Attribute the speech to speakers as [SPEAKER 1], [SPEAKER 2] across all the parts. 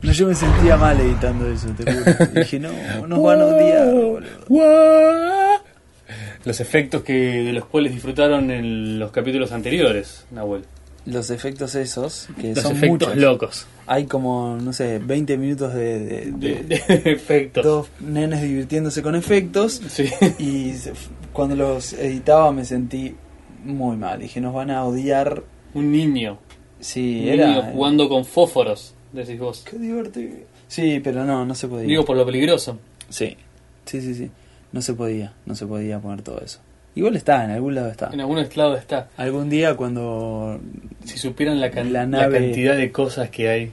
[SPEAKER 1] Pero yo me sentía mal editando eso, te juro. Y dije, no, nos van a odiar, boludo.
[SPEAKER 2] Guau.
[SPEAKER 3] Los efectos que de los cuales disfrutaron en los capítulos anteriores, Nahuel.
[SPEAKER 1] Los efectos esos, que
[SPEAKER 3] Los
[SPEAKER 1] Eh, son
[SPEAKER 3] efectos
[SPEAKER 1] muchos.
[SPEAKER 3] locos.
[SPEAKER 1] Hay como, no sé, 20 minutos de, de-
[SPEAKER 3] De,
[SPEAKER 1] de
[SPEAKER 3] de efectos.
[SPEAKER 1] dos nenes divirtiéndose con efectos.
[SPEAKER 3] Sí.
[SPEAKER 1] Y se- cuando los editaba me sentí muy mal. Dije, nos van a odiar.
[SPEAKER 3] Un niño.
[SPEAKER 1] Sí,
[SPEAKER 3] Un niño
[SPEAKER 1] era. eh,
[SPEAKER 3] jugando con fósforos, decís vos.
[SPEAKER 1] Qué divertido. Sí, pero no, no se podía.
[SPEAKER 3] Digo por lo peligroso.
[SPEAKER 1] Sí, sí, sí, sí. No se podía, no se podía poner todo eso. Igual está, en algún lado está.
[SPEAKER 3] En algunos lados está.
[SPEAKER 1] Algún día cuando...
[SPEAKER 3] Si supieran la, can-
[SPEAKER 1] La
[SPEAKER 3] la
[SPEAKER 1] nave.
[SPEAKER 3] cantidad de cosas que hay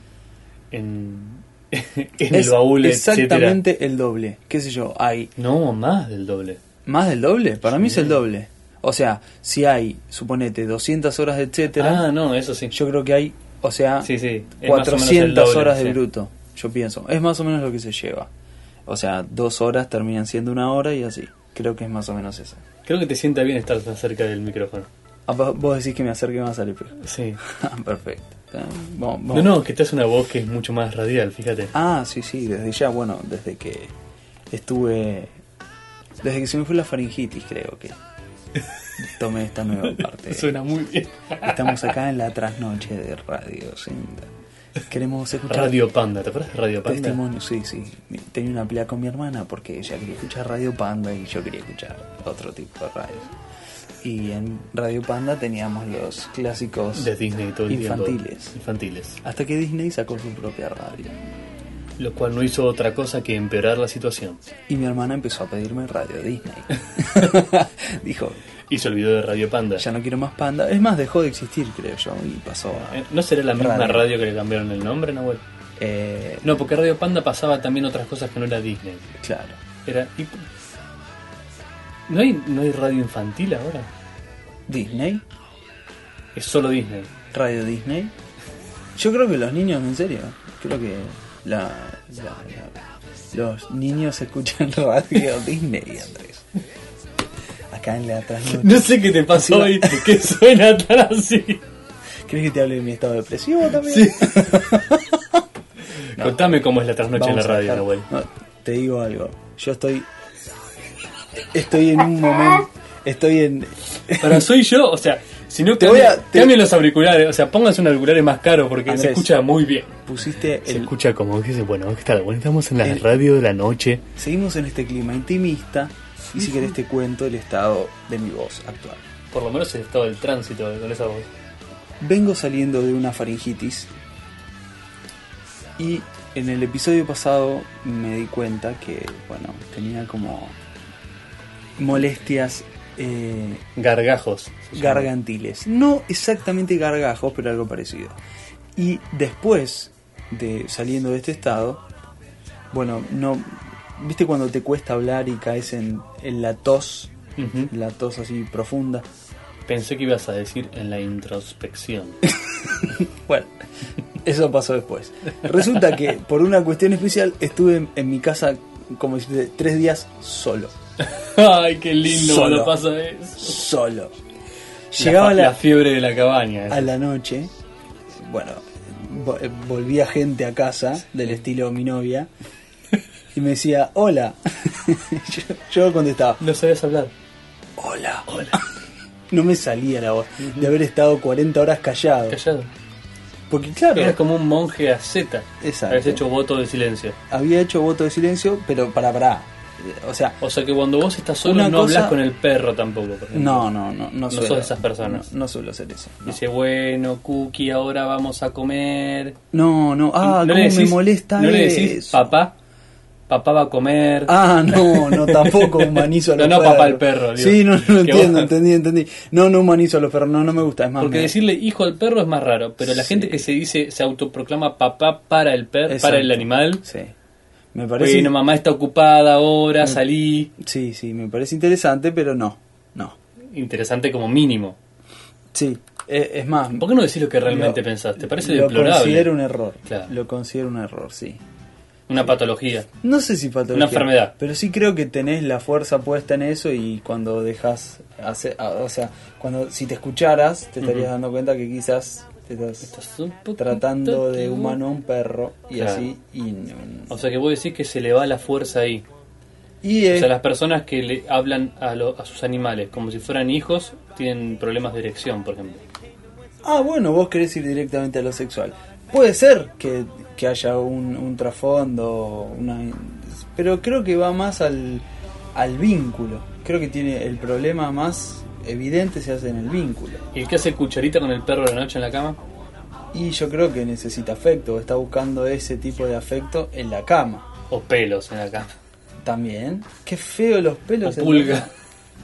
[SPEAKER 3] en, en
[SPEAKER 1] es
[SPEAKER 3] el baúl, etcétera.
[SPEAKER 1] exactamente el doble. ¿Qué sé yo? Hay
[SPEAKER 3] No, más del doble.
[SPEAKER 1] más del doble. Para mí es el
[SPEAKER 3] Sí.
[SPEAKER 1] doble. O sea, si hay, suponete, 200 horas de etcétera,
[SPEAKER 3] ah, no, eso sí.
[SPEAKER 1] yo creo que hay, o sea,
[SPEAKER 3] Sí, sí. es más o menos el
[SPEAKER 1] 400
[SPEAKER 3] doble,
[SPEAKER 1] horas de
[SPEAKER 3] sí.
[SPEAKER 1] bruto. Yo pienso, es más o menos lo que se lleva. O sea, dos horas terminan siendo una hora y así. Creo que es más o menos eso.
[SPEAKER 3] Creo que te sienta bien estar tan cerca del micrófono.
[SPEAKER 1] Ah, vos vos decís que me acerque más al espejo.
[SPEAKER 3] Sí.
[SPEAKER 1] Ah, Perfecto. Ah, vamos-
[SPEAKER 3] No,
[SPEAKER 1] vamos.
[SPEAKER 3] no, que te hace una voz que es mucho más radial, fíjate.
[SPEAKER 1] Ah, sí, sí, desde ya, bueno, desde que estuve. Desde que se me fue la faringitis, creo que. Tomé esta nueva parte.
[SPEAKER 3] Suena muy bien.
[SPEAKER 1] Estamos acá en la trasnoche de Radio Cinta. Queremos escuchar
[SPEAKER 3] Radio Panda, ¿te acuerdas de Radio Panda?
[SPEAKER 1] testimonios. Sí, sí. Tenía una pelea con mi hermana porque ella quería escuchar Radio Panda y yo quería escuchar otro tipo de radio. Y en Radio Panda teníamos los clásicos
[SPEAKER 3] De Disney todo el
[SPEAKER 1] infantiles.
[SPEAKER 3] tiempo. Infantiles.
[SPEAKER 1] Hasta que Disney sacó su propia radio.
[SPEAKER 3] Lo cual no hizo otra cosa que empeorar la situación.
[SPEAKER 1] Y mi hermana empezó a pedirme Radio Disney. Dijo,
[SPEAKER 3] Y se olvidó de Radio Panda.
[SPEAKER 1] ya no quiero más panda. Es más, dejó de existir, creo yo, y pasó a...
[SPEAKER 3] Eh, ¿No será la misma
[SPEAKER 1] Radio.
[SPEAKER 3] radio. que le cambiaron el nombre, Nahuel?
[SPEAKER 1] Eh,
[SPEAKER 3] No, porque Radio Panda pasaba también otras cosas que no era Disney.
[SPEAKER 1] claro.
[SPEAKER 3] Era. y- ¿No, hay, ¿No hay radio infantil ahora?
[SPEAKER 1] Disney,
[SPEAKER 3] Es solo Disney.
[SPEAKER 1] Radio Disney. Yo creo que los niños, en serio, creo que la, la- la- los niños escuchan Radio Disney, Andrés. Acá en la trasnoche.
[SPEAKER 3] No sé qué te pasó hoy, que suena tan así.
[SPEAKER 1] ¿Crees que te hable de mi estado depresivo también? No.
[SPEAKER 3] Contame cómo es la trasnoche en la
[SPEAKER 1] Vamos a
[SPEAKER 3] radio,
[SPEAKER 1] dejar-
[SPEAKER 3] Nahuel.
[SPEAKER 1] No, te digo algo. Yo estoy. Estoy en un momento. Estoy en.
[SPEAKER 3] Pero soy yo, o sea, si no
[SPEAKER 1] Te
[SPEAKER 3] cambia-
[SPEAKER 1] voy a- te-
[SPEAKER 3] cambien los auriculares, o sea, pónganse un auriculares más caro porque
[SPEAKER 1] Andrés.
[SPEAKER 3] se escucha muy bien.
[SPEAKER 1] Pusiste
[SPEAKER 3] Se
[SPEAKER 1] el.
[SPEAKER 3] escucha como que dice, bueno, ¿qué tal? Bueno, estamos en la
[SPEAKER 1] El-
[SPEAKER 3] radio de la noche.
[SPEAKER 1] Seguimos en este clima intimista. Y si querés, te cuento el estado de mi voz actual.
[SPEAKER 3] Por lo menos el estado del tránsito con esa voz.
[SPEAKER 1] Vengo saliendo de una faringitis. Y en el episodio pasado me di cuenta que, bueno, tenía como. molestias. eh,
[SPEAKER 3] Gargajos. se llama.
[SPEAKER 1] gargantiles. No exactamente gargajos, pero algo parecido. Y después de saliendo de este estado, bueno, no. ¿Viste cuando te cuesta hablar y caes en, en la tos?
[SPEAKER 3] Ujú.
[SPEAKER 1] La tos así profunda.
[SPEAKER 3] Pensé que ibas a decir en la introspección.
[SPEAKER 1] Bueno, eso pasó después. Resulta que por una cuestión especial estuve en, en mi casa como decirte, tres días solo.
[SPEAKER 3] Ay, qué lindo
[SPEAKER 1] Solo.
[SPEAKER 3] cuando pasa eso.
[SPEAKER 1] Solo. Llegaba la,
[SPEAKER 3] fiebre de la cabaña. eh. esa.
[SPEAKER 1] a la noche, bueno, vo- eh, volvía gente a casa, del estilo mi novia, y me decía, hola. yo, yo contestaba,
[SPEAKER 3] No sabías hablar.
[SPEAKER 1] hola, hola. No me salía la voz de haber estado 40 horas callado.
[SPEAKER 3] Callado.
[SPEAKER 1] Porque claro,
[SPEAKER 3] Eras como un monje a Z.
[SPEAKER 1] Exacto.
[SPEAKER 3] Habías hecho voto de silencio.
[SPEAKER 1] había hecho voto de silencio, pero para, para. O sea,
[SPEAKER 3] O sea que cuando vos estás solo
[SPEAKER 1] Una
[SPEAKER 3] no
[SPEAKER 1] cosa-
[SPEAKER 3] hablas con el perro tampoco. por ejemplo.
[SPEAKER 1] no, no, no, no, suelo.
[SPEAKER 3] sos de esas personas.
[SPEAKER 1] No, no suelo hacer eso. no.
[SPEAKER 3] Dice, bueno, Cookie, ahora vamos a comer.
[SPEAKER 1] No, no, ah,
[SPEAKER 3] no
[SPEAKER 1] cómo
[SPEAKER 3] le
[SPEAKER 1] me
[SPEAKER 3] decís-
[SPEAKER 1] molesta
[SPEAKER 3] No le
[SPEAKER 1] eso.
[SPEAKER 3] decís, papá, papá va a comer.
[SPEAKER 1] Ah, no, no, tampoco humanizo a
[SPEAKER 3] No,
[SPEAKER 1] los
[SPEAKER 3] no,
[SPEAKER 1] perros.
[SPEAKER 3] papá al perro, digo.
[SPEAKER 1] Sí, no, no,
[SPEAKER 3] Que
[SPEAKER 1] entiendo,
[SPEAKER 3] vos-
[SPEAKER 1] entendí, entendí. No, no humanizo a los perros, no, no me gusta, es más.
[SPEAKER 3] Porque
[SPEAKER 1] me-
[SPEAKER 3] decirle hijo al perro es más raro, pero la gente
[SPEAKER 1] Sí.
[SPEAKER 3] que se dice, se autoproclama papá para el perro,
[SPEAKER 1] Exacto.
[SPEAKER 3] para el animal.
[SPEAKER 1] Sí. Me parece. Mm.
[SPEAKER 3] Bueno, mamá está ocupada ahora, salí.
[SPEAKER 1] Sí, sí, me parece interesante, pero no, no.
[SPEAKER 3] Interesante como mínimo.
[SPEAKER 1] Sí, eh, es más.
[SPEAKER 3] ¿Por qué no decís lo que realmente
[SPEAKER 1] lo-
[SPEAKER 3] pensaste? Parece
[SPEAKER 1] Lo
[SPEAKER 3] deplorable.
[SPEAKER 1] considero un error.
[SPEAKER 3] Claro.
[SPEAKER 1] Lo considero un error, sí.
[SPEAKER 3] Una patología.
[SPEAKER 1] No sé si patología.
[SPEAKER 3] Una enfermedad.
[SPEAKER 1] Pero sí creo que tenés la fuerza puesta en eso y cuando dejas hacer, ah, o sea, cuando si te escucharas te estarías
[SPEAKER 3] Ujú.
[SPEAKER 1] dando cuenta que quizás Estás
[SPEAKER 3] Estás un poquito-
[SPEAKER 1] tratando de humano a un perro y
[SPEAKER 3] Claro.
[SPEAKER 1] así. Y, no-
[SPEAKER 3] O sea que vos decís que se le va la fuerza ahí.
[SPEAKER 1] y
[SPEAKER 3] O
[SPEAKER 1] es-
[SPEAKER 3] sea, las personas que le hablan a, lo- a sus animales como si fueran hijos tienen problemas de erección, por ejemplo.
[SPEAKER 1] Ah, bueno, vos querés ir directamente a lo sexual. Puede ser que, que haya un, un trasfondo, una- pero creo que va más al, al vínculo. Creo que tiene el problema más evidente se hace en el vínculo.
[SPEAKER 3] ¿Y el que hace cucharita con el perro de la noche en la cama?
[SPEAKER 1] Y yo creo que necesita afecto, está buscando ese tipo de afecto en la cama.
[SPEAKER 3] ¿O pelos en la cama?
[SPEAKER 1] También. Qué feo los pelos.
[SPEAKER 3] O
[SPEAKER 1] en la
[SPEAKER 3] pulga.
[SPEAKER 1] cama.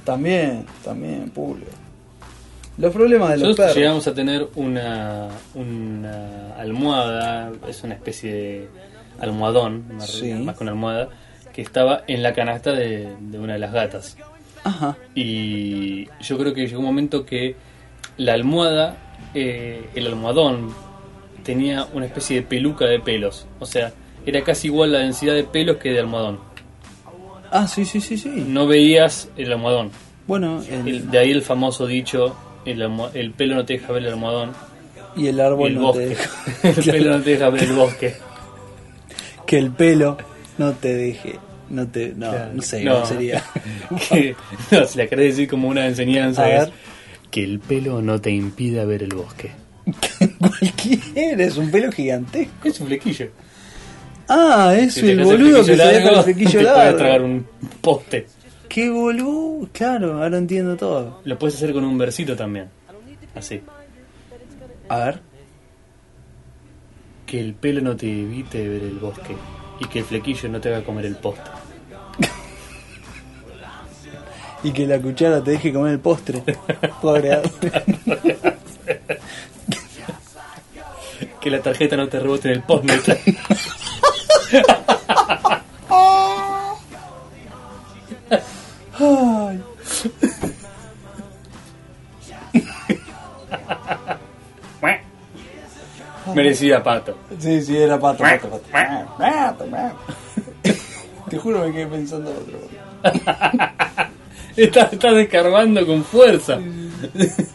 [SPEAKER 1] También, también, pulga. Los problemas de los
[SPEAKER 3] Nosotros
[SPEAKER 1] perros.
[SPEAKER 3] llegamos a tener una, una almohada, es una especie de almohadón, más,
[SPEAKER 1] Sí.
[SPEAKER 3] más que una almohada, que estaba en la canasta de, de una de las gatas.
[SPEAKER 1] Ajá.
[SPEAKER 3] Y yo creo que llegó un momento que la almohada, eh, el almohadón, tenía una especie de peluca de pelos. O sea, era casi igual la densidad de pelos que de almohadón.
[SPEAKER 1] Ah, sí, sí, sí, sí.
[SPEAKER 3] No veías el almohadón.
[SPEAKER 1] Bueno, el-
[SPEAKER 3] El- de ahí el famoso dicho, el, almo- el pelo no te deja ver el almohadón.
[SPEAKER 1] y el árbol
[SPEAKER 3] el
[SPEAKER 1] no Ah, te
[SPEAKER 3] bosque.
[SPEAKER 1] deja.
[SPEAKER 3] el pelo no te deja ver el bosque.
[SPEAKER 1] que el pelo no te deje. No te. No,
[SPEAKER 3] Claro.
[SPEAKER 1] no sé,
[SPEAKER 3] No.
[SPEAKER 1] no sería.
[SPEAKER 3] Que- no, si la querés decir como una enseñanza
[SPEAKER 1] A
[SPEAKER 3] es
[SPEAKER 1] ver.
[SPEAKER 3] que el pelo no te impida ver el bosque.
[SPEAKER 1] Cualquiera, es un pelo gigantesco.
[SPEAKER 3] Es un flequillo.
[SPEAKER 1] Ah, es
[SPEAKER 3] Si
[SPEAKER 1] el
[SPEAKER 3] tenés
[SPEAKER 1] boludo que se
[SPEAKER 3] flequillo
[SPEAKER 1] deja
[SPEAKER 3] largo,
[SPEAKER 1] el flequillo
[SPEAKER 3] te podés tragar
[SPEAKER 1] largo.
[SPEAKER 3] un poste.
[SPEAKER 1] Qué boludo. Claro, ahora entiendo todo.
[SPEAKER 3] Lo puedes hacer con un versito también. Así.
[SPEAKER 1] A ver.
[SPEAKER 3] Que el pelo no te evite ver el bosque. Y que el flequillo no te haga comer el poste.
[SPEAKER 1] Y que la cuchara te deje comer el postre. Pobre arte.
[SPEAKER 3] Que la tarjeta no te rebote en el poste.
[SPEAKER 1] Ay.
[SPEAKER 3] Merecida pato.
[SPEAKER 1] Sí, sí, era pato, pato, pato. Pato, pato. Ah, Te juro me quedé pensando en otro.
[SPEAKER 3] Estás está descarbando con fuerza.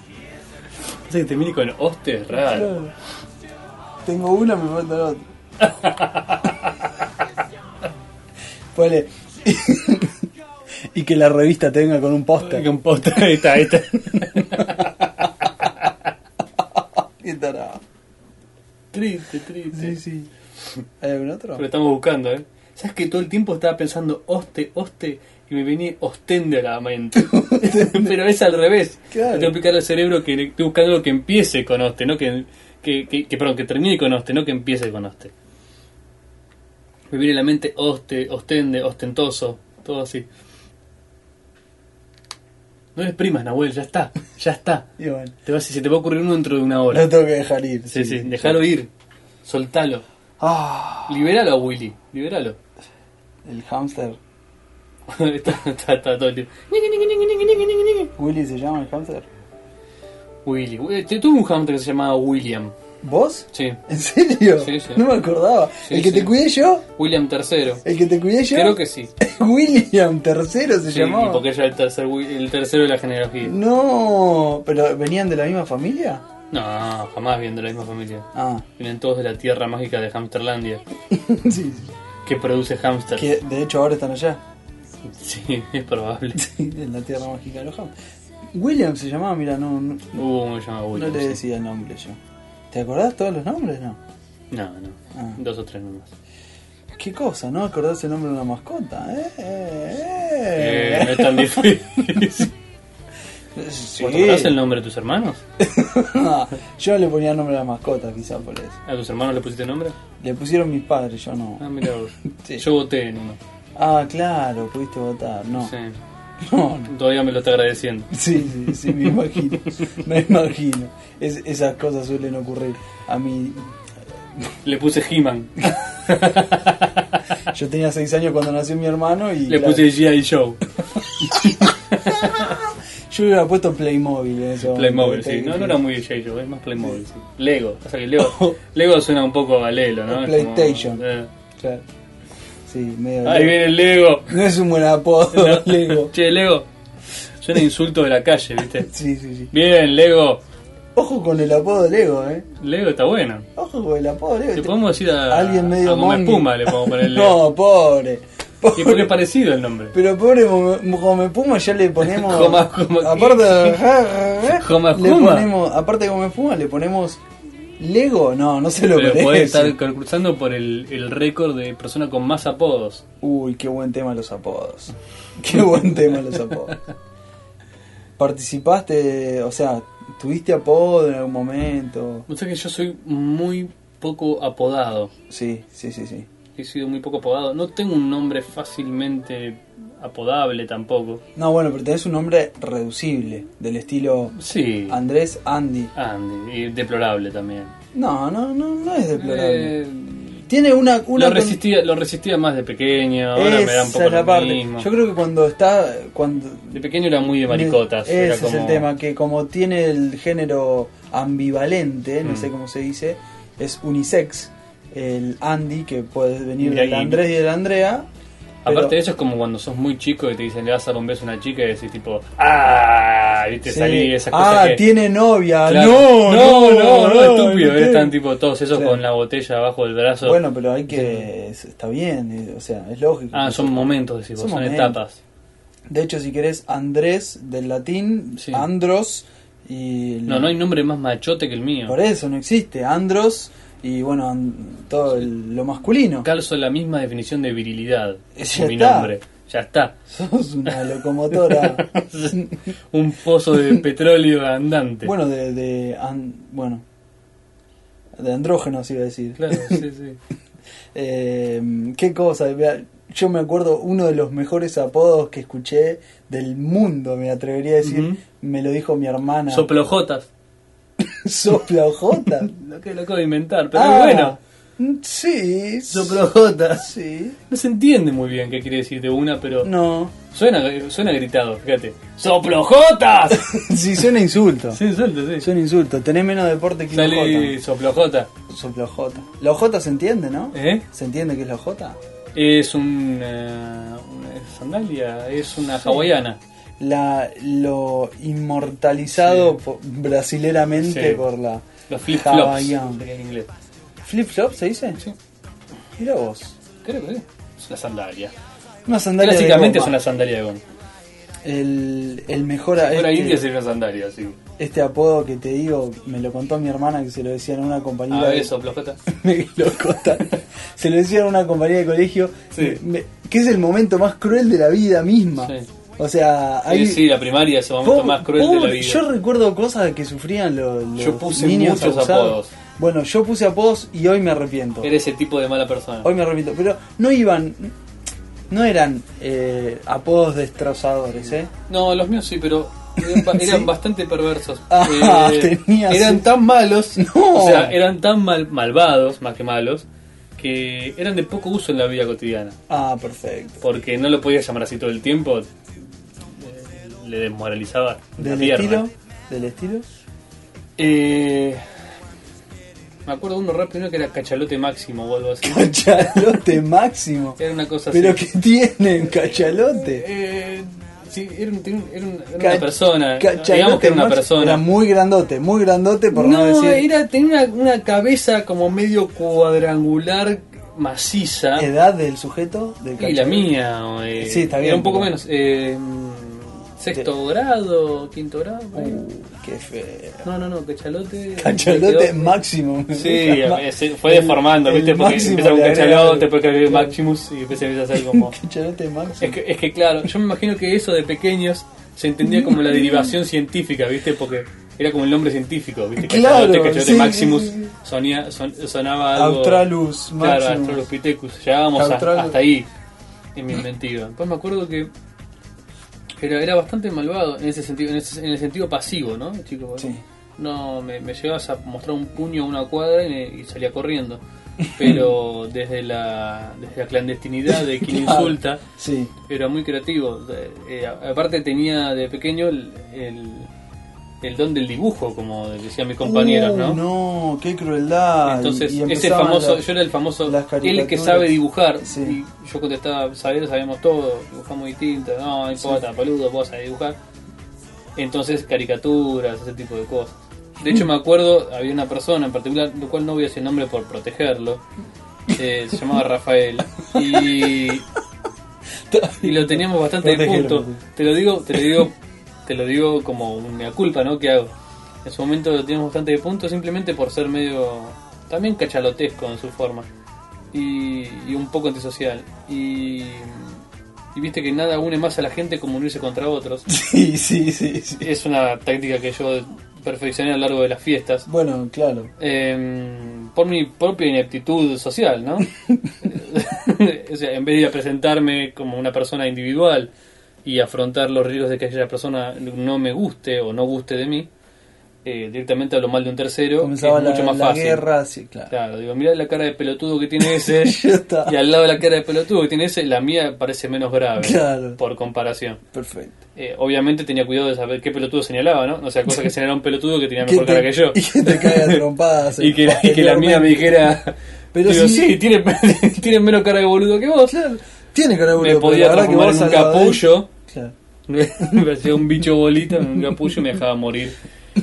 [SPEAKER 3] O sea, que termine con hoste es raro.
[SPEAKER 1] Claro. Tengo una, me falta la otra. Ponele. y que la revista te venga con un póster.
[SPEAKER 3] Con poste, ahí está, ahí está.
[SPEAKER 1] Qué tarado.
[SPEAKER 3] Triste,
[SPEAKER 1] Sí,
[SPEAKER 3] triste.
[SPEAKER 1] sí. ¿Hay algún otro?
[SPEAKER 3] Lo estamos buscando, ¿eh? ¿Sabes que todo el tiempo estaba pensando hoste, hoste? Y me venía ostende a la mente. Pero es al revés.
[SPEAKER 1] Claro.
[SPEAKER 3] Le Tengo que explicar al cerebro que estoy buscando algo que empiece con hoste, no que, que, que, que- perdón, que termine con hoste, no que empiece con hoste. Me viene a la mente hoste, ostende, ostentoso, todo así. No les primas, Nahuel, ya está, ya está.
[SPEAKER 1] Y bueno,
[SPEAKER 3] Te vas, se te va a ocurrir uno dentro de una hora.
[SPEAKER 1] lo tengo que dejar ir.
[SPEAKER 3] Sí, sí, déjalo ir. Soltalo.
[SPEAKER 1] Ah,
[SPEAKER 3] Liberalo a Willy, liberalo.
[SPEAKER 1] el hamster.
[SPEAKER 3] está, está, está todo el tiempo.
[SPEAKER 1] ¿Willy se llama el hamster?
[SPEAKER 3] Willy. Willy. Te- Tuve un hamster que se llamaba William.
[SPEAKER 1] ¿Vos?
[SPEAKER 3] Sí,
[SPEAKER 1] ¿En serio?
[SPEAKER 3] Sí, sí.
[SPEAKER 1] No me acordaba.
[SPEAKER 3] Sí,
[SPEAKER 1] ¿El que
[SPEAKER 3] sí.
[SPEAKER 1] te cuidé yo?
[SPEAKER 3] William tercero.
[SPEAKER 1] ¿El que te cuidé yo?
[SPEAKER 3] Creo que sí.
[SPEAKER 1] William tercero se
[SPEAKER 3] Sí,
[SPEAKER 1] llamaba.
[SPEAKER 3] y porque ella era el, tercer, Wi- el tercero de la genealogía.
[SPEAKER 1] No, pero venían de la misma familia.
[SPEAKER 3] No, jamás viendo la misma familia.
[SPEAKER 1] Ah,
[SPEAKER 3] Vienen todos de la tierra mágica de Hamsterlandia,
[SPEAKER 1] sí, sí.
[SPEAKER 3] que produce hamsters.
[SPEAKER 1] Que de hecho ahora están allá.
[SPEAKER 3] Sí, es probable.
[SPEAKER 1] Sí, en la tierra mágica de los Ham. William se llamaba, mira, no, no,
[SPEAKER 3] Hubo uno llamado
[SPEAKER 1] no
[SPEAKER 3] William.
[SPEAKER 1] le
[SPEAKER 3] sí.
[SPEAKER 1] decía el nombre yo. ¿Te acordás todos los nombres? No.
[SPEAKER 3] No, no.
[SPEAKER 1] Ah.
[SPEAKER 3] Dos o tres nomás.
[SPEAKER 1] Qué cosa, ¿no? Acordarse el nombre de una mascota. Eh, eh,
[SPEAKER 3] Eh, no es tan difícil.
[SPEAKER 1] eh. Sí. Ah,
[SPEAKER 3] ¿Vos te acordás el nombre de tus hermanos?
[SPEAKER 1] yo le ponía nombre a las mascotas, quizá por eso.
[SPEAKER 3] ¿A tus hermanos le pusiste nombre?
[SPEAKER 1] Le pusieron mis padres, yo no.
[SPEAKER 3] Ah, mira vos.
[SPEAKER 1] Sí.
[SPEAKER 3] Yo voté en uno.
[SPEAKER 1] Ah, claro, pudiste votar. No,
[SPEAKER 3] Sí.
[SPEAKER 1] no, no.
[SPEAKER 3] Todavía me lo está agradeciendo.
[SPEAKER 1] Sí, sí, sí, me imagino. Me imagino. Es- esas cosas suelen ocurrir. A mí,
[SPEAKER 3] Le puse He-Man.
[SPEAKER 1] yo tenía seis años cuando nació mi hermano y
[SPEAKER 3] Le
[SPEAKER 1] claro,
[SPEAKER 3] puse G.I. Show.
[SPEAKER 1] yo hubiera puesto Playmobil en eso.
[SPEAKER 3] Playmobil, sí. No, no era muy G.I. Joe, es más Playmobil, sí. Lego. O sea que Lego, Lego suena un poco a Lelo, ¿no? Es como,
[SPEAKER 1] Oh. PlayStation.
[SPEAKER 3] eh,
[SPEAKER 1] Claro. Sí, medio.
[SPEAKER 3] Ahí viene el Lego.
[SPEAKER 1] No es un buen apodo, Lego.
[SPEAKER 3] Che, Lego. Suena a insulto de la calle, ¿viste?
[SPEAKER 1] Sí, sí, sí.
[SPEAKER 3] Bien, Lego.
[SPEAKER 1] Ojo con el apodo de Lego, eh.
[SPEAKER 3] Lego está bueno.
[SPEAKER 1] Ojo con el apodo de Lego.
[SPEAKER 3] Le
[SPEAKER 1] Te-
[SPEAKER 3] podemos decir a,
[SPEAKER 1] Alguien medio
[SPEAKER 3] a Goma
[SPEAKER 1] monkey.
[SPEAKER 3] Espuma, le podemos poner Lego.
[SPEAKER 1] No, pobre.
[SPEAKER 3] Y porque
[SPEAKER 1] pobre.
[SPEAKER 3] es parecido el nombre.
[SPEAKER 1] Pero pobre Gome Puma ya le ponemos.
[SPEAKER 3] Goma- Goma-
[SPEAKER 1] aparte, ja, ja, ja,
[SPEAKER 3] Goma
[SPEAKER 1] le
[SPEAKER 3] Puma.
[SPEAKER 1] ponemos, aparte de Gome Puma le ponemos Lego. No, no se lo
[SPEAKER 3] Pero puede
[SPEAKER 1] merece.
[SPEAKER 3] estar cruzando por el, el récord de persona con más apodos.
[SPEAKER 1] Uy, qué buen tema los apodos. Qué buen tema los apodos. Participaste, o sea, tuviste apodo en algún momento.
[SPEAKER 3] O sea que yo soy muy poco apodado.
[SPEAKER 1] Sí, sí, sí, sí.
[SPEAKER 3] He sido muy poco apodado. No tengo un nombre fácilmente apodable tampoco.
[SPEAKER 1] No, bueno, pero tenés un nombre reducible, del estilo
[SPEAKER 3] Sí.
[SPEAKER 1] Andrés Andy.
[SPEAKER 3] Andy. Y deplorable también.
[SPEAKER 1] No, no, no, no es deplorable.
[SPEAKER 3] Eh,
[SPEAKER 1] Tiene una, una
[SPEAKER 3] lo,
[SPEAKER 1] con-
[SPEAKER 3] resistía, lo resistía más de pequeño. Ahora me da un
[SPEAKER 1] Esa
[SPEAKER 3] poco
[SPEAKER 1] es la
[SPEAKER 3] lo
[SPEAKER 1] parte.
[SPEAKER 3] mismo.
[SPEAKER 1] Yo creo que cuando está. Cuando,
[SPEAKER 3] De pequeño era muy de maricotas.
[SPEAKER 1] Ese
[SPEAKER 3] era
[SPEAKER 1] es
[SPEAKER 3] como-
[SPEAKER 1] el tema, que como tiene el género ambivalente, no
[SPEAKER 3] Mm.
[SPEAKER 1] sé cómo se dice, es unisex. El Andy, que puede venir
[SPEAKER 3] Y
[SPEAKER 1] del
[SPEAKER 3] ahí-
[SPEAKER 1] Andrés y del Andrea. pero-
[SPEAKER 3] Aparte de eso es como cuando sos muy chico y te dicen le vas a dar un beso a una chica y decís tipo ¡Ah! Y te
[SPEAKER 1] Sí.
[SPEAKER 3] salí esas cosas
[SPEAKER 1] Ah,
[SPEAKER 3] que...
[SPEAKER 1] tiene novia.
[SPEAKER 3] Claro.
[SPEAKER 1] No,
[SPEAKER 3] no,
[SPEAKER 1] no,
[SPEAKER 3] no, no, estúpido.
[SPEAKER 1] ¿viste?
[SPEAKER 3] Están tipo todos esos
[SPEAKER 1] Claro.
[SPEAKER 3] con la botella abajo del brazo.
[SPEAKER 1] Bueno, pero hay que. es- Está bien, es- o sea, es lógico.
[SPEAKER 3] ah, son momentos, decís vos,
[SPEAKER 1] Son
[SPEAKER 3] son,
[SPEAKER 1] momentos.
[SPEAKER 3] etapas.
[SPEAKER 1] De hecho, si querés, Andrés del latín,
[SPEAKER 3] Sí.
[SPEAKER 1] Andros y. el-
[SPEAKER 3] No, no hay nombre más machote que el mío.
[SPEAKER 1] Por eso no existe. Andros y bueno, an- todo el- lo masculino.
[SPEAKER 3] Calzo la misma definición de virilidad.
[SPEAKER 1] Ya
[SPEAKER 3] Es mi
[SPEAKER 1] está.
[SPEAKER 3] nombre. Ya está.
[SPEAKER 1] Sos una locomotora.
[SPEAKER 3] Un pozo de petróleo andante.
[SPEAKER 1] bueno, de, de an- bueno, de andrógenos iba a decir.
[SPEAKER 3] Claro, sí, sí.
[SPEAKER 1] Eh, qué cosa, vea, yo me acuerdo uno de los mejores apodos que escuché del mundo, me atrevería a decir,
[SPEAKER 3] Ujú.
[SPEAKER 1] me lo dijo mi hermana.
[SPEAKER 3] Soplojotas.
[SPEAKER 1] Soplajota.
[SPEAKER 3] Lo que lo acabo de inventar, pero
[SPEAKER 1] Ah,
[SPEAKER 3] es bueno.
[SPEAKER 1] Sí.
[SPEAKER 3] Soplojotas.
[SPEAKER 1] Sí.
[SPEAKER 3] No se entiende muy bien qué quiere decir de una, pero
[SPEAKER 1] No.
[SPEAKER 3] suena, suena gritado, fíjate. ¡Soplojotas!
[SPEAKER 1] sí, suena insulto.
[SPEAKER 3] sí, suelta, sí.
[SPEAKER 1] Suena insulto. Tenés menos deporte que una
[SPEAKER 3] Sale soplojota.
[SPEAKER 1] jota. Sopla jota. La jota se entiende, ¿no?
[SPEAKER 3] ¿Eh?
[SPEAKER 1] ¿Se entiende que es la jota?
[SPEAKER 3] Es un, eh, una sandalia, es una
[SPEAKER 1] Sí.
[SPEAKER 3] hawaiana.
[SPEAKER 1] La, lo inmortalizado
[SPEAKER 3] Sí.
[SPEAKER 1] po- brasileramente
[SPEAKER 3] Sí.
[SPEAKER 1] por la...
[SPEAKER 3] Los flip flops.
[SPEAKER 1] Hawaiana.
[SPEAKER 3] En inglés.
[SPEAKER 1] ¿Flip-flop se dice?
[SPEAKER 3] Sí.
[SPEAKER 1] Mira vos.
[SPEAKER 3] Creo que sí. Es una sandalia.
[SPEAKER 1] Una sandalia
[SPEAKER 3] Clásicamente
[SPEAKER 1] de
[SPEAKER 3] es
[SPEAKER 1] goma.
[SPEAKER 3] una sandalia de goma.
[SPEAKER 1] El, el mejor... a-
[SPEAKER 3] Una india
[SPEAKER 1] este,
[SPEAKER 3] sería una sandalia, sí.
[SPEAKER 1] este apodo que te digo, me lo contó mi hermana que se lo decían a una compañera...
[SPEAKER 3] A
[SPEAKER 1] de-
[SPEAKER 3] ver, soplojota.
[SPEAKER 1] Me lo contaron. Se lo decían a una compañera de colegio,
[SPEAKER 3] Sí.
[SPEAKER 1] me- que es el momento más cruel de la vida misma.
[SPEAKER 3] Sí.
[SPEAKER 1] O sea,
[SPEAKER 3] Sí,
[SPEAKER 1] hay...
[SPEAKER 3] sí, la primaria es el momento
[SPEAKER 1] Pobre-
[SPEAKER 3] más cruel de la
[SPEAKER 1] pobre,
[SPEAKER 3] vida.
[SPEAKER 1] Yo recuerdo cosas que sufrían los, los
[SPEAKER 3] Yo puse
[SPEAKER 1] niños
[SPEAKER 3] muchos
[SPEAKER 1] abusados.
[SPEAKER 3] apodos.
[SPEAKER 1] Bueno, yo puse apodos y hoy me arrepiento.
[SPEAKER 3] Era ese tipo de mala persona.
[SPEAKER 1] Hoy me arrepiento. Pero no iban. No eran eh, apodos destrozadores, ¿eh?
[SPEAKER 3] No, los míos sí, pero eran, ba- eran bastante perversos. Eh,
[SPEAKER 1] Ah, tenías
[SPEAKER 3] eran
[SPEAKER 1] un-
[SPEAKER 3] tan malos,
[SPEAKER 1] No.
[SPEAKER 3] o sea, eran tan mal- malvados, más que malos, que eran de poco uso en la vida cotidiana.
[SPEAKER 1] Ah, perfecto.
[SPEAKER 3] Porque no lo podías llamar así todo el tiempo, eh, le desmoralizaba la
[SPEAKER 1] ¿Del
[SPEAKER 3] pierna.
[SPEAKER 1] estilo? ¿Del estilo?
[SPEAKER 3] Eh, me acuerdo uno rápido uno que era cachalote máximo o algo así.
[SPEAKER 1] Cachalote máximo.
[SPEAKER 3] Era una cosa
[SPEAKER 1] Pero
[SPEAKER 3] así.
[SPEAKER 1] que tienen, cachalote.
[SPEAKER 3] Eh, sí, era, un- tenía un- era un- era
[SPEAKER 1] Ca-
[SPEAKER 3] una persona.
[SPEAKER 1] cachalote
[SPEAKER 3] Digamos que era una
[SPEAKER 1] máximo.
[SPEAKER 3] persona.
[SPEAKER 1] Era muy grandote, muy grandote por no,
[SPEAKER 3] no,
[SPEAKER 1] decir
[SPEAKER 3] era, tenía una, una cabeza como medio cuadrangular maciza.
[SPEAKER 1] edad del sujeto del
[SPEAKER 3] Y la
[SPEAKER 1] cachalote.
[SPEAKER 3] mía, o, eh,
[SPEAKER 1] Sí, está bien,
[SPEAKER 3] era un poco
[SPEAKER 1] pero-
[SPEAKER 3] menos. eh, sexto grado, quinto grado. por ahí.
[SPEAKER 1] Uh, qué feo.
[SPEAKER 3] No, no, no, cachalote.
[SPEAKER 1] Cachalote
[SPEAKER 3] quedó-
[SPEAKER 1] máximo. me
[SPEAKER 3] Sí,
[SPEAKER 1] gusta más.
[SPEAKER 3] eh, se fue
[SPEAKER 1] El-
[SPEAKER 3] deformando,
[SPEAKER 1] el
[SPEAKER 3] ¿viste? Porque
[SPEAKER 1] máximo
[SPEAKER 3] empieza con
[SPEAKER 1] le agrega
[SPEAKER 3] cachalote,
[SPEAKER 1] algo.
[SPEAKER 3] después cachalote Maximus y empieza empieza a ser como.
[SPEAKER 1] Cachalote máximo.
[SPEAKER 3] Es que, es que claro, yo me imagino que eso de pequeños se entendía como la derivación científica, ¿viste? Porque era como el nombre científico, ¿viste?
[SPEAKER 1] Claro,
[SPEAKER 3] Cachalote, cachalote
[SPEAKER 1] sí,
[SPEAKER 3] Maximus
[SPEAKER 1] sí, sí.
[SPEAKER 3] sonía, son- sonaba algo...
[SPEAKER 1] Australus
[SPEAKER 3] Claro,
[SPEAKER 1] Maximus.
[SPEAKER 3] Australopithecus. Llegábamos a-
[SPEAKER 1] Australus.
[SPEAKER 3] hasta ahí en mi inventiva. Después me acuerdo que era, era bastante malvado en ese sentido, en, ese- en el sentido pasivo, ¿no, chico?
[SPEAKER 1] Sí.
[SPEAKER 3] No, me, me llegabas a mostrar un puño a una cuadra y, me- y salía corriendo. Pero desde la, desde la clandestinidad de quien
[SPEAKER 1] Claro.
[SPEAKER 3] insulta,
[SPEAKER 1] Sí.
[SPEAKER 3] era muy creativo. Eh, eh, a- aparte tenía de pequeño el, el, el don del dibujo, como decían mis compañeros,
[SPEAKER 1] Uh,
[SPEAKER 3] ¿no?
[SPEAKER 1] No, qué crueldad.
[SPEAKER 3] Entonces,
[SPEAKER 1] Y
[SPEAKER 3] ese
[SPEAKER 1] empezaban
[SPEAKER 3] famoso,
[SPEAKER 1] las-
[SPEAKER 3] yo era el famoso,
[SPEAKER 1] las
[SPEAKER 3] él que
[SPEAKER 1] caricaturas.
[SPEAKER 3] sabe dibujar,
[SPEAKER 1] Sí.
[SPEAKER 3] y yo contestaba, sabemos, sabemos todo, dibujamos distinto, no, no importa, boludo, vos sabés dibujar. Entonces, caricaturas, ese tipo de cosas. De hecho, me acuerdo, había una persona en particular, lo cual no voy a decir el nombre por protegerlo. eh, se llamaba Rafael. Y, y lo teníamos bastante de
[SPEAKER 1] Protegelo,
[SPEAKER 3] punto. Te lo digo, te lo digo, te lo digo como una culpa, ¿no? Que hago. En su momento lo teníamos bastante de punto simplemente por ser medio también cachalotesco en su forma. Y, y un poco antisocial. Y, y viste que nada une más a la gente como unirse contra otros.
[SPEAKER 1] Sí, sí, sí, sí.
[SPEAKER 3] Es una táctica que yo perfeccioné a lo largo de las fiestas.
[SPEAKER 1] Bueno, claro.
[SPEAKER 3] Eh, por mi propia ineptitud social, ¿no? o sea, en vez de ir a presentarme como una persona individual y afrontar los riesgos de que aquella persona no me guste o no guste de mí, eh, directamente hablo mal de un tercero, que es
[SPEAKER 1] Comenzaba la,
[SPEAKER 3] mucho más
[SPEAKER 1] la
[SPEAKER 3] fácil.
[SPEAKER 1] guerra, sí, claro.
[SPEAKER 3] Claro, digo, mirá la cara de pelotudo que tiene ese,
[SPEAKER 1] Ya está.
[SPEAKER 3] y al lado de la cara de pelotudo que tiene ese, la mía parece menos grave,
[SPEAKER 1] Claro.
[SPEAKER 3] por comparación.
[SPEAKER 1] Perfecto.
[SPEAKER 3] Eh, obviamente tenía cuidado de saber qué pelotudo señalaba, ¿no? O sea, cosa que señalaba un pelotudo que tenía mejor cara que yo.
[SPEAKER 1] Y que te caiga a trompadas.
[SPEAKER 3] y que, y que la mía me dijera
[SPEAKER 1] Pero
[SPEAKER 3] digo,
[SPEAKER 1] sí.
[SPEAKER 3] sí, tiene, tiene menos cara de boludo que vos
[SPEAKER 1] Claro. Tiene que haber
[SPEAKER 3] me
[SPEAKER 1] boludo,
[SPEAKER 3] podía
[SPEAKER 1] pero la verdad que
[SPEAKER 3] transformar en
[SPEAKER 1] vos
[SPEAKER 3] un
[SPEAKER 1] al lado de él-
[SPEAKER 3] capullo
[SPEAKER 1] Claro.
[SPEAKER 3] me hacía un bicho bolita en un capullo y me dejaba morir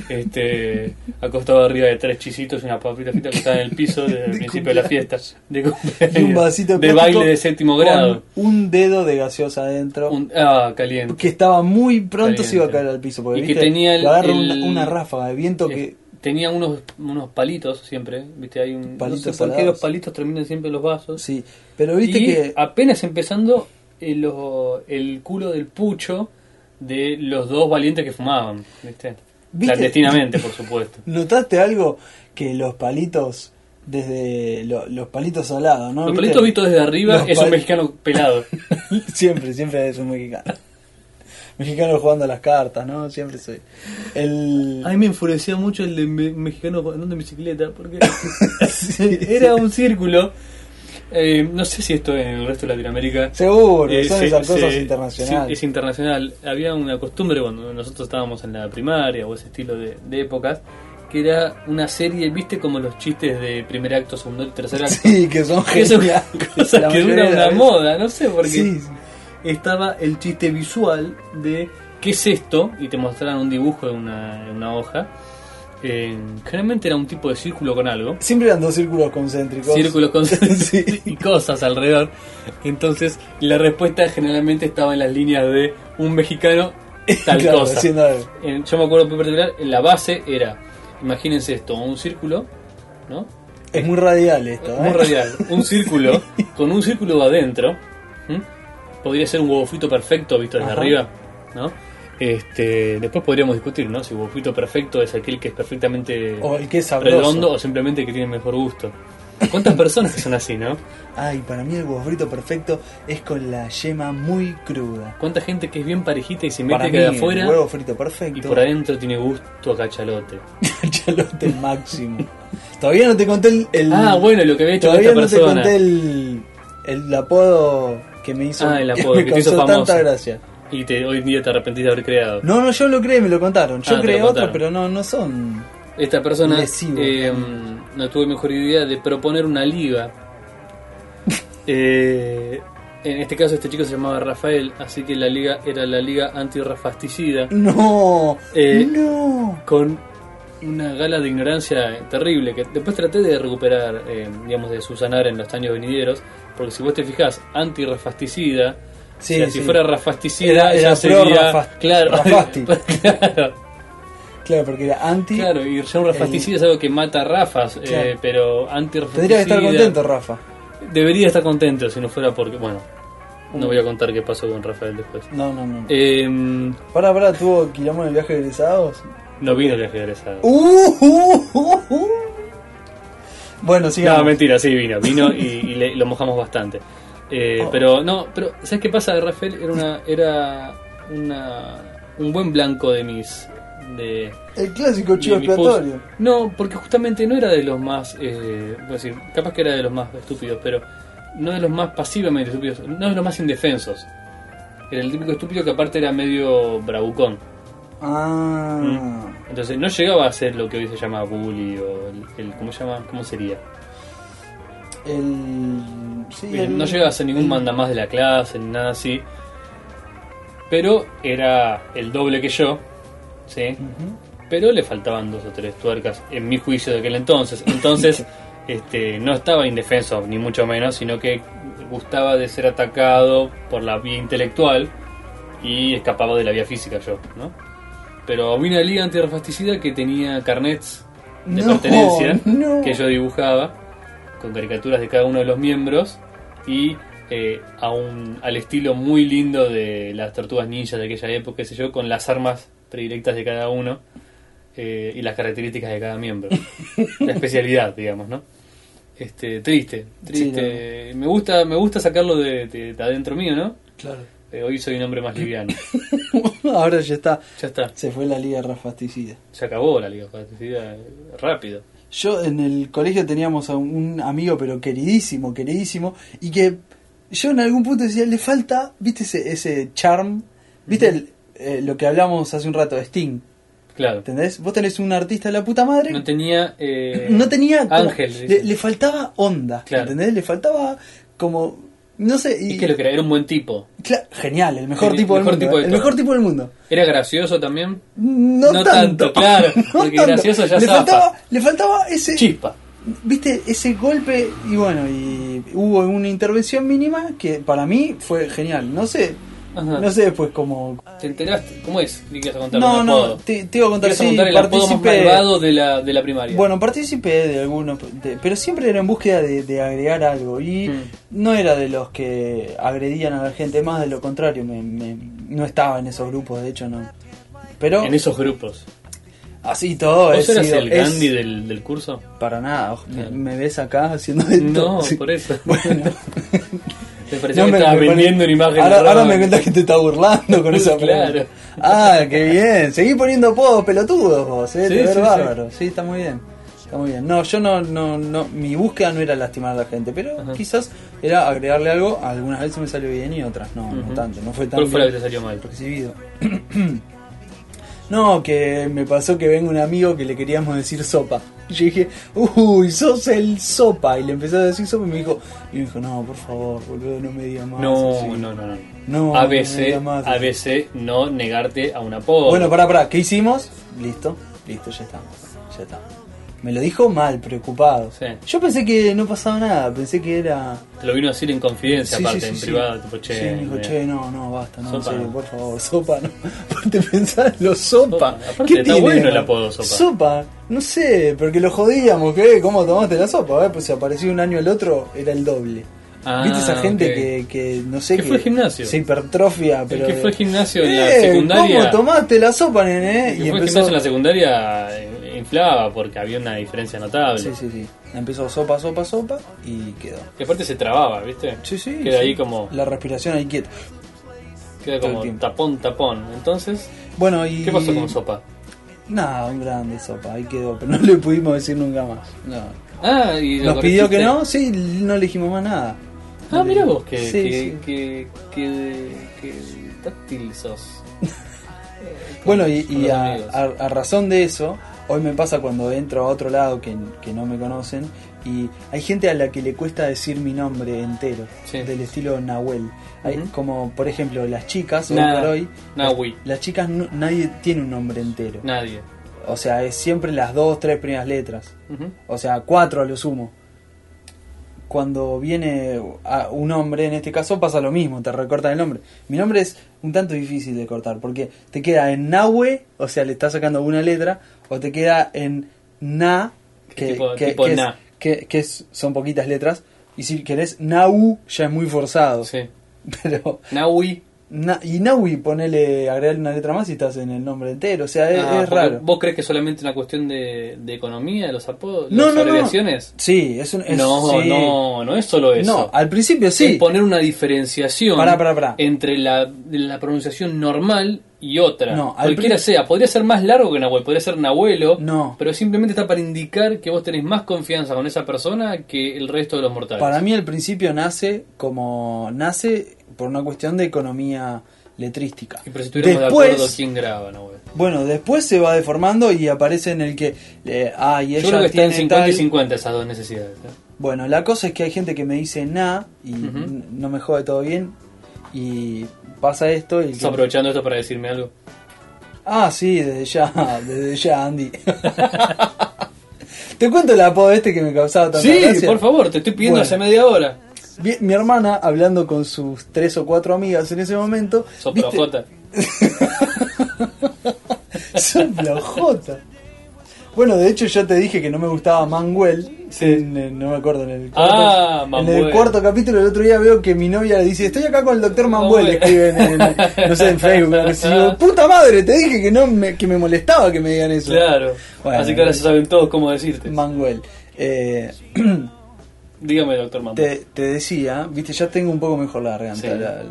[SPEAKER 3] este acostado arriba de tres chisitos y una papita frita que estaba en el piso desde el
[SPEAKER 1] De
[SPEAKER 3] principio de la fiesta de,
[SPEAKER 1] Y un
[SPEAKER 3] cumpleaños.
[SPEAKER 1] vasito
[SPEAKER 3] de
[SPEAKER 1] plástico
[SPEAKER 3] baile de séptimo
[SPEAKER 1] con
[SPEAKER 3] grado
[SPEAKER 1] Un dedo de gaseosa adentro.
[SPEAKER 3] Un- ah caliente
[SPEAKER 1] Que estaba muy pronto se iba a
[SPEAKER 3] Caliente.
[SPEAKER 1] caer al piso. Porque
[SPEAKER 3] Y que
[SPEAKER 1] viste,
[SPEAKER 3] tenía el-
[SPEAKER 1] le agarra una,
[SPEAKER 3] el-
[SPEAKER 1] una ráfaga de viento que.
[SPEAKER 3] Eh, tenía unos unos palitos siempre viste hay un
[SPEAKER 1] Palitos
[SPEAKER 3] no sé por qué
[SPEAKER 1] salados.
[SPEAKER 3] los palitos terminan siempre en los vasos
[SPEAKER 1] Sí. Pero viste
[SPEAKER 3] y
[SPEAKER 1] que.
[SPEAKER 3] apenas empezando el, lo- el culo del pucho de los dos valientes que fumaban, ¿viste?
[SPEAKER 1] ¿Viste?
[SPEAKER 3] Clandestinamente, por supuesto.
[SPEAKER 1] ¿Notaste algo? Que los palitos. Desde lo- los palitos salados, ¿no?
[SPEAKER 3] Los
[SPEAKER 1] ¿Viste?
[SPEAKER 3] palitos vistos desde arriba
[SPEAKER 1] Los
[SPEAKER 3] es un
[SPEAKER 1] pal-
[SPEAKER 3] mexicano pelado.
[SPEAKER 1] siempre, siempre es un mexicano. Mexicano jugando a las cartas, ¿no? Siempre soy. El.
[SPEAKER 3] A mí me enfurecía mucho el de me- mexicano andando en bicicleta, porque era un círculo. eh, no sé si esto en el resto de Latinoamérica.
[SPEAKER 1] Seguro,
[SPEAKER 3] Eh,
[SPEAKER 1] son
[SPEAKER 3] se-
[SPEAKER 1] esas cosas
[SPEAKER 3] se- sí,
[SPEAKER 1] internacionales.
[SPEAKER 3] es internacional. Había una costumbre cuando nosotros estábamos en la primaria o ese estilo de, de épocas, que era una serie, viste como los chistes de primer acto, segundo y tercer acto.
[SPEAKER 1] Sí, que son
[SPEAKER 3] Que son
[SPEAKER 1] geniales.
[SPEAKER 3] cosas
[SPEAKER 1] La
[SPEAKER 3] que
[SPEAKER 1] mayoría de
[SPEAKER 3] duran una
[SPEAKER 1] las veces.
[SPEAKER 3] moda, no sé, porque
[SPEAKER 1] Sí, sí.
[SPEAKER 3] estaba el chiste visual de qué es esto, y te mostraron un dibujo de una, de una hoja. Eh, generalmente era un tipo de círculo con algo
[SPEAKER 1] Siempre eran dos círculos concéntricos.
[SPEAKER 3] círculos con
[SPEAKER 1] Sí.
[SPEAKER 3] y cosas alrededor. Entonces, la respuesta generalmente estaba en las líneas de un mexicano tal
[SPEAKER 1] Claro,
[SPEAKER 3] cosa.
[SPEAKER 1] haciendo algo.
[SPEAKER 3] En- yo me acuerdo en particular, en la base era, imagínense esto, un círculo, ¿no?
[SPEAKER 1] Es muy radial esto, ¿eh?
[SPEAKER 3] Muy radial, un círculo con un círculo adentro. ¿m? Podría ser un huevo frito perfecto visto desde
[SPEAKER 1] Ajá.
[SPEAKER 3] arriba, ¿no? Este, después podríamos discutir, ¿no? Si huevo frito perfecto es aquel que es perfectamente
[SPEAKER 1] O el que es sabroso.
[SPEAKER 3] redondo o simplemente que tiene mejor gusto. ¿Cuántas personas que son así, no?
[SPEAKER 1] Ay, para mí el huevo frito perfecto es con la yema muy cruda.
[SPEAKER 3] ¿Cuánta gente que es bien parejita y se
[SPEAKER 1] Para
[SPEAKER 3] mete
[SPEAKER 1] mí
[SPEAKER 3] que de
[SPEAKER 1] el
[SPEAKER 3] afuera
[SPEAKER 1] huevo frito
[SPEAKER 3] y
[SPEAKER 1] perfecto
[SPEAKER 3] por adentro tiene gusto a cachalote?
[SPEAKER 1] el chalote máximo. Todavía no te conté el... el-
[SPEAKER 3] Ah, bueno, lo que había hecho
[SPEAKER 1] Mm. Todavía
[SPEAKER 3] esta
[SPEAKER 1] no te
[SPEAKER 3] persona.
[SPEAKER 1] conté el, el apodo que me hizo...
[SPEAKER 3] Ah, el apodo
[SPEAKER 1] me
[SPEAKER 3] que te hizo
[SPEAKER 1] causó
[SPEAKER 3] famoso.
[SPEAKER 1] tanta gracia.
[SPEAKER 3] Y te, hoy en día te arrepentís de haber creado.
[SPEAKER 1] No, no, yo lo creé, me lo contaron. Yo
[SPEAKER 3] Ah, te
[SPEAKER 1] creé
[SPEAKER 3] lo
[SPEAKER 1] otro,
[SPEAKER 3] contaron.
[SPEAKER 1] pero no, no son...
[SPEAKER 3] Esta persona
[SPEAKER 1] Lesivo.
[SPEAKER 3] eh, no tuve mejor idea de proponer una liga. Eh, en este caso este chico se llamaba Rafael, así que la liga era la liga antirrafasticida.
[SPEAKER 1] No,
[SPEAKER 3] Eh,
[SPEAKER 1] no.
[SPEAKER 3] con una gala de ignorancia terrible que después traté de recuperar, eh, digamos, de subsanar en los años venideros, porque si vos te fijás, anti-rafasticida,
[SPEAKER 1] Sí,
[SPEAKER 3] o sea,
[SPEAKER 1] sí.
[SPEAKER 3] si fuera
[SPEAKER 1] Era-
[SPEAKER 3] rafasticida,
[SPEAKER 1] era
[SPEAKER 3] ya
[SPEAKER 1] pro
[SPEAKER 3] sería,
[SPEAKER 1] rafas-
[SPEAKER 3] claro,
[SPEAKER 1] rafasti.
[SPEAKER 3] claro,
[SPEAKER 1] Claro, porque era anti...
[SPEAKER 3] claro, y ya un rafasticida es algo que mata rafas, eh,
[SPEAKER 1] Claro.
[SPEAKER 3] pero anti-rafasticida...
[SPEAKER 1] Tendría que estar contento, Rafa.
[SPEAKER 3] Debería estar contento si no fuera porque, bueno, no
[SPEAKER 1] Mm.
[SPEAKER 3] voy a contar qué pasó con Rafael después.
[SPEAKER 1] No, no, no.
[SPEAKER 3] Em,
[SPEAKER 1] Pará, pará, tuvo quilombo en el viaje de egresados.
[SPEAKER 3] no vino el viaje de egresado.
[SPEAKER 1] Uh, uh, uh, uh. Bueno, sigamos.
[SPEAKER 3] No, mentira, sí vino, vino y, y le- lo mojamos bastante. Eh,
[SPEAKER 1] Oh.
[SPEAKER 3] Pero no, pero ¿sabes qué pasa? Rafael era una era una un buen blanco de mis de,
[SPEAKER 1] El clásico
[SPEAKER 3] de
[SPEAKER 1] chivo
[SPEAKER 3] mis posts.
[SPEAKER 1] expiatorio.
[SPEAKER 3] No, porque justamente no era de los más eh, voy a decir, capaz que era de los más estúpidos, pero no de los más pasivamente estúpidos, no de los más indefensos. Era el típico estúpido que aparte era medio bravucón.
[SPEAKER 1] Ah.
[SPEAKER 3] Entonces no llegaba a ser lo que hoy se llama bully o el, el- ¿cómo se llama? ¿Cómo sería?
[SPEAKER 1] El. Sí,
[SPEAKER 3] Eh,
[SPEAKER 1] el-
[SPEAKER 3] No llegaba a ser ningún mandamás de la clase ni nada así. Pero era el doble que yo, ¿sí?
[SPEAKER 1] Ujú.
[SPEAKER 3] pero le faltaban dos o tres tuercas en mi juicio de aquel entonces. Entonces, este, no estaba indefenso, ni mucho menos, sino que gustaba de ser atacado por la vía intelectual y escapaba de la vía física yo, ¿no? Pero había una liga antirrafasticida que tenía carnets de
[SPEAKER 1] No,
[SPEAKER 3] pertenencia
[SPEAKER 1] no.
[SPEAKER 3] que yo dibujaba con caricaturas de cada uno de los miembros y eh, a un- al estilo muy lindo de las tortugas ninjas de aquella época, qué sé yo, con las armas predilectas de cada uno eh, y las características de cada miembro. la especialidad, digamos, ¿no? Este, triste, triste. Me gusta, me gusta sacarlo de, de- de adentro mío, ¿no?
[SPEAKER 1] Claro.
[SPEAKER 3] Eh, hoy soy un hombre más liviano.
[SPEAKER 1] Ahora ya está.
[SPEAKER 3] Ya está,
[SPEAKER 1] Se fue la liga rafasticida.
[SPEAKER 3] se acabó la liga Fantasía, eh, rápido.
[SPEAKER 1] Yo en el colegio teníamos a un amigo, pero queridísimo, queridísimo, y que yo en algún punto decía, le falta, viste ese, ese charm, viste el- eh, lo que hablamos hace un rato, Sting,
[SPEAKER 3] Claro.
[SPEAKER 1] ¿entendés? Vos tenés un artista de la puta madre,
[SPEAKER 3] No tenía. eh,
[SPEAKER 1] no tenía... como-
[SPEAKER 3] Ángel.
[SPEAKER 1] le,
[SPEAKER 3] dice.
[SPEAKER 1] le faltaba onda,
[SPEAKER 3] Claro.
[SPEAKER 1] ¿entendés? Le faltaba como... No sé, y...
[SPEAKER 3] Es que lo que era, era un buen tipo.
[SPEAKER 1] Cla- genial, el mejor
[SPEAKER 3] Geni-
[SPEAKER 1] tipo del
[SPEAKER 3] mejor
[SPEAKER 1] mundo.
[SPEAKER 3] tipo de
[SPEAKER 1] el
[SPEAKER 3] todo.
[SPEAKER 1] mejor tipo del mundo.
[SPEAKER 3] Era gracioso también.
[SPEAKER 1] No,
[SPEAKER 3] No tanto, claro, porque gracioso ya
[SPEAKER 1] le
[SPEAKER 3] zafa.
[SPEAKER 1] faltaba, le faltaba ese
[SPEAKER 3] Chispa.
[SPEAKER 1] viste ese golpe y bueno y hubo una intervención mínima que para mí fue genial no sé
[SPEAKER 3] Ajá.
[SPEAKER 1] no sé después cómo
[SPEAKER 3] ¿Te enteraste? ¿Cómo es? Ni que vas a contar
[SPEAKER 1] no
[SPEAKER 3] un
[SPEAKER 1] no
[SPEAKER 3] apodo.
[SPEAKER 1] te, te iba a contar
[SPEAKER 3] Ibas a
[SPEAKER 1] sí
[SPEAKER 3] contar el apodo más
[SPEAKER 1] participé
[SPEAKER 3] malvado de la, de la primaria.
[SPEAKER 1] bueno participé de algunos de- pero siempre era en búsqueda de, de agregar algo y
[SPEAKER 3] Mm.
[SPEAKER 1] no era de los que agredían a la gente más de lo contrario me- me- no estaba en esos grupos de hecho no pero
[SPEAKER 3] En esos grupos.
[SPEAKER 1] así todo he
[SPEAKER 3] ¿Vos eras
[SPEAKER 1] sido-
[SPEAKER 3] el
[SPEAKER 1] es-
[SPEAKER 3] Gandhi del, del curso?
[SPEAKER 1] para nada ojo, me,
[SPEAKER 3] Claro.
[SPEAKER 1] me ves acá haciendo esto
[SPEAKER 3] No,
[SPEAKER 1] Sí.
[SPEAKER 3] por eso.
[SPEAKER 1] bueno
[SPEAKER 3] Te parecía
[SPEAKER 1] No,
[SPEAKER 3] que
[SPEAKER 1] me-
[SPEAKER 3] estabas
[SPEAKER 1] me pone-
[SPEAKER 3] vendiendo una imagen.
[SPEAKER 1] Ahora,
[SPEAKER 3] de
[SPEAKER 1] ahora
[SPEAKER 3] Ron.
[SPEAKER 1] me cuentas que te está burlando con esa
[SPEAKER 3] Claro.
[SPEAKER 1] pregunta. Ah, qué bien. Seguí poniendo podos pelotudos vos, eh.
[SPEAKER 3] Sí,
[SPEAKER 1] te ves
[SPEAKER 3] sí,
[SPEAKER 1] bárbaro. Sí. está muy bien. Está muy bien. No, yo no, no, no. Mi búsqueda no era lastimar a la gente, pero
[SPEAKER 3] Ajá.
[SPEAKER 1] quizás era agregarle algo. Algunas veces me salió bien y otras no, no
[SPEAKER 3] Ujú.
[SPEAKER 1] tanto. No fue tan
[SPEAKER 3] ¿Cuál fue la que
[SPEAKER 1] bien
[SPEAKER 3] te salió mal?
[SPEAKER 1] recibido. No, que me pasó que venga un amigo que le queríamos decir sopa. Y yo dije, uy, sos el sopa. Y le empecé a decir sopa y me dijo, y me dijo, no, por favor, boludo, no me digas más.
[SPEAKER 3] No,
[SPEAKER 1] así".
[SPEAKER 3] no, no, no.
[SPEAKER 1] No, no me
[SPEAKER 3] ABC,
[SPEAKER 1] digas más.
[SPEAKER 3] ABC, no negarte a un apodo.
[SPEAKER 1] Bueno, pará, pará, ¿qué hicimos? Listo, listo, ya estamos. Ya estamos. Me lo dijo mal, preocupado.
[SPEAKER 3] Sí.
[SPEAKER 1] Yo pensé que no pasaba nada, pensé que era.
[SPEAKER 3] Te lo vino a decir en confidencia, aparte, en privado, tipo, che.
[SPEAKER 1] Sí, me dijo,
[SPEAKER 3] mira.
[SPEAKER 1] che, no, no, basta, no, en
[SPEAKER 3] Sopa,
[SPEAKER 1] serio,
[SPEAKER 3] no.
[SPEAKER 1] por favor, sopa, no. Aparte pensar en los sopa.
[SPEAKER 3] Sopa, aparte está bueno el apodo sopa.
[SPEAKER 1] Sopa, no sé, porque lo jodíamos, ¿qué? ¿Cómo tomaste la sopa? Eh, Pues si apareció un año el otro, era el doble.
[SPEAKER 3] Ah,
[SPEAKER 1] ¿Viste esa gente
[SPEAKER 3] ok.
[SPEAKER 1] que, que no sé
[SPEAKER 3] ¿Qué fue al gimnasio?
[SPEAKER 1] Se hipertrofia, pero.
[SPEAKER 3] que fue al gimnasio en la
[SPEAKER 1] "Eh,
[SPEAKER 3] secundaria".
[SPEAKER 1] ¿Cómo tomaste la sopa, nene?
[SPEAKER 3] Y después en la secundaria eh, inflaba porque había una diferencia notable.
[SPEAKER 1] Sí, sí, sí. Empezó sopa, sopa, sopa y quedó.
[SPEAKER 3] Y aparte se trababa, ¿viste?
[SPEAKER 1] Sí, sí.
[SPEAKER 3] Queda
[SPEAKER 1] sí.
[SPEAKER 3] ahí como,
[SPEAKER 1] La respiración ahí quieta.
[SPEAKER 3] queda
[SPEAKER 1] todo el
[SPEAKER 3] como
[SPEAKER 1] tiempo.
[SPEAKER 3] tapón, tapón. Entonces,
[SPEAKER 1] Bueno, y.
[SPEAKER 3] ¿qué pasó con sopa?
[SPEAKER 1] Nada, un grande sopa, ahí quedó. Pero no le pudimos decir nunca más. No.
[SPEAKER 3] Ah, y lo
[SPEAKER 1] Nos pidió que
[SPEAKER 3] corregiste.
[SPEAKER 1] no, sí, no le dijimos más nada.
[SPEAKER 3] Ah, mira vos, que,
[SPEAKER 1] Sí,
[SPEAKER 3] que,
[SPEAKER 1] sí.
[SPEAKER 3] que, que, que táctil sos.
[SPEAKER 1] Bueno, y,
[SPEAKER 3] con
[SPEAKER 1] y
[SPEAKER 3] los
[SPEAKER 1] a,
[SPEAKER 3] amigos.
[SPEAKER 1] a- a razón de eso, hoy me pasa cuando entro a otro lado que, que no me conocen y hay gente a la que le cuesta decir mi nombre entero,
[SPEAKER 3] Sí.
[SPEAKER 1] del estilo Nahuel. Hay,
[SPEAKER 3] Ujú.
[SPEAKER 1] Como, por ejemplo, las chicas, hoy
[SPEAKER 3] Nah,
[SPEAKER 1] por hoy,
[SPEAKER 3] Nahui,
[SPEAKER 1] las chicas no- nadie tiene un nombre entero.
[SPEAKER 3] nadie.
[SPEAKER 1] O sea, es siempre las dos, tres primeras letras.
[SPEAKER 3] Ujú.
[SPEAKER 1] O sea, cuatro a lo sumo. Cuando viene a un hombre, en este caso pasa lo mismo, te recortan el nombre. Mi nombre es un tanto difícil de cortar, porque te queda en Nahue, o sea, le estás sacando una letra, o te queda en Na, que,
[SPEAKER 3] Tipo-
[SPEAKER 1] que-
[SPEAKER 3] tipo
[SPEAKER 1] que es-
[SPEAKER 3] Na.
[SPEAKER 1] que- que es- son poquitas letras, y si querés Nau, ya es muy forzado.
[SPEAKER 3] Sí.
[SPEAKER 1] Pero
[SPEAKER 3] Nahui.
[SPEAKER 1] na- y Nahui, ponele, agregarle una letra más y estás en el nombre entero, o sea, es,
[SPEAKER 3] Ah,
[SPEAKER 1] es
[SPEAKER 3] porque
[SPEAKER 1] raro.
[SPEAKER 3] ¿Vos crees que es solamente una cuestión de, de economía, de los apodos,
[SPEAKER 1] No,
[SPEAKER 3] las
[SPEAKER 1] no, no.
[SPEAKER 3] abreviaciones?
[SPEAKER 1] Sí, es un... es-
[SPEAKER 3] No,
[SPEAKER 1] sí.
[SPEAKER 3] no, no es solo eso.
[SPEAKER 1] No, al principio sí.
[SPEAKER 3] Es poner una diferenciación
[SPEAKER 1] Pará, pará, pará.
[SPEAKER 3] entre la, la pronunciación normal y otra.
[SPEAKER 1] No, al
[SPEAKER 3] Cualquiera
[SPEAKER 1] prin-
[SPEAKER 3] sea, podría ser más largo que Nahuel, podría ser Nahuelo,
[SPEAKER 1] No.
[SPEAKER 3] pero simplemente está para indicar que vos tenés más confianza con esa persona que el resto de los mortales.
[SPEAKER 1] Para mí al principio nace como nace por una cuestión de economía letrística.
[SPEAKER 3] Y pero si estuviéramos de acuerdo,
[SPEAKER 1] después,
[SPEAKER 3] ¿quién graba, Nahuel?
[SPEAKER 1] bueno, después se va deformando y aparece en el que, eh, ah, y
[SPEAKER 3] Yo
[SPEAKER 1] ella
[SPEAKER 3] creo que está en
[SPEAKER 1] tiene
[SPEAKER 3] 50 y
[SPEAKER 1] tal-
[SPEAKER 3] 50 esas dos necesidades. ¿eh?
[SPEAKER 1] Bueno, la cosa es que hay gente que me dice na y
[SPEAKER 3] Ujú.
[SPEAKER 1] n- no me jode todo bien y pasa esto y
[SPEAKER 3] ¿Estás aprovechando esto para decirme algo?
[SPEAKER 1] Ah, sí, desde ya, desde ya, Andy. Te cuento el apodo este que me causaba tanta
[SPEAKER 3] Sí,
[SPEAKER 1] gracia?
[SPEAKER 3] por favor, te estoy pidiendo
[SPEAKER 1] Bueno.
[SPEAKER 3] hace media hora.
[SPEAKER 1] Vi- Mi hermana, hablando con sus tres o cuatro amigas en ese momento... ¿viste?
[SPEAKER 3] Soprojota.
[SPEAKER 1] Soplojota. Bueno, de hecho yo te dije que no me gustaba Manuel. en- en- no me acuerdo en el cuarto,
[SPEAKER 3] Ah,
[SPEAKER 1] en
[SPEAKER 3] Manuel.
[SPEAKER 1] el cuarto capítulo el otro día veo que mi novia le dice estoy acá con el doctor Manuel
[SPEAKER 3] Manuel.
[SPEAKER 1] escribe en, en- no sé en Facebook Y digo, puta madre te dije que no me, que me molestaba que me digan eso
[SPEAKER 3] Claro.
[SPEAKER 1] Bueno, eh,
[SPEAKER 3] Así que ahora se saben todos cómo decirte.
[SPEAKER 1] Manuel eh,
[SPEAKER 3] Dígame, doctor Mambo.
[SPEAKER 1] te, te decía viste ya tengo un poco mejor la garganta
[SPEAKER 3] Sí.
[SPEAKER 1] la-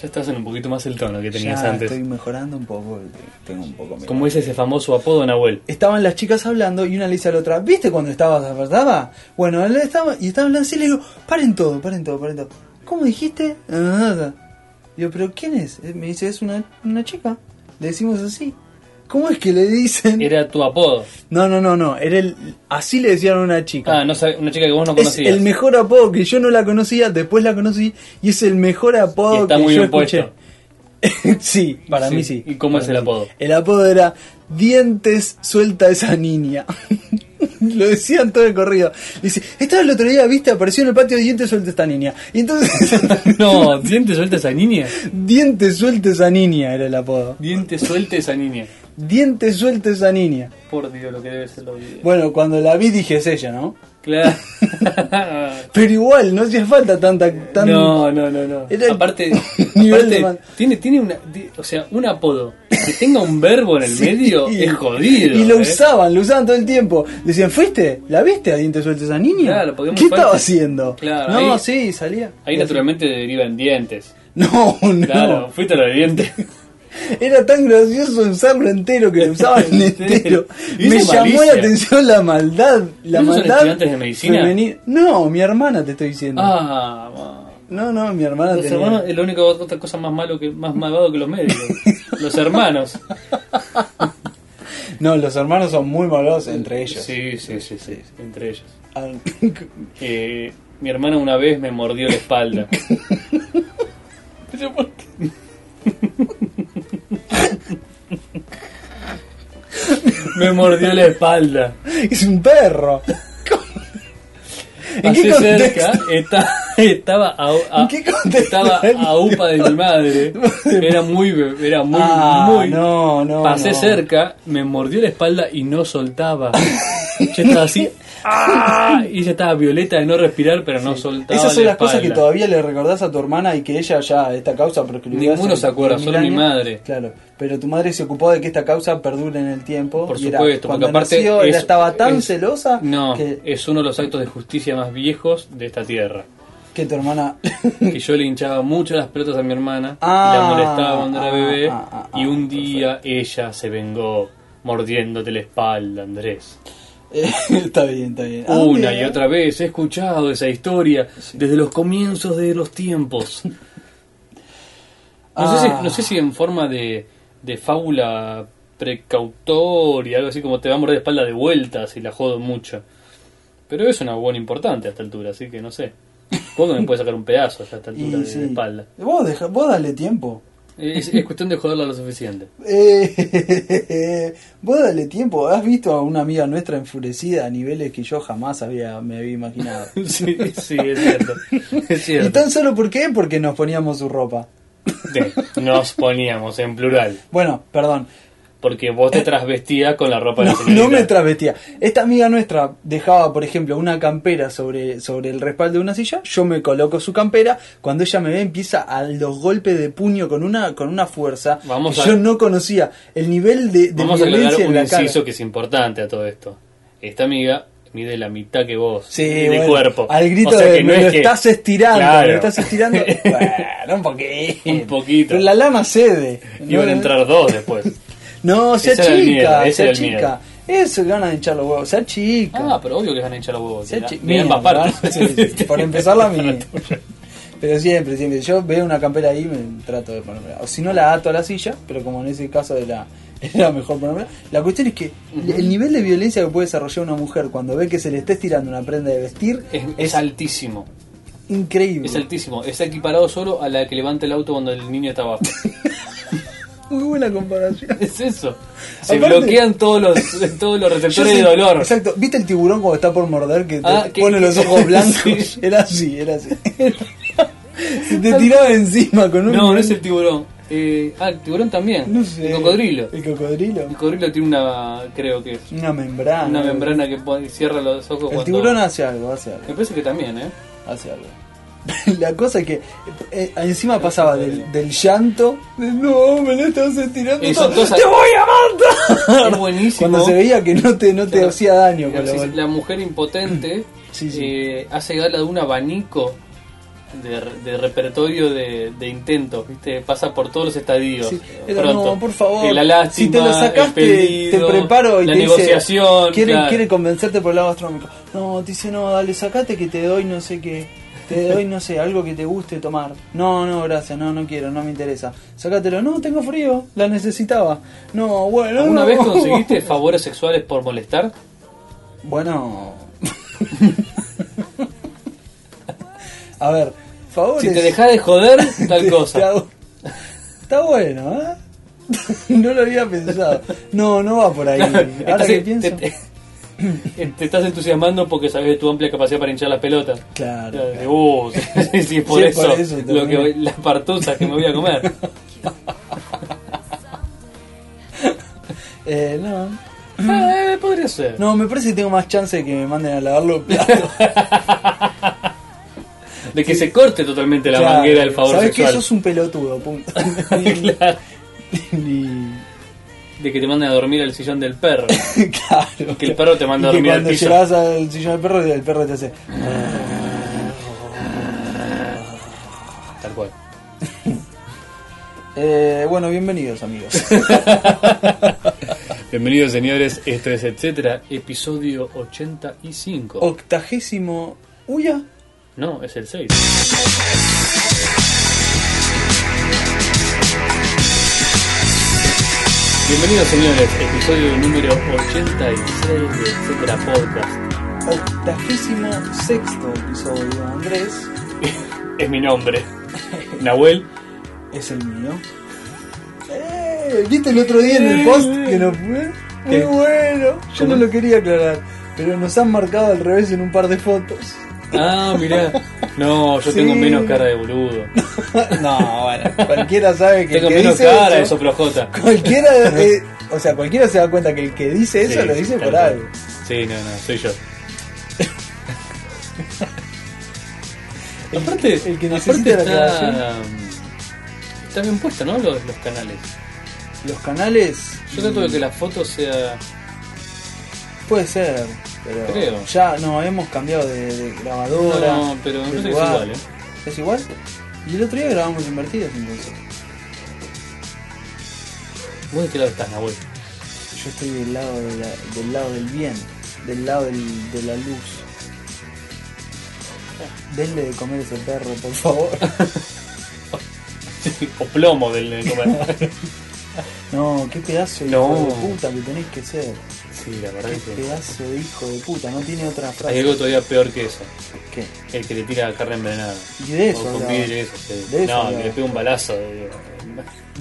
[SPEAKER 3] Ya estás en un poquito más el tono que tenías
[SPEAKER 1] ya
[SPEAKER 3] antes.
[SPEAKER 1] estoy mejorando un poco tengo un poco mejor.
[SPEAKER 3] Como es ese famoso apodo, Nahuel.
[SPEAKER 1] Estaban las chicas hablando y una le dice a la otra, ¿viste cuando estabas apartada? Bueno, él estaba, y estaban hablando así y le digo, paren todo, paren todo, paren todo. ¿Cómo dijiste? Ah, Nada. Digo, ¿pero quién es? Eh, Me dice, es una, una chica. Le decimos así. ¿Cómo es que le dicen?
[SPEAKER 3] Era tu apodo.
[SPEAKER 1] No, no, no, no. Era el, así le decían a una chica.
[SPEAKER 3] Ah, no sabe- una chica que vos no
[SPEAKER 1] es
[SPEAKER 3] conocías.
[SPEAKER 1] el mejor apodo que yo no la conocía, después la conocí y es el mejor apodo
[SPEAKER 3] Y está
[SPEAKER 1] que
[SPEAKER 3] muy
[SPEAKER 1] yo
[SPEAKER 3] bien puesto.
[SPEAKER 1] escuché. sí, para
[SPEAKER 3] Sí.
[SPEAKER 1] mí sí.
[SPEAKER 3] ¿Y cómo
[SPEAKER 1] Para
[SPEAKER 3] es
[SPEAKER 1] mí
[SPEAKER 3] el
[SPEAKER 1] sí.
[SPEAKER 3] apodo?
[SPEAKER 1] El apodo era Dientes suelta esa niña. Lo decían todo el corrido. Dice, estaba el otro día, viste, apareció en el patio Dientes suelta esta niña. Y entonces,
[SPEAKER 3] No, diente suelta esa niña.
[SPEAKER 1] Dientes suelta esa niña era el apodo.
[SPEAKER 3] Diente suelta esa niña.
[SPEAKER 1] Dientes suelta esa niña.
[SPEAKER 3] Por Dios, lo que debe ser los videos.
[SPEAKER 1] Bueno, cuando la vi dije, es ella, ¿no?
[SPEAKER 3] Claro.
[SPEAKER 1] Pero igual, no hacía falta tanta... Tan...
[SPEAKER 3] No, no, no, no.
[SPEAKER 1] Era el
[SPEAKER 3] aparte,
[SPEAKER 1] nivel de
[SPEAKER 3] aparte,
[SPEAKER 1] man-
[SPEAKER 3] tiene, tiene una, di- o sea, un apodo que tenga un verbo en el
[SPEAKER 1] Sí.
[SPEAKER 3] medio es jodido.
[SPEAKER 1] Y lo
[SPEAKER 3] ¿eh?
[SPEAKER 1] usaban, lo usaban todo el tiempo. Decían, ¿fuiste? ¿La viste a dientes sueltos esa niña?
[SPEAKER 3] Claro, porque es muy
[SPEAKER 1] ¿Qué
[SPEAKER 3] fuerte.
[SPEAKER 1] estaba haciendo?
[SPEAKER 3] Claro,
[SPEAKER 1] no,
[SPEAKER 3] ahí-
[SPEAKER 1] sí, salía.
[SPEAKER 3] Ahí
[SPEAKER 1] Y así.
[SPEAKER 3] naturalmente deriva en dientes.
[SPEAKER 1] No, no.
[SPEAKER 3] Claro, fuiste a los dientes.
[SPEAKER 1] Era tan gracioso usarlo entero que lo usaban entero.
[SPEAKER 3] Entero. Y
[SPEAKER 1] Me
[SPEAKER 3] eso es
[SPEAKER 1] llamó la
[SPEAKER 3] malicia.
[SPEAKER 1] atención la maldad. La
[SPEAKER 3] ¿No son
[SPEAKER 1] maldad.
[SPEAKER 3] estudiantes de medicina?
[SPEAKER 1] femeni- No, mi hermana te estoy diciendo.
[SPEAKER 3] Ah, ma.
[SPEAKER 1] No, no, mi hermana
[SPEAKER 3] los
[SPEAKER 1] tenía-
[SPEAKER 3] hermanos es la única otra cosa más malo que más malvado que los médicos. los hermanos.
[SPEAKER 1] No, los hermanos son muy malos entre ellos.
[SPEAKER 3] Sí, sí, sí, sí, entre ellos.
[SPEAKER 1] Ah,
[SPEAKER 3] Eh, mi hermana una vez me mordió la espalda. ¿Pero por qué? me mordió la espalda.
[SPEAKER 1] es un perro. ¿En
[SPEAKER 3] Pasé
[SPEAKER 1] qué
[SPEAKER 3] cerca,
[SPEAKER 1] contexto?
[SPEAKER 3] esta- estaba a, a-
[SPEAKER 1] ¿En qué contexto?
[SPEAKER 3] estaba a upa de mi madre. Era muy, be- era muy,
[SPEAKER 1] Ah,
[SPEAKER 3] muy.
[SPEAKER 1] no, no,
[SPEAKER 3] Pasé
[SPEAKER 1] no.
[SPEAKER 3] cerca, me mordió la espalda y no soltaba. Yo estaba así. ¡ah! Y ella estaba violeta de no respirar, pero no soltaba.
[SPEAKER 1] Esas son
[SPEAKER 3] la
[SPEAKER 1] las cosas que
[SPEAKER 3] espalda.
[SPEAKER 1] todavía le recordás a tu hermana y que ella ya, esta causa proscribió. hace
[SPEAKER 3] Ninguno se acuerda,
[SPEAKER 1] 10.000
[SPEAKER 3] solo mi
[SPEAKER 1] años.
[SPEAKER 3] madre.
[SPEAKER 1] Claro, pero tu madre se ocupó de que esta causa perdure en el tiempo.
[SPEAKER 3] Por
[SPEAKER 1] y era-
[SPEAKER 3] supuesto,
[SPEAKER 1] cuando
[SPEAKER 3] porque aparte.
[SPEAKER 1] nació, ella
[SPEAKER 3] es-
[SPEAKER 1] estaba tan
[SPEAKER 3] es-
[SPEAKER 1] celosa
[SPEAKER 3] No,
[SPEAKER 1] que,
[SPEAKER 3] es uno de los actos de justicia más viejos de esta tierra.
[SPEAKER 1] que tu hermana.
[SPEAKER 3] que yo le hinchaba mucho las pelotas a mi hermana,
[SPEAKER 1] Ah,
[SPEAKER 3] y la molestaba cuando era
[SPEAKER 1] ah,
[SPEAKER 3] bebé,
[SPEAKER 1] ah, ah, ah,
[SPEAKER 3] y un día ella se vengó mordiéndote la espalda, Andrés.
[SPEAKER 1] Eh, está bien, está bien. ¿A
[SPEAKER 3] Una
[SPEAKER 1] dónde?
[SPEAKER 3] y otra vez he escuchado esa historia desde los comienzos de los tiempos. No, sé,
[SPEAKER 1] Ah.
[SPEAKER 3] si, no sé si en forma de, de fábula precautoria, algo así como te va a morder la espalda de vuelta si la jodo mucho. Pero es una buena importante a esta altura, así que no sé. Vos me puedes sacar un pedazo a esta altura
[SPEAKER 1] Y
[SPEAKER 3] de,
[SPEAKER 1] sí.
[SPEAKER 3] de espalda.
[SPEAKER 1] Vos, deja- vos dale tiempo.
[SPEAKER 3] Es, es cuestión de joderla lo suficiente.
[SPEAKER 1] Eh, vos dale tiempo. ¿Has visto a una amiga nuestra enfurecida a niveles que yo jamás había, me había imaginado?
[SPEAKER 3] Sí, sí, es cierto. Es
[SPEAKER 1] ¿Y
[SPEAKER 3] cierto.
[SPEAKER 1] tan solo por qué? Porque nos poníamos su ropa.
[SPEAKER 3] Sí, nos poníamos en plural.
[SPEAKER 1] Bueno, perdón.
[SPEAKER 3] Porque vos te trasvestías con la ropa de
[SPEAKER 1] No,
[SPEAKER 3] la señorita.
[SPEAKER 1] Eh, no me travestía. Esta amiga nuestra dejaba, por ejemplo, una campera sobre, sobre el respaldo de una silla. Yo me coloco su campera. Cuando ella me ve, empieza a los golpes de puño con una, con una fuerza
[SPEAKER 3] Vamos
[SPEAKER 1] que
[SPEAKER 3] a-
[SPEAKER 1] yo no conocía. El nivel de, de
[SPEAKER 3] Vamos a aclarar
[SPEAKER 1] violencia en
[SPEAKER 3] un
[SPEAKER 1] la cara.
[SPEAKER 3] inciso que es importante a todo esto. Esta amiga mide la mitad que vos
[SPEAKER 1] Sí,
[SPEAKER 3] de
[SPEAKER 1] bueno,
[SPEAKER 3] cuerpo.
[SPEAKER 1] Al grito
[SPEAKER 3] O sea
[SPEAKER 1] de
[SPEAKER 3] que no
[SPEAKER 1] me
[SPEAKER 3] es
[SPEAKER 1] lo
[SPEAKER 3] que-
[SPEAKER 1] estás estirando,
[SPEAKER 3] Claro.
[SPEAKER 1] me lo estás estirando. bueno, un poquito.
[SPEAKER 3] Un poquito.
[SPEAKER 1] Pero la lama cede.
[SPEAKER 3] Iban a entrar dos después.
[SPEAKER 1] No, sea
[SPEAKER 3] Ese era el miedo,
[SPEAKER 1] chica,
[SPEAKER 3] ese
[SPEAKER 1] sea
[SPEAKER 3] era el miedo.
[SPEAKER 1] chica. Eso ganas de echar los huevos, sea chica.
[SPEAKER 3] Ah, pero obvio que van a echar los huevos.
[SPEAKER 1] Sea
[SPEAKER 3] de la-
[SPEAKER 1] chi-
[SPEAKER 3] de ambas
[SPEAKER 1] mía, ¿verdad?
[SPEAKER 3] partes.
[SPEAKER 1] Sí, sí, Por empezar la mía. Pero siempre, siempre. Yo veo una campera ahí me trato de ponerla. O si no, la ato a la silla, pero como en ese caso de la, era mejor ponerla. La cuestión es que el nivel de violencia que puede desarrollar una mujer cuando ve que se le está estirando una prenda de vestir
[SPEAKER 3] Es,
[SPEAKER 1] es,
[SPEAKER 3] es altísimo.
[SPEAKER 1] increíble.
[SPEAKER 3] Es altísimo. Está equiparado solo a la que levanta el auto cuando el niño está abajo.
[SPEAKER 1] Muy buena comparación.
[SPEAKER 3] Es eso. Se
[SPEAKER 1] Aparte-
[SPEAKER 3] bloquean todos los, todos los
[SPEAKER 1] Yo
[SPEAKER 3] receptores
[SPEAKER 1] sé-
[SPEAKER 3] de dolor.
[SPEAKER 1] Exacto. ¿Viste el tiburón cuando está por morder que te
[SPEAKER 3] Ah, que-
[SPEAKER 1] pone los ojos blancos?
[SPEAKER 3] Sí.
[SPEAKER 1] Era así, era así. Se te tiraba encima con un.
[SPEAKER 3] No, no es el tiburón. Eh, ah, el tiburón también.
[SPEAKER 1] No sé.
[SPEAKER 3] El cocodrilo.
[SPEAKER 1] El cocodrilo.
[SPEAKER 3] El cocodrilo tiene una, creo que es,
[SPEAKER 1] Una membrana.
[SPEAKER 3] una membrana que pone- cierra los ojos
[SPEAKER 1] El
[SPEAKER 3] cuando...
[SPEAKER 1] tiburón hace algo, hace algo.
[SPEAKER 3] Me parece que también, ¿eh?
[SPEAKER 1] hace algo. La cosa es que eh, encima pasaba del, del llanto, de, no, me lo estás estirando,
[SPEAKER 3] Eh,
[SPEAKER 1] todo,
[SPEAKER 3] son cosas-
[SPEAKER 1] te voy a matar.
[SPEAKER 3] Es buenísimo.
[SPEAKER 1] Cuando se veía que no te, no te
[SPEAKER 3] Claro.
[SPEAKER 1] hacía daño con
[SPEAKER 3] Claro,
[SPEAKER 1] la
[SPEAKER 3] sí,
[SPEAKER 1] bol-
[SPEAKER 3] La mujer impotente
[SPEAKER 1] Sí, sí.
[SPEAKER 3] eh, hace gala de un abanico de, re- de repertorio de, de intentos, ¿viste? Pasa por todos los estadios.
[SPEAKER 1] Sí.
[SPEAKER 3] eh,
[SPEAKER 1] Era,
[SPEAKER 3] pronto.
[SPEAKER 1] no, por favor,
[SPEAKER 3] Eh, la lástima,
[SPEAKER 1] si te lo sacaste,
[SPEAKER 3] el pedido,
[SPEAKER 1] te preparo y
[SPEAKER 3] la
[SPEAKER 1] te dice-
[SPEAKER 3] negociación.
[SPEAKER 1] quiere,
[SPEAKER 3] claro.
[SPEAKER 1] quiere convencerte por el lado astronómico. No, te dice, no, dale, sacate que te doy no sé qué. Te doy, no sé, algo que te guste tomar. No, no, gracias, no, no quiero, no me interesa. Sácatelo, no, tengo frío, la necesitaba. No, bueno.
[SPEAKER 3] ¿Alguna
[SPEAKER 1] no.
[SPEAKER 3] vez conseguiste favores sexuales por molestar?
[SPEAKER 1] Bueno. A ver, favores.
[SPEAKER 3] Si te dejás de joder, tal
[SPEAKER 1] Te- te
[SPEAKER 3] cosa.
[SPEAKER 1] hago- Está bueno, ¿eh? No lo había pensado. No, no va por ahí. Ahora
[SPEAKER 3] Estás-
[SPEAKER 1] que
[SPEAKER 3] te-
[SPEAKER 1] pienso.
[SPEAKER 3] te- te estás entusiasmando porque sabes de tu amplia capacidad para hinchar las pelotas.
[SPEAKER 1] Claro.
[SPEAKER 3] De, "Uh, sí, sí, por
[SPEAKER 1] Sí,
[SPEAKER 3] eso,
[SPEAKER 1] por eso
[SPEAKER 3] lo que,
[SPEAKER 1] termina.
[SPEAKER 3] voy- las partuzas que me voy a comer.
[SPEAKER 1] Eh, no.
[SPEAKER 3] Eh, podría ser.
[SPEAKER 1] No, me parece que tengo más chance de que me manden a lavar los platos.
[SPEAKER 3] De que se corte totalmente la
[SPEAKER 1] Claro.
[SPEAKER 3] manguera del favor
[SPEAKER 1] Sabés
[SPEAKER 3] sexual.
[SPEAKER 1] que sos un pelotudo, punto. Ni-
[SPEAKER 3] Claro.
[SPEAKER 1] ni-
[SPEAKER 3] De que te manden a dormir al sillón del perro.
[SPEAKER 1] Claro.
[SPEAKER 3] Que el perro te manda
[SPEAKER 1] Y
[SPEAKER 3] a
[SPEAKER 1] que
[SPEAKER 3] dormir al
[SPEAKER 1] cuando
[SPEAKER 3] piso.
[SPEAKER 1] llegas al sillón del perro, el perro te hace.
[SPEAKER 3] Tal cual.
[SPEAKER 1] Eh, bueno, bienvenidos, amigos.
[SPEAKER 3] Bienvenidos señores, esto es Etcétera, episodio 85.
[SPEAKER 1] Octagésimo. Uya.
[SPEAKER 3] No, es el 6. Bienvenidos señores, episodio número 86 de Etcétera Podcast.
[SPEAKER 1] Octagésimo sexto episodio, Andrés.
[SPEAKER 3] Es mi nombre. Nahuel.
[SPEAKER 1] Es el mío. Eh, ¿Viste el otro día en el post que nos fue? Muy
[SPEAKER 3] ¿Qué?
[SPEAKER 1] bueno. Yo
[SPEAKER 3] ¿Cómo?
[SPEAKER 1] no lo quería aclarar, pero nos han marcado al revés en un par de fotos.
[SPEAKER 3] Ah, mirá. No, yo
[SPEAKER 1] Sí.
[SPEAKER 3] tengo menos cara de boludo.
[SPEAKER 1] no, bueno. Cualquiera sabe que el
[SPEAKER 3] Tengo
[SPEAKER 1] que
[SPEAKER 3] menos
[SPEAKER 1] dice
[SPEAKER 3] cara de
[SPEAKER 1] eso,
[SPEAKER 3] soplojota.
[SPEAKER 1] Cualquiera, eh, o sea, cualquiera se da cuenta que el que dice eso
[SPEAKER 3] Sí,
[SPEAKER 1] lo dice
[SPEAKER 3] tal
[SPEAKER 1] por
[SPEAKER 3] cual.
[SPEAKER 1] algo.
[SPEAKER 3] Sí, no, no, soy yo. aparte,
[SPEAKER 1] el que
[SPEAKER 3] aparte
[SPEAKER 1] necesita la
[SPEAKER 3] está, mm,
[SPEAKER 1] aclaración.
[SPEAKER 3] está bien puesto, ¿no? Los, los canales.
[SPEAKER 1] Los canales.
[SPEAKER 3] Yo trato de que la foto sea.
[SPEAKER 1] Puede ser, pero
[SPEAKER 3] Creo.
[SPEAKER 1] ya no hemos cambiado de, de grabadora.
[SPEAKER 3] No, pero me
[SPEAKER 1] de
[SPEAKER 3] parece que es
[SPEAKER 1] lugar.
[SPEAKER 3] igual, ¿eh?
[SPEAKER 1] ¿Es igual? Y el otro día grabamos invertidos entonces.
[SPEAKER 3] ¿Vos de qué lado estás, Nahuel?
[SPEAKER 1] Yo estoy del lado, de la- del, lado del bien, del lado del- de la luz. Denle de comer a ese perro, por favor.
[SPEAKER 3] o plomo del de comer.
[SPEAKER 1] No, qué pedazo de
[SPEAKER 3] No.
[SPEAKER 1] hijo de puta que tenés que ser.
[SPEAKER 3] sí, la verdad
[SPEAKER 1] Qué
[SPEAKER 3] es que.
[SPEAKER 1] pedazo de hijo de puta, no tiene otra
[SPEAKER 3] Hay
[SPEAKER 1] frase.
[SPEAKER 3] algo todavía peor que eso.
[SPEAKER 1] ¿Qué?
[SPEAKER 3] El que le tira carne envenenada.
[SPEAKER 1] Y de eso
[SPEAKER 3] o con
[SPEAKER 1] hablaba.
[SPEAKER 3] vidrio, eso. sí.
[SPEAKER 1] De eso
[SPEAKER 3] no,
[SPEAKER 1] hablaba.
[SPEAKER 3] que le pega un balazo. eh.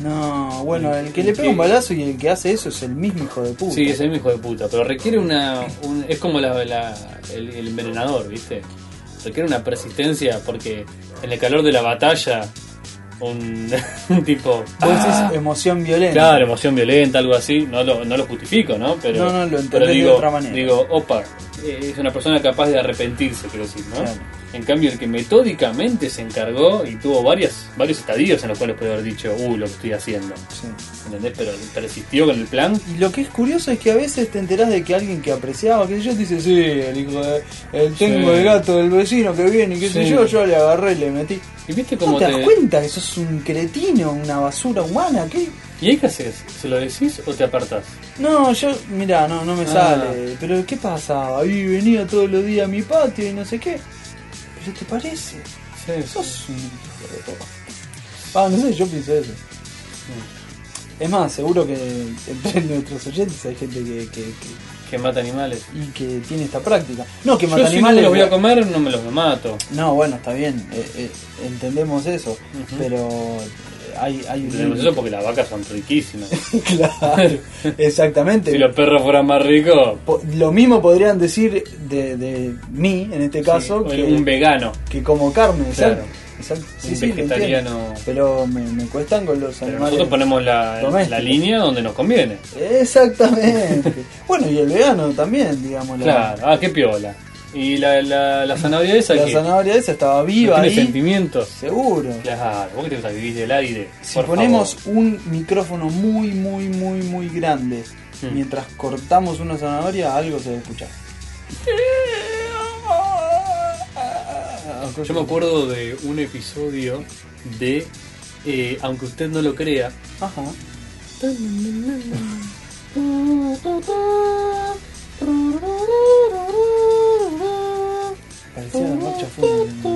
[SPEAKER 1] No, bueno, el que
[SPEAKER 3] ¿Y
[SPEAKER 1] le pega
[SPEAKER 3] qué?
[SPEAKER 1] un balazo y el que hace eso es el mismo hijo de puta.
[SPEAKER 3] Sí, es el mismo hijo de puta, pero requiere una. un- es como la, la- el, el envenenador, ¿viste? Requiere una persistencia porque en el calor de la batalla, un, un tipo.
[SPEAKER 1] Vos decís
[SPEAKER 3] "Ah",
[SPEAKER 1] emoción violenta.
[SPEAKER 3] Claro, emoción violenta, algo así, no lo, no lo justifico, ¿no? Pero,
[SPEAKER 1] No, no, lo entendés
[SPEAKER 3] pero
[SPEAKER 1] de
[SPEAKER 3] digo,
[SPEAKER 1] otra manera.
[SPEAKER 3] Digo, opa, eh, es una persona capaz de arrepentirse, quiero decir, ¿no?
[SPEAKER 1] Claro.
[SPEAKER 3] En cambio, el que metódicamente se encargó y tuvo varias, varios estadios en los cuales puede haber dicho, uh, lo que estoy haciendo,
[SPEAKER 1] Sí.
[SPEAKER 3] ¿entendés? Pero persistió con el plan
[SPEAKER 1] Y lo que es curioso es que a veces te enterás de que alguien que apreciaba, que sé yo, te dice, sí, el hijo de, el tengo
[SPEAKER 3] Sí.
[SPEAKER 1] el gato del vecino que viene y qué sé
[SPEAKER 3] Sí.
[SPEAKER 1] yo, yo le agarré y le metí.
[SPEAKER 3] ¿Y viste
[SPEAKER 1] ¿No
[SPEAKER 3] cómo
[SPEAKER 1] te
[SPEAKER 3] te.?
[SPEAKER 1] das cuenta que sos un cretino, una basura humana? ¿Qué?
[SPEAKER 3] ¿Y ahí qué haces? ¿Se lo decís o te apartás?
[SPEAKER 1] No, yo, mirá, no, no me
[SPEAKER 3] Ah.
[SPEAKER 1] sale. Pero ¿qué pasaba? Y venía todos los días a mi patio y no sé qué. Pero ¿te parece? Sos un hijo de puta. Ah, no sé, yo pienso eso. Es más, seguro que entre nuestros oyentes hay gente que- que- que
[SPEAKER 3] Que mata animales.
[SPEAKER 1] y que tiene esta práctica. No, que
[SPEAKER 3] Yo
[SPEAKER 1] mata
[SPEAKER 3] si no me
[SPEAKER 1] animales.
[SPEAKER 3] los voy a comer, no me los mato.
[SPEAKER 1] no, bueno, está bien, eh, eh, entendemos eso,
[SPEAKER 3] Ujú.
[SPEAKER 1] pero hay, hay un
[SPEAKER 3] Tenemos
[SPEAKER 1] libro
[SPEAKER 3] eso porque las vacas son riquísimas.
[SPEAKER 1] que- Claro, exactamente.
[SPEAKER 3] si los perros fueran más ricos,
[SPEAKER 1] Po- Lo mismo podrían decir de, de mí, en este caso,
[SPEAKER 3] sí,
[SPEAKER 1] que,
[SPEAKER 3] un vegano.
[SPEAKER 1] que como carne, exacto.
[SPEAKER 3] Claro.
[SPEAKER 1] Exacto. Sí,
[SPEAKER 3] Un
[SPEAKER 1] sí, lo entiendo.
[SPEAKER 3] vegetariano.
[SPEAKER 1] Pero me, me cuestan con los
[SPEAKER 3] Pero
[SPEAKER 1] animales.
[SPEAKER 3] nosotros ponemos la,
[SPEAKER 1] domésticos.
[SPEAKER 3] la línea donde nos conviene.
[SPEAKER 1] Exactamente. bueno, y el vegano también, digamos. la-
[SPEAKER 3] Claro, ah, qué piola. Y la, la, la zanahoria esa
[SPEAKER 1] La
[SPEAKER 3] que
[SPEAKER 1] zanahoria esa estaba
[SPEAKER 3] no
[SPEAKER 1] viva
[SPEAKER 3] tiene
[SPEAKER 1] ahí.
[SPEAKER 3] sentimientos.
[SPEAKER 1] Seguro.
[SPEAKER 3] Claro, vos que te gusta vivir del aire.
[SPEAKER 1] Si
[SPEAKER 3] Por
[SPEAKER 1] ponemos
[SPEAKER 3] favor.
[SPEAKER 1] un micrófono muy, muy, muy, muy grande,
[SPEAKER 3] Hmm.
[SPEAKER 1] mientras cortamos una zanahoria, algo se va a escuchar.
[SPEAKER 3] Yo me acuerdo de un episodio de. eh, aunque usted no lo crea.
[SPEAKER 1] Ajá. Parecía la marcha fúnebre.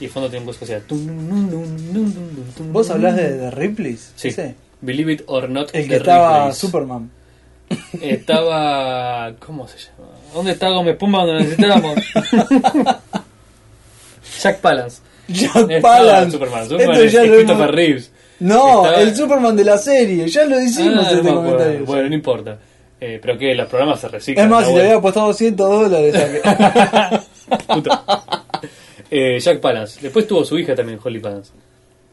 [SPEAKER 3] Y el fondo tiene un coso que sea. tum, num, num, num, num, num, num,
[SPEAKER 1] ¿Vos hablás de,
[SPEAKER 3] num.
[SPEAKER 1] de Ripley's?
[SPEAKER 3] Sí. Believe it or not.
[SPEAKER 1] El que
[SPEAKER 3] de
[SPEAKER 1] estaba
[SPEAKER 3] Ripley's.
[SPEAKER 1] Superman.
[SPEAKER 3] Estaba. ¿Cómo se llama? ¿Dónde está Gómez Pumba cuando lo necesitábamos? Jack Palance.
[SPEAKER 1] Jack
[SPEAKER 3] Estaba
[SPEAKER 1] Palance.
[SPEAKER 3] Superman.
[SPEAKER 1] Esto
[SPEAKER 3] Superman es,
[SPEAKER 1] ya
[SPEAKER 3] es
[SPEAKER 1] lo
[SPEAKER 3] Christopher
[SPEAKER 1] hemos-
[SPEAKER 3] Reeves.
[SPEAKER 1] No,
[SPEAKER 3] Estaba-
[SPEAKER 1] el Superman de la serie. Ya lo hicimos
[SPEAKER 3] Ah,
[SPEAKER 1] en este
[SPEAKER 3] no me acuerdo.
[SPEAKER 1] comentario.
[SPEAKER 3] Bueno, no importa. Eh, pero que los programas se reciclan.
[SPEAKER 1] es más,
[SPEAKER 3] la
[SPEAKER 1] si le
[SPEAKER 3] web.
[SPEAKER 1] había apostado 200 dólares. a que-
[SPEAKER 3] Puta. Eh, Jack Palance. Después tuvo su hija también, Holly Palance.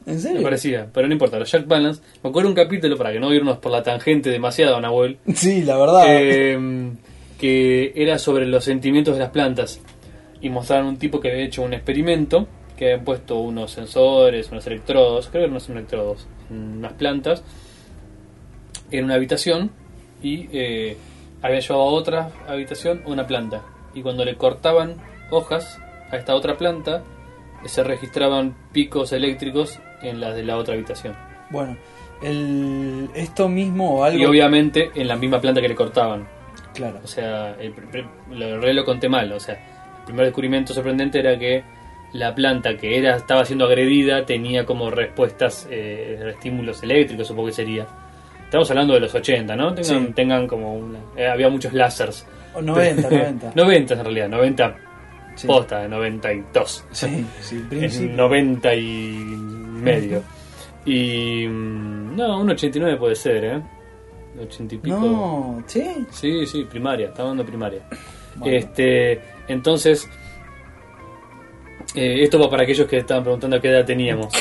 [SPEAKER 1] ¿En
[SPEAKER 3] Me
[SPEAKER 1] serio?
[SPEAKER 3] parecía, pero no importa. Los Jack Palance. Me acuerdo un capítulo para que no irnos por la tangente demasiado, Nahuel.
[SPEAKER 1] Sí, la verdad.
[SPEAKER 3] eh, que era sobre los sentimientos de las plantas y mostraron un tipo que había hecho un experimento que habían puesto unos sensores, unos electrodos, creo que eran unos electrodos, unas plantas en una habitación y eh, había llevado a otra habitación una planta y cuando le cortaban hojas a esta otra planta se registraban picos eléctricos en las de la otra habitación
[SPEAKER 1] Bueno, el... esto mismo o algo.
[SPEAKER 3] y obviamente en la misma planta que le cortaban
[SPEAKER 1] Claro.
[SPEAKER 3] O sea, el, pr- pr- lo, re lo conté mal. O sea, el primer descubrimiento sorprendente era que la planta que era estaba siendo agredida tenía como respuestas eh, estímulos eléctricos, supongo que sería. Estamos hablando de los 80, ¿no? Tengan,
[SPEAKER 1] Sí.
[SPEAKER 3] tengan como una- eh, había muchos lásers.
[SPEAKER 1] O 90, 90.
[SPEAKER 3] 90 en realidad, 90
[SPEAKER 1] Sí.
[SPEAKER 3] posta, 92.
[SPEAKER 1] Sí, sí,
[SPEAKER 3] Es
[SPEAKER 1] principio.
[SPEAKER 3] 90 y medio. Y. mm, No, un 89 puede ser, ¿eh? 80 y pico.
[SPEAKER 1] No, sí.
[SPEAKER 3] Sí, sí, primaria, estaba dando primaria.
[SPEAKER 1] Bueno.
[SPEAKER 3] Este, entonces, eh, esto va para aquellos que estaban preguntando qué edad teníamos.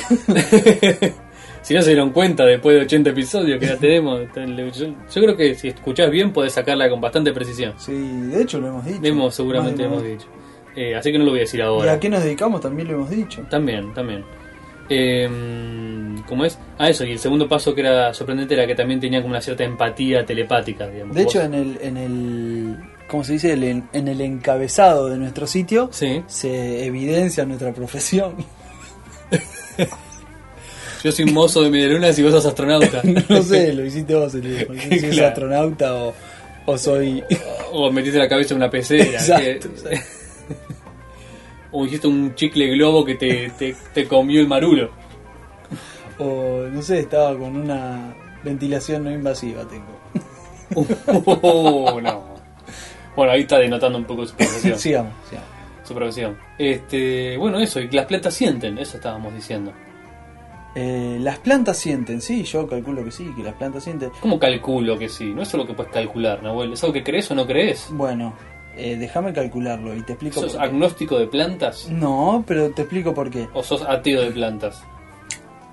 [SPEAKER 3] si no se dieron cuenta después de 80 episodios que edad tenemos, yo, yo creo que si escuchás bien podés sacarla con bastante precisión.
[SPEAKER 1] Sí, de hecho lo hemos dicho.
[SPEAKER 3] Hemos, seguramente
[SPEAKER 1] Más de
[SPEAKER 3] hemos
[SPEAKER 1] una vez.
[SPEAKER 3] dicho. Eh, así que no lo voy a decir
[SPEAKER 1] ¿Y
[SPEAKER 3] ahora.
[SPEAKER 1] a qué nos dedicamos? También lo hemos dicho.
[SPEAKER 3] También, también. Em, ¿Cómo es? Ah, eso, y el segundo paso que era sorprendente era que también tenían como una cierta empatía telepática, digamos.
[SPEAKER 1] De
[SPEAKER 3] Vos-
[SPEAKER 1] hecho, en el, en el, ¿cómo se dice? El en, en el encabezado de nuestro sitio
[SPEAKER 3] Sí.
[SPEAKER 1] se evidencia nuestra profesión.
[SPEAKER 3] Yo soy mozo de medialunas y vos sos astronauta.
[SPEAKER 1] No sé, lo hiciste vos, el no sé si es
[SPEAKER 3] Claro.
[SPEAKER 1] astronauta o, o soy...
[SPEAKER 3] O metiste la cabeza en una pecera.
[SPEAKER 1] Exacto,
[SPEAKER 3] que- o hiciste un chicle globo que te, te- te comió el marulo.
[SPEAKER 1] O, no sé, estaba con una ventilación no invasiva, tengo.
[SPEAKER 3] Oh, no. Bueno, ahí está denotando un poco su profesión.
[SPEAKER 1] Sigamos, sigamos.
[SPEAKER 3] Su profesión. Este, bueno, eso, y que las plantas sienten, eso estábamos diciendo.
[SPEAKER 1] Eh, las plantas sienten, sí, yo calculo que sí, que las plantas sienten.
[SPEAKER 3] ¿Cómo calculo que sí? No es algo que puedes calcular, Nahuel. ¿Es algo que crees o no crees?
[SPEAKER 1] Bueno, eh, déjame calcularlo y te explico...
[SPEAKER 3] ¿Sos
[SPEAKER 1] por qué.
[SPEAKER 3] agnóstico de plantas?
[SPEAKER 1] No, pero te explico por qué.
[SPEAKER 3] ¿O sos ateo de plantas?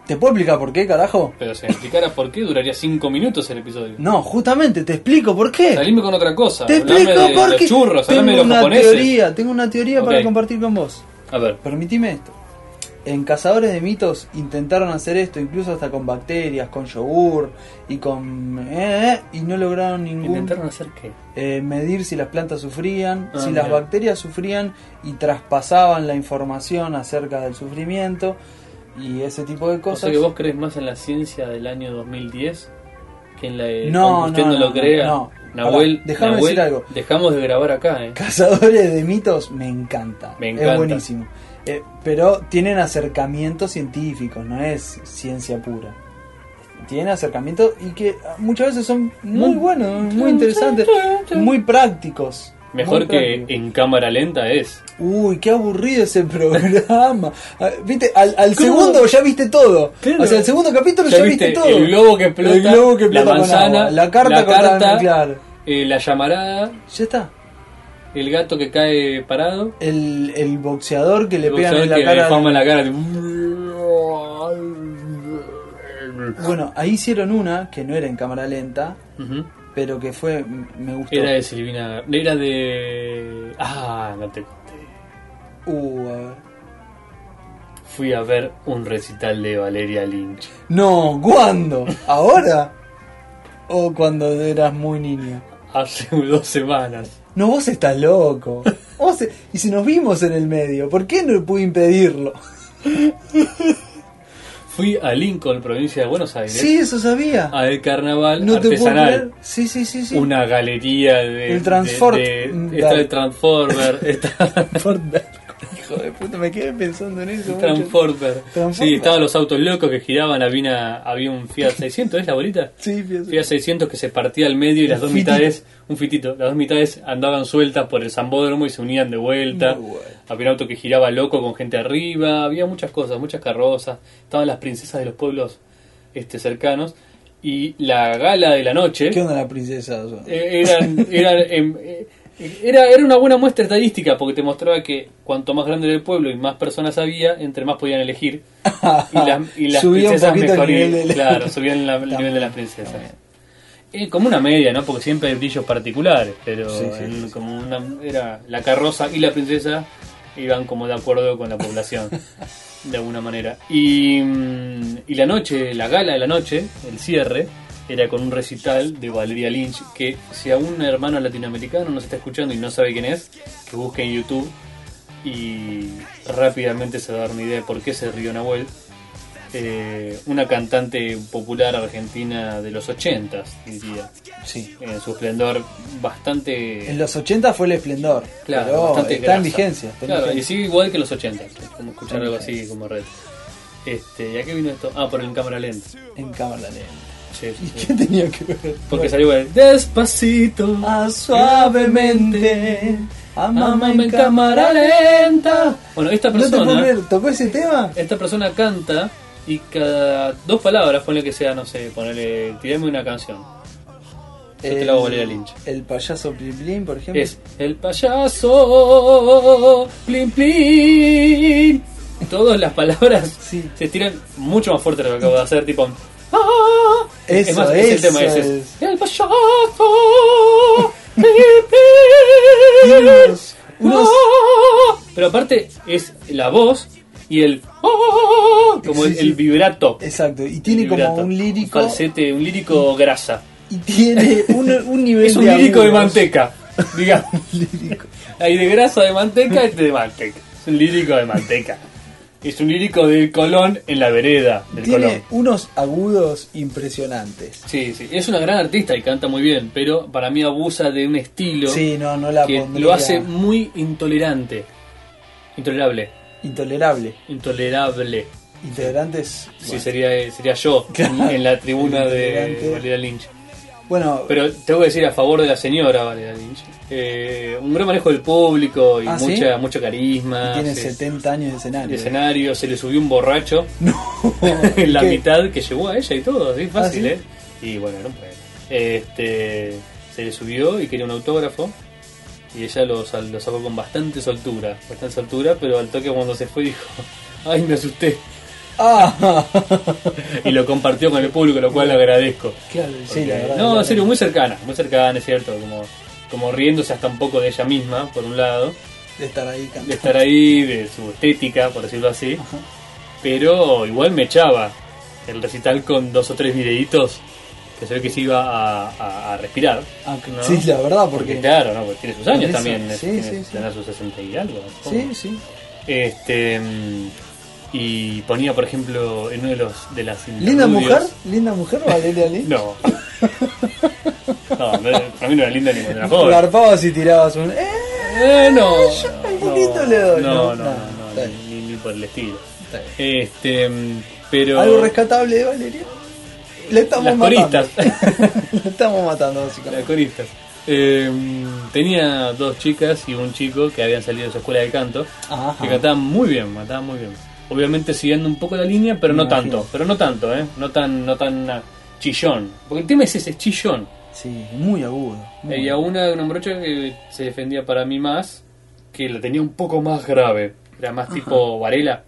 [SPEAKER 1] ¿Te puedo explicar por qué, carajo?
[SPEAKER 3] Pero si me explicara por qué, duraría 5 minutos el episodio.
[SPEAKER 1] No, justamente, te explico por qué.
[SPEAKER 3] Salime con otra cosa.
[SPEAKER 1] Te
[SPEAKER 3] Hablame
[SPEAKER 1] explico
[SPEAKER 3] de
[SPEAKER 1] por
[SPEAKER 3] los
[SPEAKER 1] qué.
[SPEAKER 3] churros,
[SPEAKER 1] tengo
[SPEAKER 3] hablame de los
[SPEAKER 1] una
[SPEAKER 3] japoneses.
[SPEAKER 1] teoría, tengo una teoría para
[SPEAKER 3] Ok.
[SPEAKER 1] compartir con vos.
[SPEAKER 3] A ver,
[SPEAKER 1] Permitime esto. En Cazadores de Mitos intentaron hacer esto, incluso hasta con bacterias, con yogur y con... eh, eh, y no lograron ningún...
[SPEAKER 3] ¿intentaron hacer qué?
[SPEAKER 1] eh, medir si las plantas sufrían,
[SPEAKER 3] Ah,
[SPEAKER 1] si
[SPEAKER 3] mira.
[SPEAKER 1] las bacterias sufrían y traspasaban la información acerca del sufrimiento y ese tipo de
[SPEAKER 3] O
[SPEAKER 1] cosas.
[SPEAKER 3] sea que vos crees más en la ciencia del año 2010 que en la de...
[SPEAKER 1] No,
[SPEAKER 3] aunque usted
[SPEAKER 1] no,
[SPEAKER 3] no,
[SPEAKER 1] no,
[SPEAKER 3] lo crea.
[SPEAKER 1] no.
[SPEAKER 3] Nahuel,
[SPEAKER 1] Pará, déjame
[SPEAKER 3] Nahuel,
[SPEAKER 1] decir algo.
[SPEAKER 3] Dejamos de grabar acá, ¿eh?
[SPEAKER 1] Cazadores de mitos me encanta.
[SPEAKER 3] Me encanta.
[SPEAKER 1] Es buenísimo. Eh, pero tienen acercamientos científicos, no es ciencia pura. Tienen acercamientos y que ah, muchas veces son muy buenos, muy interesantes, muy prácticos.
[SPEAKER 3] Mejor
[SPEAKER 1] Muy
[SPEAKER 3] que
[SPEAKER 1] práctico.
[SPEAKER 3] en cámara lenta es.
[SPEAKER 1] Uy, qué aburrido ese programa. Ah, Viste, al, al
[SPEAKER 3] ¿Cómo?
[SPEAKER 1] segundo ya viste todo.
[SPEAKER 3] Claro.
[SPEAKER 1] O sea, el segundo capítulo ya, viste, todo.
[SPEAKER 3] el globo que explota,
[SPEAKER 1] El globo que explota
[SPEAKER 3] la
[SPEAKER 1] con
[SPEAKER 3] manzana,
[SPEAKER 1] agua, la carta
[SPEAKER 3] la,
[SPEAKER 1] con
[SPEAKER 3] carta,
[SPEAKER 1] la- claro.
[SPEAKER 3] eh, la llamarada,
[SPEAKER 1] Ya está.
[SPEAKER 3] el gato que cae parado,
[SPEAKER 1] El, el boxeador que le
[SPEAKER 3] el
[SPEAKER 1] pegan en
[SPEAKER 3] boxeador
[SPEAKER 1] la
[SPEAKER 3] que
[SPEAKER 1] cara.
[SPEAKER 3] le fama en la cara.
[SPEAKER 1] Bueno, ahí hicieron una que no era en cámara lenta,
[SPEAKER 3] Ujú.
[SPEAKER 1] pero que fue. Me gustó.
[SPEAKER 3] Era de Silvina, era de... Ah, no te conté.
[SPEAKER 1] Uh, a ver.
[SPEAKER 3] Fui a ver un recital de Valeria Lynch.
[SPEAKER 1] No, ¿cuándo? ¿Ahora? ¿O cuando eras muy niño?
[SPEAKER 3] Hace dos semanas.
[SPEAKER 1] No, vos estás loco. Vos e- y si nos vimos en el medio, ¿por qué no pude impedirlo?
[SPEAKER 3] Fui a Lincoln, provincia de Buenos Aires,
[SPEAKER 1] Sí, eso sabía.
[SPEAKER 3] a el carnaval
[SPEAKER 1] No te puedo
[SPEAKER 3] Ah, artesanal.
[SPEAKER 1] creer. Sí, sí, sí, sí.
[SPEAKER 3] una galería de.
[SPEAKER 1] El Transform- mm,
[SPEAKER 3] de-
[SPEAKER 1] Dale.
[SPEAKER 3] de- está el Transformer. Está
[SPEAKER 1] Hijo de puta, me quedé pensando en eso. macho.
[SPEAKER 3] Transformer.
[SPEAKER 1] Transformer.
[SPEAKER 3] Sí, estaban los autos locos que giraban. Había, una- había un Fiat 600, ¿es la bolita?
[SPEAKER 1] Sí, pienso.
[SPEAKER 3] Fiat 600 que se partía al medio y las dos
[SPEAKER 1] Fitito.
[SPEAKER 3] mitades, un fitito, las dos mitades andaban sueltas por el zambódromo y se unían de vuelta.
[SPEAKER 1] Muy bueno.
[SPEAKER 3] Había un auto que giraba loco con gente arriba, había muchas cosas, muchas carrozas. Estaban las princesas de los pueblos este, cercanos. Y la gala de la noche.
[SPEAKER 1] ¿Qué onda la princesa?
[SPEAKER 3] Eh, eran, eran, em, eh, era, era una buena muestra estadística porque te mostraba que cuanto más grande era el pueblo y más personas había, entre más podían elegir. Y las, y las
[SPEAKER 1] Subía un
[SPEAKER 3] princesas
[SPEAKER 1] poquito el
[SPEAKER 3] mejorían.
[SPEAKER 1] nivel de la-
[SPEAKER 3] Claro, subían la- el
[SPEAKER 1] También,
[SPEAKER 3] nivel de las princesas. Eh, como una media, ¿no? Porque siempre hay brillos particulares, pero
[SPEAKER 1] Sí, sí,
[SPEAKER 3] en-
[SPEAKER 1] sí.
[SPEAKER 3] como una, era la carroza y la princesa iban como de acuerdo con la población, de alguna manera. Y, mm, y la noche, la gala de la noche, el cierre, era con un recital de Valeria Lynch, que si a un hermano latinoamericano nos está escuchando y no sabe quién es, que busque en YouTube y rápidamente se va a dar una idea de por qué se rió Nahuel. Eh, una cantante popular argentina de los 80, diría.
[SPEAKER 1] Sí.
[SPEAKER 3] En su esplendor bastante.
[SPEAKER 1] En los 80 fue el esplendor.
[SPEAKER 3] claro,
[SPEAKER 1] pero
[SPEAKER 3] bastante
[SPEAKER 1] está en
[SPEAKER 3] grasa.
[SPEAKER 1] vigencia. está en
[SPEAKER 3] Claro, y
[SPEAKER 1] vigencia.
[SPEAKER 3] sigue igual que los 80, es como escuchar
[SPEAKER 1] Está en
[SPEAKER 3] algo así
[SPEAKER 1] vigencia.
[SPEAKER 3] como red. Este, ¿Y a qué vino esto? Ah, por el cámara lenta.
[SPEAKER 1] En cámara lenta.
[SPEAKER 3] Sí, sí,
[SPEAKER 1] ¿Y
[SPEAKER 3] sí.
[SPEAKER 1] qué tenía que ver?
[SPEAKER 3] Porque salió el despacito.
[SPEAKER 1] Ah, suavemente.
[SPEAKER 3] Amame
[SPEAKER 1] Amame
[SPEAKER 3] Ah, en cámara lenta. Bueno, esta
[SPEAKER 1] No te
[SPEAKER 3] persona. ¿eh?
[SPEAKER 1] puedo creer, ¿tocó ese tema?
[SPEAKER 3] Esta persona canta y cada dos palabras, ponle que sea, no sé, ponele, tirame una canción. Yo te la hago volver al hincha.
[SPEAKER 1] El payaso Plin Plin, por ejemplo.
[SPEAKER 3] Es el payaso, plin plin. Todas las palabras
[SPEAKER 1] Sí.
[SPEAKER 3] se tiran mucho más fuerte de lo que acabo de hacer, tipo. "Ah".
[SPEAKER 1] Eso,
[SPEAKER 3] es más, es el
[SPEAKER 1] eso
[SPEAKER 3] tema ese. es,
[SPEAKER 1] es.
[SPEAKER 3] El payaso, plin plin.
[SPEAKER 1] Unos- unos-
[SPEAKER 3] Ah. Pero aparte es la voz y el. "Ah", Como
[SPEAKER 1] Sí,
[SPEAKER 3] el,
[SPEAKER 1] sí.
[SPEAKER 3] el vibrato.
[SPEAKER 1] Exacto, y tiene como
[SPEAKER 3] Vibrato.
[SPEAKER 1] un lírico.
[SPEAKER 3] falsete, un lírico grasa.
[SPEAKER 1] Y tiene un, un nivel
[SPEAKER 3] Es un
[SPEAKER 1] de
[SPEAKER 3] lírico de
[SPEAKER 1] agudos.
[SPEAKER 3] manteca, digamos.
[SPEAKER 1] Lírico.
[SPEAKER 3] Hay de grasa de manteca y de manteca. Es un lírico de manteca. Es un lírico del Colón en la vereda del Colón.
[SPEAKER 1] Tiene unos agudos impresionantes.
[SPEAKER 3] Sí, sí. Es una gran artista y canta muy bien, pero para mí abusa de un estilo
[SPEAKER 1] Sí, no, no la
[SPEAKER 3] que
[SPEAKER 1] pondría.
[SPEAKER 3] lo hace muy intolerante. Intolerable.
[SPEAKER 1] intolerable.
[SPEAKER 3] Intolerable.
[SPEAKER 1] Intolerantes.
[SPEAKER 3] Sí, sería, eh, sería yo
[SPEAKER 1] Claro.
[SPEAKER 3] en la tribuna de
[SPEAKER 1] Intolerante.
[SPEAKER 3] Valeria Lynch.
[SPEAKER 1] Bueno,
[SPEAKER 3] Pero tengo que decir a favor de la señora Valeria Lynch. Eh, un gran manejo del público y
[SPEAKER 1] Ah, ¿sí?
[SPEAKER 3] mucha, mucho carisma.
[SPEAKER 1] tiene
[SPEAKER 3] sí.
[SPEAKER 1] 70 años de
[SPEAKER 3] El
[SPEAKER 1] escenario.
[SPEAKER 3] escenario, se le subió un borracho en la
[SPEAKER 1] ¿Qué? Ah,
[SPEAKER 3] mitad que llegó a ella y todo, así fácil,
[SPEAKER 1] ¿sí?
[SPEAKER 3] ¿eh? Y bueno, no puede. Este, se le subió y quería un autógrafo y ella lo, sal- lo sacó con bastante soltura, bastante soltura, pero al toque cuando se fue dijo, ay, me asusté.
[SPEAKER 1] Ah,
[SPEAKER 3] Y lo compartió con el público, lo cual le agradezco.
[SPEAKER 1] claro, sí,
[SPEAKER 3] Porque-
[SPEAKER 1] la verdad.
[SPEAKER 3] no,
[SPEAKER 1] la
[SPEAKER 3] en serio,
[SPEAKER 1] verdad.
[SPEAKER 3] muy cercana, muy cercana, es cierto, como, como riéndose hasta un poco de ella misma, por un lado,
[SPEAKER 1] De estar ahí cantando.
[SPEAKER 3] de estar ahí, de su estética, por decirlo así,
[SPEAKER 1] Ajá.
[SPEAKER 3] pero igual me echaba el recital con dos o tres videitos que se ve que se iba a, a- a respirar.
[SPEAKER 1] Ah,
[SPEAKER 3] ¿no?
[SPEAKER 1] Sí, la verdad,
[SPEAKER 3] porque
[SPEAKER 1] porque.
[SPEAKER 3] claro, ¿no? Porque tiene sus años
[SPEAKER 1] Por eso,
[SPEAKER 3] también,
[SPEAKER 1] sí,
[SPEAKER 3] tiene-
[SPEAKER 1] sí, sí.
[SPEAKER 3] tendrá sus 60 y algo. supongo.
[SPEAKER 1] Sí, sí.
[SPEAKER 3] Este, mm, y ponía, por ejemplo, en uno de los de las
[SPEAKER 1] ¿Linda
[SPEAKER 3] interludios-
[SPEAKER 1] mujer? ¿Linda mujer Valeria Lynch?
[SPEAKER 3] No. No, no, para mí no era linda ni cuando era joven.
[SPEAKER 1] Garpabas y tirabas un. ¡Eh!
[SPEAKER 3] Eh, no,
[SPEAKER 1] Yo un poquito le doy, ¿no?
[SPEAKER 3] No, no, no,
[SPEAKER 1] Nada,
[SPEAKER 3] no,
[SPEAKER 1] está
[SPEAKER 3] ni- ni, ni por el estilo.
[SPEAKER 1] Está bien.
[SPEAKER 3] Este, mm, pero.
[SPEAKER 1] ¿Algo rescatable de Valeria? Le estamos
[SPEAKER 3] Las
[SPEAKER 1] matando.
[SPEAKER 3] coristas.
[SPEAKER 1] Le estamos matando,
[SPEAKER 3] Las
[SPEAKER 1] básicamente.
[SPEAKER 3] coristas. Eh, tenía dos chicas y un chico que habían salido de su escuela de canto,
[SPEAKER 1] Ajá.
[SPEAKER 3] que cantaban muy bien, cantaban muy bien. Obviamente siguiendo un poco la línea, pero
[SPEAKER 1] Me
[SPEAKER 3] no
[SPEAKER 1] imagino.
[SPEAKER 3] tanto, pero no tanto, ¿eh? No tan, no tan ah, chillón. Porque el tema es ese, es chillón.
[SPEAKER 1] Sí, muy agudo. muy
[SPEAKER 3] Y a una de una morocha que se defendía para mí más, que la tenía un poco más grave. Era más tipo Varela,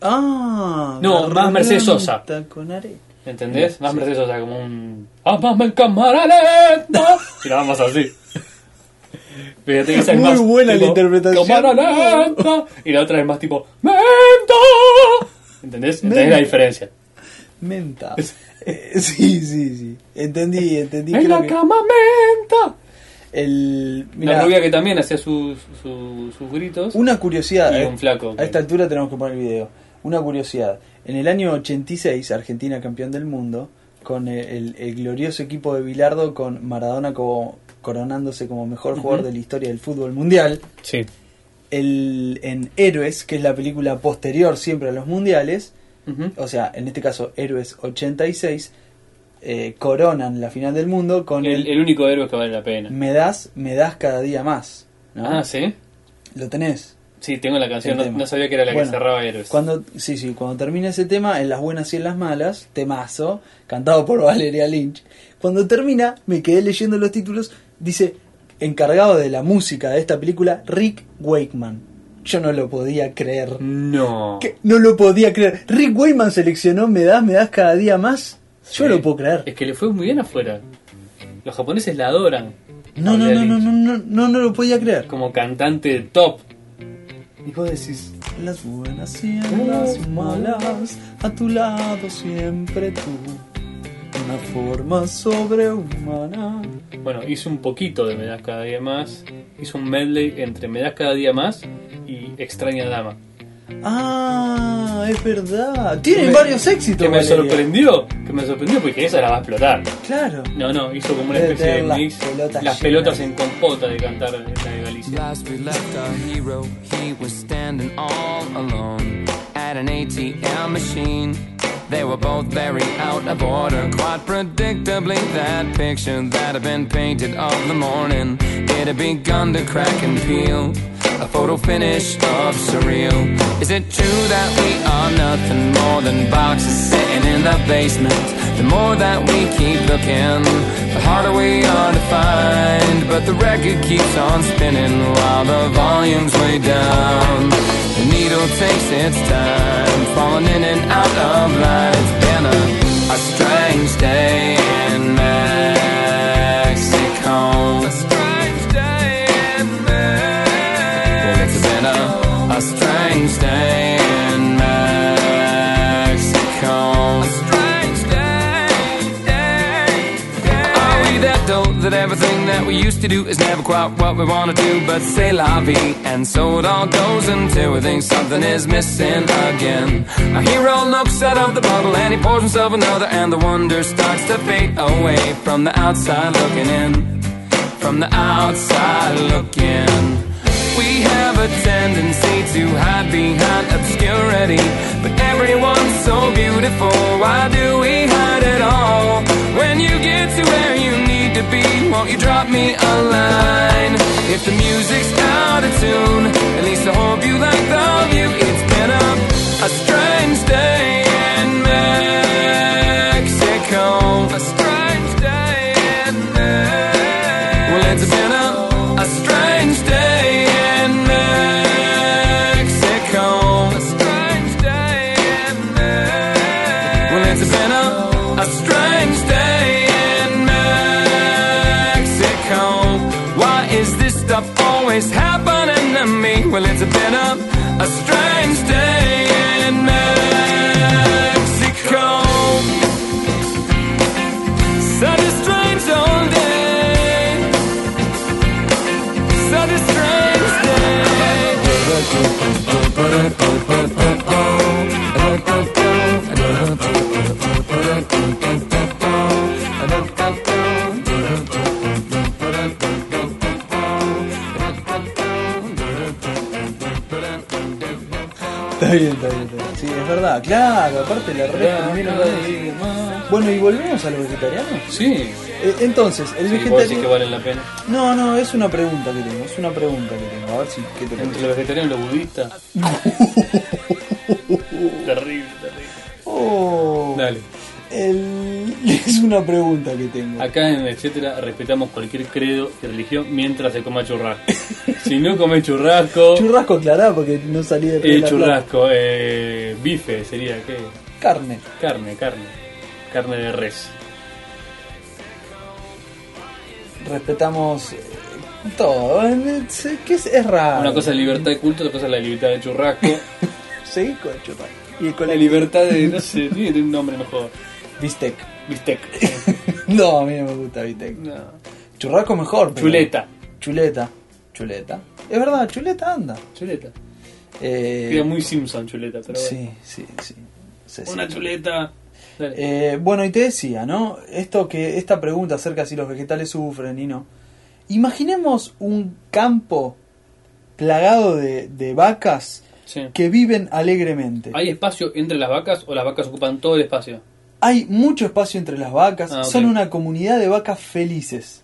[SPEAKER 1] Ah,
[SPEAKER 3] No,
[SPEAKER 1] la
[SPEAKER 3] más Mercedes
[SPEAKER 1] remanta
[SPEAKER 3] Sosa.
[SPEAKER 1] con are-
[SPEAKER 3] ¿entendés?
[SPEAKER 1] Sí,
[SPEAKER 3] más
[SPEAKER 1] sí.
[SPEAKER 3] Mercedes, o sea, como un... ¡Amame en cámara lenta! Y nada más así. Fíjate que esa es
[SPEAKER 1] Muy
[SPEAKER 3] más
[SPEAKER 1] buena la interpretación.
[SPEAKER 3] "Cámara lenta", Y la otra es más tipo... ¡Mento! ¿Entendés? ¿Entendés
[SPEAKER 1] Mento.
[SPEAKER 3] la diferencia?
[SPEAKER 1] Menta. Eh, sí, sí, sí. Entendí, entendí.
[SPEAKER 3] ¡En
[SPEAKER 1] Creo
[SPEAKER 3] la
[SPEAKER 1] que
[SPEAKER 3] cama menta!
[SPEAKER 1] el,
[SPEAKER 3] La
[SPEAKER 1] mirá,
[SPEAKER 3] rubia que también hacía sus, sus, sus gritos.
[SPEAKER 1] una curiosidad.
[SPEAKER 3] Y
[SPEAKER 1] eh,
[SPEAKER 3] un flaco.
[SPEAKER 1] A esta altura tenemos que poner el video. Una curiosidad. En el año 86, Argentina campeón del mundo, con el, el- el glorioso equipo de Bilardo, con Maradona como- coronándose como mejor jugador de la historia del fútbol mundial.
[SPEAKER 3] Sí.
[SPEAKER 1] El, en Héroes, que es la película posterior siempre a los mundiales,
[SPEAKER 3] Ujú.
[SPEAKER 1] o sea, en este caso Héroes 86, eh, coronan la final del mundo con
[SPEAKER 3] El,
[SPEAKER 1] el, Mm.
[SPEAKER 3] el único héroe que vale la pena.
[SPEAKER 1] Me das, me das cada día más. ¿no?
[SPEAKER 3] Ah, ¿sí?
[SPEAKER 1] Lo tenés.
[SPEAKER 3] Sí, tengo la canción.
[SPEAKER 1] El
[SPEAKER 3] No,
[SPEAKER 1] tema.
[SPEAKER 3] no sabía que era la
[SPEAKER 1] Bueno,
[SPEAKER 3] que cerraba Héroes.
[SPEAKER 1] Cuando, sí, sí, cuando termina ese tema, en las buenas y en las malas, temazo, cantado por Valeria Lynch, cuando termina, me quedé leyendo los títulos, dice, encargado de la música de esta película, Rick Wakeman. Yo no lo podía creer.
[SPEAKER 3] No.
[SPEAKER 1] ¿Qué? No lo podía creer. Rick Wakeman seleccionó Me das, me das cada día más. Yo
[SPEAKER 3] Sí.
[SPEAKER 1] lo puedo creer.
[SPEAKER 3] Es que le fue muy bien afuera. Los japoneses la adoran.
[SPEAKER 1] No, no,
[SPEAKER 3] Valeria
[SPEAKER 1] no, no,
[SPEAKER 3] Lynch.
[SPEAKER 1] no, no, no, no lo podía creer.
[SPEAKER 3] Como cantante top. Y vos decís,
[SPEAKER 1] Las buenas y en las malas, a tu lado siempre tú. Una forma sobrehumana.
[SPEAKER 3] bueno, hizo un poquito de Me das cada día más. Hizo un medley entre Me das cada día más y Extraña Dama.
[SPEAKER 1] Ah, es verdad. Tienen
[SPEAKER 3] Que me-
[SPEAKER 1] varios éxitos.
[SPEAKER 3] Que me
[SPEAKER 1] Valeria.
[SPEAKER 3] sorprendió. Que me sorprendió porque esa la va a explotar.
[SPEAKER 1] Claro.
[SPEAKER 3] No, no, hizo como una
[SPEAKER 1] Debe
[SPEAKER 3] especie de
[SPEAKER 1] tener las
[SPEAKER 3] mix.
[SPEAKER 1] pelotas
[SPEAKER 3] Las pelotas en
[SPEAKER 1] llenas.
[SPEAKER 3] compota de cantar la de Galicia.
[SPEAKER 2] Last we left our hero, he was standing all alone at an ATM machine. They were both very out of order, quite predictably. That picture that had been painted of the morning, it had begun to crack and peel. A photo finish of surreal. Is it true that we are nothing more than boxes sitting in the basement? The more that we keep looking, the harder we are to find. But the record keeps on spinning while the volume's way down. The needle takes its time, falling in and out of line. It's been a, a strange day in Mexico. A strange day in Mexico. Well, it's been a, a strange day in Mexico. A strange day, are we that dope that everything that we used to do is never quite what we wanna do? But say la vie, and so it all goes until we think something is missing again. Our hero looks out of the bottle and he pours himself another, and the wonder starts to fade away from the outside looking in. From the outside looking. We have a tendency to hide behind obscurity, but everyone's so beautiful. Why do we hide it all? When you get to where you need to be, won't you drop me a line? If the music's out of tune, at least I hope you like the view. It's been a, a strange day in Mexico. A strange day in Mexico. Well, it's been a, a strange day in Mexico. A strange day in Mexico. Well, it's been a, a strange day in Mexico. Why is this stuff always happening to me? Well, it's been a, a strange day in Mexico. Such a strange old day. Such a strange day.
[SPEAKER 1] Está bien, está bien, está bien. Sí, es verdad, claro, aparte la re primera vez. Bueno, y volvemos a los vegetarianos.
[SPEAKER 3] Sí,
[SPEAKER 1] Eh, entonces, el
[SPEAKER 3] sí vos decís que
[SPEAKER 1] vegetariano.
[SPEAKER 3] valen la pena.
[SPEAKER 1] No, no, es una pregunta que tengo, es una pregunta que tengo. A ver si qué te
[SPEAKER 3] Entre
[SPEAKER 1] parece.
[SPEAKER 3] los vegetarianos y los budistas. terrible, terrible.
[SPEAKER 1] Oh,
[SPEAKER 3] Dale.
[SPEAKER 1] el- es una pregunta que tengo.
[SPEAKER 3] Acá en etcétera respetamos cualquier credo y religión mientras se coma churrasco. si no comes churrasco,
[SPEAKER 1] Churrasco aclarado porque no salí de Río de
[SPEAKER 3] eh,
[SPEAKER 1] la Plata.
[SPEAKER 3] churrasco, eh, bife sería qué?
[SPEAKER 1] Carne.
[SPEAKER 3] Carne, carne. Carne de res.
[SPEAKER 1] Respetamos eh, todo. eh, se- ¿Qué es? Es raro.
[SPEAKER 3] Una cosa es libertad de culto, otra cosa es la libertad de churrasco.
[SPEAKER 1] Seguí con el churrasco. Y
[SPEAKER 3] Con
[SPEAKER 1] con
[SPEAKER 3] la
[SPEAKER 1] el
[SPEAKER 3] libertad de, no sé, tiene un nombre mejor.
[SPEAKER 1] bistec.
[SPEAKER 3] Bistec.
[SPEAKER 1] No, a mí no me gusta bistec.
[SPEAKER 3] No.
[SPEAKER 1] Churrasco mejor. pero-
[SPEAKER 3] Chuleta.
[SPEAKER 1] Chuleta. Chuleta. Es verdad, chuleta anda.
[SPEAKER 3] Chuleta.
[SPEAKER 1] Eh,
[SPEAKER 3] Queda muy Simpson chuleta, pero bueno.
[SPEAKER 1] Sí, sí, sí. Se
[SPEAKER 3] Una
[SPEAKER 1] siente.
[SPEAKER 3] chuleta. Dale.
[SPEAKER 1] Eh, bueno, y te decía, ¿no? Esto que esta pregunta acerca de si los vegetales sufren y no. Imaginemos un campo plagado de, de vacas
[SPEAKER 3] Sí.
[SPEAKER 1] que viven alegremente.
[SPEAKER 3] ¿Hay espacio entre las vacas o las vacas ocupan todo el espacio?
[SPEAKER 1] Hay mucho espacio entre las vacas,
[SPEAKER 3] Ah, ok.
[SPEAKER 1] son una comunidad de vacas felices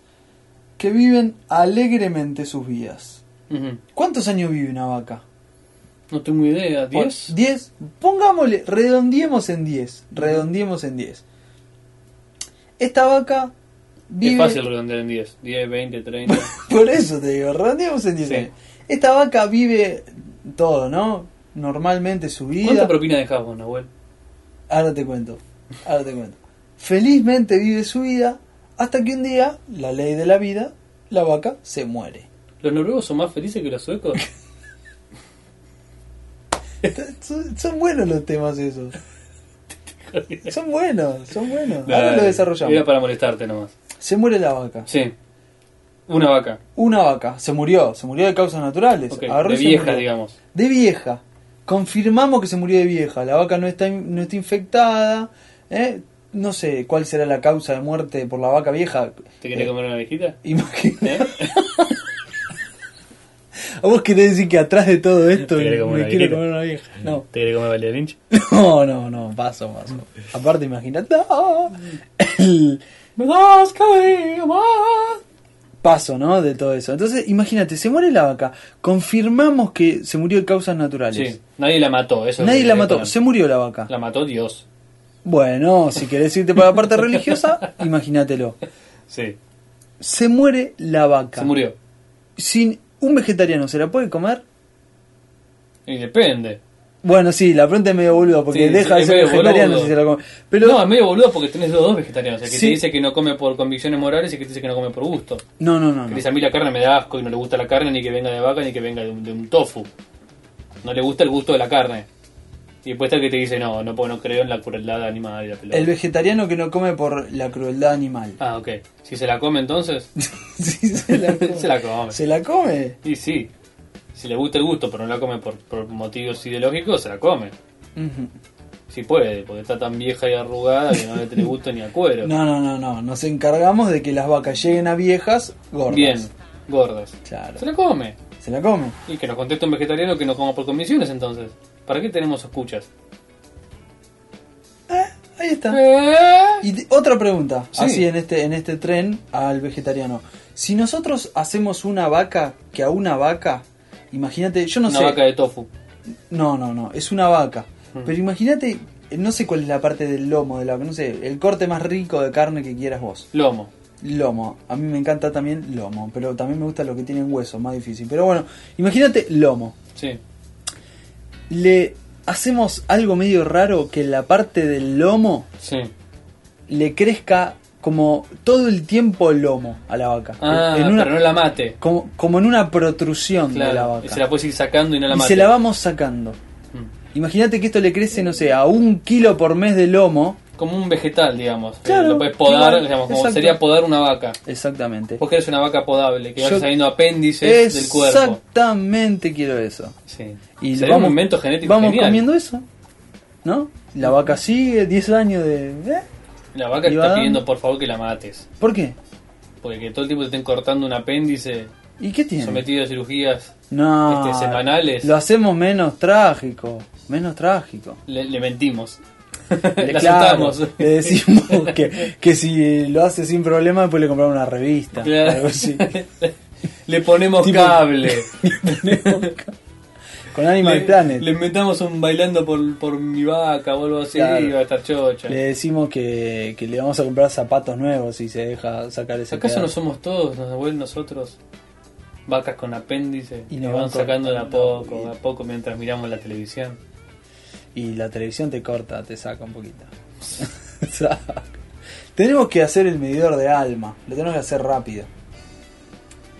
[SPEAKER 1] que viven alegremente sus vidas.
[SPEAKER 3] Ujú.
[SPEAKER 1] ¿Cuántos años vive una vaca?
[SPEAKER 3] No tengo idea, ¿10?
[SPEAKER 1] 10. Pongámosle, redondeemos en 10. Redondeemos en 10. Esta vaca vive.
[SPEAKER 3] Es fácil redondear en 10. 10, 20, 30.
[SPEAKER 1] Por eso te digo, redondeemos en 10.
[SPEAKER 3] Sí.
[SPEAKER 1] años. Esta vaca vive todo, ¿no? Normalmente su vida.
[SPEAKER 3] ¿Cuánta propina dejas vos, Nahuel?
[SPEAKER 1] Ahora te cuento. Ahora te cuento. Felizmente vive su vida hasta que un día, la ley de la vida, la vaca se muere.
[SPEAKER 3] ¿Los noruegos son más felices que los suecos?
[SPEAKER 1] Son, son buenos los temas esos. Son buenos, son buenos. Ahora
[SPEAKER 3] Dale.
[SPEAKER 1] lo desarrollamos.
[SPEAKER 3] Era para molestarte nomás.
[SPEAKER 1] Se muere la vaca.
[SPEAKER 3] Sí. Una vaca.
[SPEAKER 1] Una vaca se murió, se murió de causas naturales.
[SPEAKER 3] Ok,
[SPEAKER 1] agarró y
[SPEAKER 3] de
[SPEAKER 1] se
[SPEAKER 3] vieja,
[SPEAKER 1] murió.
[SPEAKER 3] digamos.
[SPEAKER 1] De vieja. Confirmamos que se murió de vieja. La vaca no está, in- no está infectada. ¿eh? No sé cuál será la causa de muerte por la vaca vieja.
[SPEAKER 3] ¿Te querés
[SPEAKER 1] Eh,
[SPEAKER 3] comer una abejita?
[SPEAKER 1] Imagina.
[SPEAKER 3] ¿Eh?
[SPEAKER 1] ¿A vos querés decir que atrás de todo esto
[SPEAKER 3] Te querés
[SPEAKER 1] me
[SPEAKER 3] comer una
[SPEAKER 1] quiero
[SPEAKER 3] viejita.
[SPEAKER 1] comer una vieja? No.
[SPEAKER 3] ¿Te querés comer Valeria Lynch?
[SPEAKER 1] No, no, no, paso, paso. Aparte, imagínate. ¡ah! El- Me das cariño más. Paso, ¿no? De todo eso. Entonces, imagínate, se muere la vaca. Confirmamos que se murió de causas naturales.
[SPEAKER 3] Sí. Nadie la mató, eso es
[SPEAKER 1] Nadie
[SPEAKER 3] lo
[SPEAKER 1] la
[SPEAKER 3] que
[SPEAKER 1] mató,
[SPEAKER 3] quería
[SPEAKER 1] se murió la vaca.
[SPEAKER 3] poner. La mató Dios.
[SPEAKER 1] Bueno, si querés irte para la parte religiosa, imagínatelo.
[SPEAKER 3] Sí.
[SPEAKER 1] Se muere la vaca.
[SPEAKER 3] Se murió.
[SPEAKER 1] Sin un vegetariano, ¿se la puede comer?
[SPEAKER 3] Y depende.
[SPEAKER 1] Bueno, sí, la pregunta es medio boluda, porque
[SPEAKER 3] Sí,
[SPEAKER 1] deja
[SPEAKER 3] sí,
[SPEAKER 1] de
[SPEAKER 3] es
[SPEAKER 1] ser
[SPEAKER 3] medio
[SPEAKER 1] vegetariano
[SPEAKER 3] boludo.
[SPEAKER 1] si se la come. Pero
[SPEAKER 3] no, es medio boludo porque tenés los dos vegetarianos. El que
[SPEAKER 1] Sí.
[SPEAKER 3] te dice que no come por convicciones morales y el que te dice que no come por gusto.
[SPEAKER 1] no, no, no.
[SPEAKER 3] Que
[SPEAKER 1] no.
[SPEAKER 3] dice, a mí la carne me da asco y no le gusta la carne ni que venga de vaca ni que venga de un, de un tofu. No le gusta el gusto de la carne. Y después está el que te dice, no, no, puedo- no creo en la crueldad animal y la pelota.
[SPEAKER 1] El vegetariano que no come por la crueldad animal.
[SPEAKER 3] ah, ok. Si se la come entonces,
[SPEAKER 1] Sí, se la come.
[SPEAKER 3] se la come.
[SPEAKER 1] ¿Se la come?
[SPEAKER 3] Y sí. Si le gusta el gusto pero no la come por, por motivos ideológicos, se la come.
[SPEAKER 1] Ujú.
[SPEAKER 3] Si puede, porque está tan vieja y arrugada que no le tiene gusto ni a cuero.
[SPEAKER 1] No, no, no, no. Nos encargamos de que las vacas lleguen a viejas gordas.
[SPEAKER 3] Bien, gordas.
[SPEAKER 1] Claro.
[SPEAKER 3] Se la come.
[SPEAKER 1] Se la come.
[SPEAKER 3] Y que nos conteste un vegetariano que no coma por convicciones entonces. ¿Para qué tenemos escuchas?
[SPEAKER 1] Ahí está.
[SPEAKER 3] ¿Eh?
[SPEAKER 1] Y te- otra pregunta,
[SPEAKER 3] Sí.
[SPEAKER 1] así en este, en este tren al vegetariano. Si nosotros hacemos una vaca que a una vaca, imagínate, yo no
[SPEAKER 3] Una
[SPEAKER 1] sé.
[SPEAKER 3] vaca de tofu.
[SPEAKER 1] No, no, no, es una vaca.
[SPEAKER 3] Mm.
[SPEAKER 1] Pero imagínate, eh, no sé cuál es la parte del lomo de la vaca, no sé, el corte más rico de carne que quieras vos.
[SPEAKER 3] Lomo.
[SPEAKER 1] Lomo, a mí me encanta también lomo, pero también me gusta lo que tienen hueso, más difícil. Pero bueno, imagínate lomo.
[SPEAKER 3] Sí.
[SPEAKER 1] Le hacemos algo medio raro que la parte del lomo
[SPEAKER 3] Sí.
[SPEAKER 1] le crezca como todo el tiempo el lomo a la vaca.
[SPEAKER 3] Ah,
[SPEAKER 1] En una-
[SPEAKER 3] pero no la mate.
[SPEAKER 1] como, como en una protrusión de la
[SPEAKER 3] Claro.
[SPEAKER 1] vaca.
[SPEAKER 3] Y se la puedes ir sacando y no la
[SPEAKER 1] Y
[SPEAKER 3] mate.
[SPEAKER 1] se la vamos sacando.
[SPEAKER 3] Mm.
[SPEAKER 1] Imagínate que esto le crece, no sé, a un kilo por mes de lomo.
[SPEAKER 3] Como un vegetal, digamos. que
[SPEAKER 1] Claro,
[SPEAKER 3] lo puedes podar,
[SPEAKER 1] igual,
[SPEAKER 3] digamos, como
[SPEAKER 1] exacto.
[SPEAKER 3] sería podar una vaca.
[SPEAKER 1] Exactamente.
[SPEAKER 3] Vos eres una vaca podable, que
[SPEAKER 1] Yo-
[SPEAKER 3] va saliendo apéndices del cuerpo.
[SPEAKER 1] Exactamente quiero eso.
[SPEAKER 3] Sí.
[SPEAKER 1] Y
[SPEAKER 3] Sería un momento genético
[SPEAKER 1] Vamos
[SPEAKER 3] genial.
[SPEAKER 1] comiendo eso. ¿No? La vaca sigue 10 años de... ¿eh?
[SPEAKER 3] La vaca
[SPEAKER 1] y
[SPEAKER 3] te
[SPEAKER 1] va
[SPEAKER 3] está
[SPEAKER 1] dando-
[SPEAKER 3] pidiendo por favor que la mates.
[SPEAKER 1] ¿Por qué?
[SPEAKER 3] Porque que todo el tiempo te estén cortando un apéndice,
[SPEAKER 1] ¿Y qué tiene?
[SPEAKER 3] sometido a cirugías
[SPEAKER 1] No.
[SPEAKER 3] Este, semanales.
[SPEAKER 1] Lo hacemos menos trágico. menos trágico.
[SPEAKER 3] Le, le mentimos. Le
[SPEAKER 1] Claro,
[SPEAKER 3] asustamos.
[SPEAKER 1] le decimos que, que si lo hace sin problema, después le compramos una revista.
[SPEAKER 3] Claro.
[SPEAKER 1] algo así.
[SPEAKER 3] Le ponemos
[SPEAKER 1] Tipo-
[SPEAKER 3] cable.
[SPEAKER 1] Con Animal
[SPEAKER 3] le,
[SPEAKER 1] Planet.
[SPEAKER 3] le inventamos un bailando por, por mi vaca o algo así
[SPEAKER 1] Claro.
[SPEAKER 3] y va a estar chocho.
[SPEAKER 1] Le decimos que, que le vamos a comprar zapatos nuevos si se deja sacar ese
[SPEAKER 3] ¿Acaso no
[SPEAKER 1] pedazo.
[SPEAKER 3] somos todos nos devuelven nosotros vacas con apéndice
[SPEAKER 1] Y
[SPEAKER 3] y
[SPEAKER 1] nos
[SPEAKER 3] nos
[SPEAKER 1] van
[SPEAKER 3] van sacando de a
[SPEAKER 1] cortando
[SPEAKER 3] poco,
[SPEAKER 1] poquito.
[SPEAKER 3] a poco mientras miramos la televisión?
[SPEAKER 1] Y la televisión te corta, te saca un poquito. Saca. tenemos que hacer el medidor de alma. Lo tenemos que hacer rápido.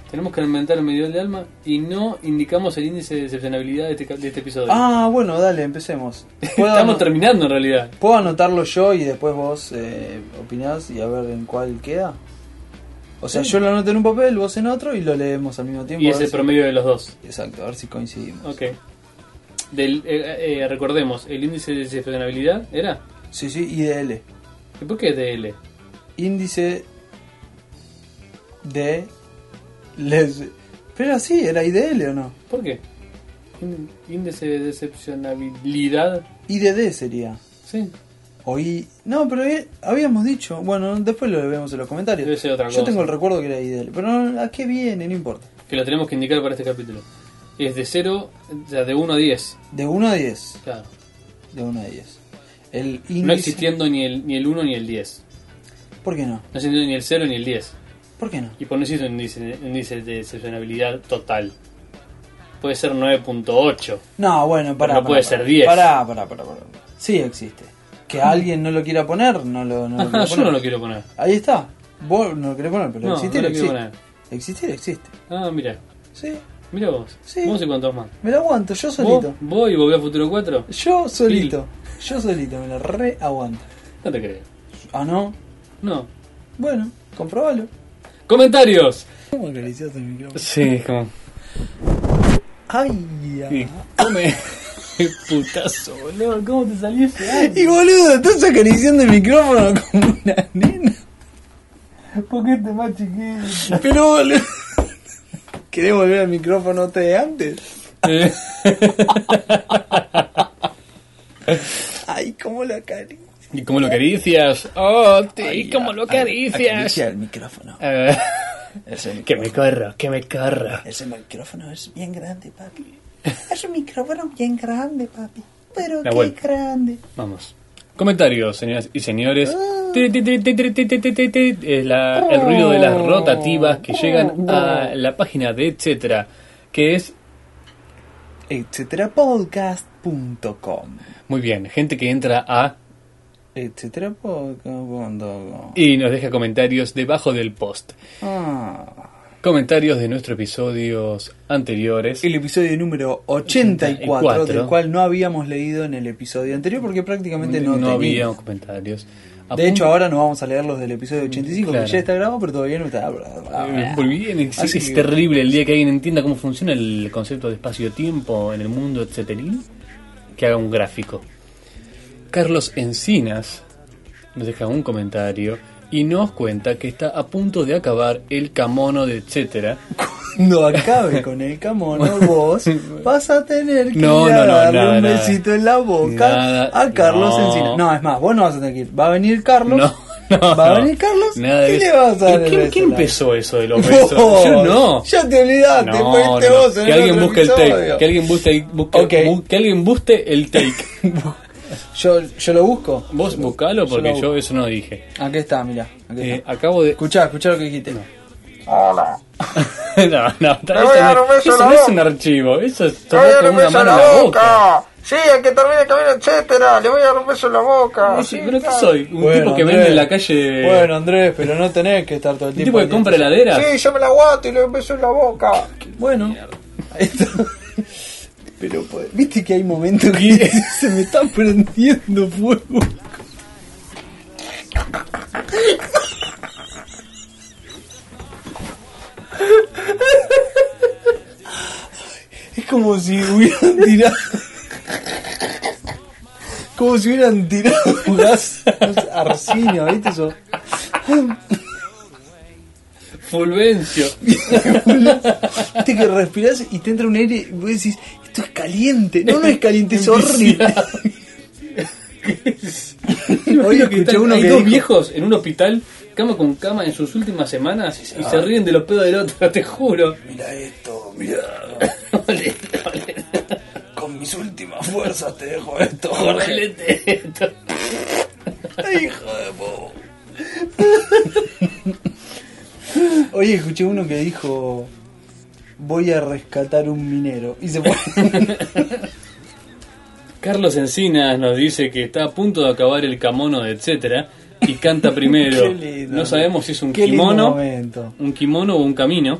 [SPEAKER 3] Tenemos que aumentar el medidor de alma y no indicamos el índice de decepcionabilidad de este, ca- de este episodio.
[SPEAKER 1] Ah, bueno, dale, empecemos. Puedo,
[SPEAKER 3] Estamos
[SPEAKER 1] ano-
[SPEAKER 3] terminando en realidad.
[SPEAKER 1] puedo anotarlo yo y después vos eh, opinás y a ver en cuál queda? O sea, yo lo anoto en un papel, vos en otro y lo leemos al mismo tiempo.
[SPEAKER 3] Y
[SPEAKER 1] a
[SPEAKER 3] es
[SPEAKER 1] ver
[SPEAKER 3] el
[SPEAKER 1] si-
[SPEAKER 3] promedio de los dos.
[SPEAKER 1] Exacto, a ver si coincidimos.
[SPEAKER 3] Ok. Del, eh, eh, recordemos, el índice de decepcionabilidad era.
[SPEAKER 1] Sí, sí, IDL.
[SPEAKER 3] ¿Y por qué DL?
[SPEAKER 1] Índice de... Les... Pero sí, era IDL o no.
[SPEAKER 3] ¿Por qué? Ín- Índice de decepcionabilidad.
[SPEAKER 1] IDD sería.
[SPEAKER 3] Sí.
[SPEAKER 1] O I... No, pero eh, habíamos dicho... Bueno, después lo vemos en los comentarios.
[SPEAKER 3] Debe ser otra
[SPEAKER 1] Yo
[SPEAKER 3] cosa.
[SPEAKER 1] tengo el recuerdo que era IDL. Pero no, ¿a qué viene? No importa.
[SPEAKER 3] que lo tenemos que indicar para este capítulo. Es de 0, o sea, de 1 a 10.
[SPEAKER 1] De 1 a 10.
[SPEAKER 3] Claro.
[SPEAKER 1] De 1 a 10. El índice...
[SPEAKER 3] No existiendo ni el, ni el 1 ni el 10.
[SPEAKER 1] ¿Por qué no?
[SPEAKER 3] No existiendo ni el 0 ni el 10.
[SPEAKER 1] ¿Por qué no?
[SPEAKER 3] Y por no existir un índice, un índice de decepcionabilidad total. Puede ser 9.8.
[SPEAKER 1] No, bueno, para.
[SPEAKER 3] no puede ser 10.
[SPEAKER 1] Pará, pará, pará, pará. Sí existe. Que alguien no lo quiera poner, no lo, no lo quiera
[SPEAKER 3] Yo no
[SPEAKER 1] poner.
[SPEAKER 3] lo quiero poner.
[SPEAKER 1] Ahí está. Vos no lo querés poner, pero
[SPEAKER 3] No,
[SPEAKER 1] existir
[SPEAKER 3] no lo
[SPEAKER 1] existe.
[SPEAKER 3] quiero poner.
[SPEAKER 1] Existir existe.
[SPEAKER 3] Ah, mira.
[SPEAKER 1] Sí.
[SPEAKER 3] Mira vos.
[SPEAKER 1] Sí.
[SPEAKER 3] Vos y cuántos más.
[SPEAKER 1] Me lo aguanto, yo
[SPEAKER 3] ¿Vos,
[SPEAKER 1] solito.
[SPEAKER 3] vos y volví a Futuro 4.
[SPEAKER 1] Yo solito. Yo solito, me lo re aguanto.
[SPEAKER 3] No te creo.
[SPEAKER 1] Ah, no.
[SPEAKER 3] No.
[SPEAKER 1] Bueno, comprobalo.
[SPEAKER 3] Comentarios.
[SPEAKER 1] ¿Cómo acariciás el micrófono?
[SPEAKER 3] Sí, es como.
[SPEAKER 1] Ay, ya.
[SPEAKER 3] Come. Putazo, boludo. ¿Cómo te salió ese año?
[SPEAKER 1] Y boludo, estás acariciando el micrófono como una nena.
[SPEAKER 3] Poquete más chiquillo.
[SPEAKER 1] Pero boludo. ¿Querés volver al micrófono te de antes?
[SPEAKER 3] Eh,
[SPEAKER 1] Ay, cómo la acaricia.
[SPEAKER 3] ¿Y cómo lo caricias? ¡Oh, tío!
[SPEAKER 1] Ay,
[SPEAKER 3] ¿Y cómo
[SPEAKER 1] a-
[SPEAKER 3] lo
[SPEAKER 1] a-
[SPEAKER 3] caricias?
[SPEAKER 1] Acaricia el micrófono.
[SPEAKER 3] Eh,
[SPEAKER 1] Ese micrófono,
[SPEAKER 3] que me corro, que me corro.
[SPEAKER 1] ese micrófono es bien grande, papi. Es un micrófono bien grande, papi. Pero
[SPEAKER 3] Nahuel.
[SPEAKER 1] qué grande.
[SPEAKER 3] Vamos. Comentarios, señoras y señores.
[SPEAKER 1] Ah.
[SPEAKER 3] Ti, ti, ti, ti, ti, ti, ti, ti, ti, ti. Es la- el ruido de las rotativas que llegan a la página de etcétera, que es
[SPEAKER 1] Etcéterapodcast.com
[SPEAKER 3] muy bien, gente que entra a
[SPEAKER 1] Etcéterapodcast.com
[SPEAKER 3] y nos deja comentarios debajo del post.
[SPEAKER 1] Ah.
[SPEAKER 3] Comentarios de nuestros episodios anteriores.
[SPEAKER 1] El episodio número 84,
[SPEAKER 3] 84.
[SPEAKER 1] del cual no habíamos leído en el episodio anterior porque prácticamente no,
[SPEAKER 3] no, había
[SPEAKER 1] teníamos.
[SPEAKER 3] comentarios.
[SPEAKER 1] De hecho, ahora no vamos a leer los del episodio 85,
[SPEAKER 3] Claro.
[SPEAKER 1] que ya está grabado, pero todavía no está.
[SPEAKER 3] Eh, Muy bien, es,
[SPEAKER 1] Así
[SPEAKER 3] es
[SPEAKER 1] que-
[SPEAKER 3] terrible el día que alguien entienda cómo funciona el concepto de espacio-tiempo en el mundo, etc. Que haga un gráfico. Carlos Encinas nos deja un comentario y nos cuenta que está a punto de acabar el camono de etcétera.
[SPEAKER 1] Cuando acabe con el camono, vos vas a tener que
[SPEAKER 3] No,
[SPEAKER 1] ir a
[SPEAKER 3] no, no,
[SPEAKER 1] darle
[SPEAKER 3] nada,
[SPEAKER 1] un
[SPEAKER 3] nada.
[SPEAKER 1] besito en la boca
[SPEAKER 3] Nada,
[SPEAKER 1] a Carlos
[SPEAKER 3] no.
[SPEAKER 1] Encina. No, es más, vos no vas a tener que ir. Va a venir Carlos.
[SPEAKER 3] No, no.
[SPEAKER 1] Va a
[SPEAKER 3] no.
[SPEAKER 1] venir Carlos
[SPEAKER 3] Nada de
[SPEAKER 1] y le
[SPEAKER 3] eso.
[SPEAKER 1] vas a dar el
[SPEAKER 3] ¿Pero ¿Quién,
[SPEAKER 1] beso
[SPEAKER 3] quién
[SPEAKER 1] en la-
[SPEAKER 3] empezó eso de los
[SPEAKER 1] Vos,
[SPEAKER 3] besos? Yo no.
[SPEAKER 1] Ya te olvidaste,
[SPEAKER 3] No,
[SPEAKER 1] fuiste
[SPEAKER 3] no.
[SPEAKER 1] vos en
[SPEAKER 3] Que
[SPEAKER 1] el
[SPEAKER 3] alguien
[SPEAKER 1] otro
[SPEAKER 3] busque el take.
[SPEAKER 1] episodio.
[SPEAKER 3] Que alguien busque, busque-
[SPEAKER 1] Ok.
[SPEAKER 3] bu- que alguien buste el take.
[SPEAKER 1] Yo, yo lo busco.
[SPEAKER 3] Vos buscalo porque
[SPEAKER 1] lo
[SPEAKER 3] yo,
[SPEAKER 1] busco.
[SPEAKER 3] eso no dije.
[SPEAKER 1] Aquí está, mirá. Aquí
[SPEAKER 3] Eh,
[SPEAKER 1] está.
[SPEAKER 3] acabo de.
[SPEAKER 1] Escuchá, escuchá lo que dijiste.
[SPEAKER 4] Hola.
[SPEAKER 3] no, no, eso,
[SPEAKER 4] voy a dar
[SPEAKER 3] no-
[SPEAKER 4] un beso
[SPEAKER 3] eso
[SPEAKER 4] en la
[SPEAKER 3] no es
[SPEAKER 4] boca.
[SPEAKER 3] un archivo, eso es
[SPEAKER 4] Le voy a
[SPEAKER 3] tomar
[SPEAKER 4] dar
[SPEAKER 3] con una
[SPEAKER 4] un beso en
[SPEAKER 3] mano en
[SPEAKER 4] la
[SPEAKER 3] la
[SPEAKER 4] boca.
[SPEAKER 3] boca.
[SPEAKER 4] Sí, al que termine el camino, etcétera. Le voy a dar un beso en la boca.
[SPEAKER 3] Sí,
[SPEAKER 4] Sí,
[SPEAKER 3] ¿Pero qué
[SPEAKER 4] tal.
[SPEAKER 3] soy? ¿Un
[SPEAKER 1] Ah, Bueno,
[SPEAKER 3] tipo que
[SPEAKER 1] Andrés.
[SPEAKER 3] vende en la calle?
[SPEAKER 1] Bueno, Andrés, pero no tenés que estar todo el
[SPEAKER 3] ¿Un
[SPEAKER 1] tiempo.
[SPEAKER 3] tipo que
[SPEAKER 1] pendiente.
[SPEAKER 3] compra heladeras?
[SPEAKER 4] Sí, yo me la aguanto y le doy un beso en la boca.
[SPEAKER 1] Bueno. Ahí está. Pero, pues, viste que hay momentos que se me está prendiendo fuego. Es como si hubieran tirado. Como si hubieran tirado gas arcina, ¿viste eso?
[SPEAKER 3] Fulvencio.
[SPEAKER 1] Viste que respirás y te entra un aire y vos decís, esto es caliente. No, no es caliente, es horrible. Hoy
[SPEAKER 3] Imagino que
[SPEAKER 1] escuché
[SPEAKER 3] están-
[SPEAKER 1] uno
[SPEAKER 3] hay
[SPEAKER 1] que
[SPEAKER 3] dos
[SPEAKER 1] dijo-
[SPEAKER 3] viejos en un hospital, cama con cama, en sus últimas semanas y se ríen de los pedos del otro, te juro.
[SPEAKER 1] Mira esto, mira.
[SPEAKER 3] Ole, ole,
[SPEAKER 1] Con mis últimas fuerzas te dejo esto,
[SPEAKER 3] ole, teto.
[SPEAKER 1] Hijo de Oye, escuché uno que dijo, voy a rescatar un minero. Y se fue.
[SPEAKER 3] Carlos Encinas nos dice que está a punto de acabar el camono de etcétera y canta primero.
[SPEAKER 1] Qué lindo.
[SPEAKER 3] no sabemos si es un
[SPEAKER 1] Qué lindo
[SPEAKER 3] kimono,
[SPEAKER 1] momento.
[SPEAKER 3] un kimono o un camino.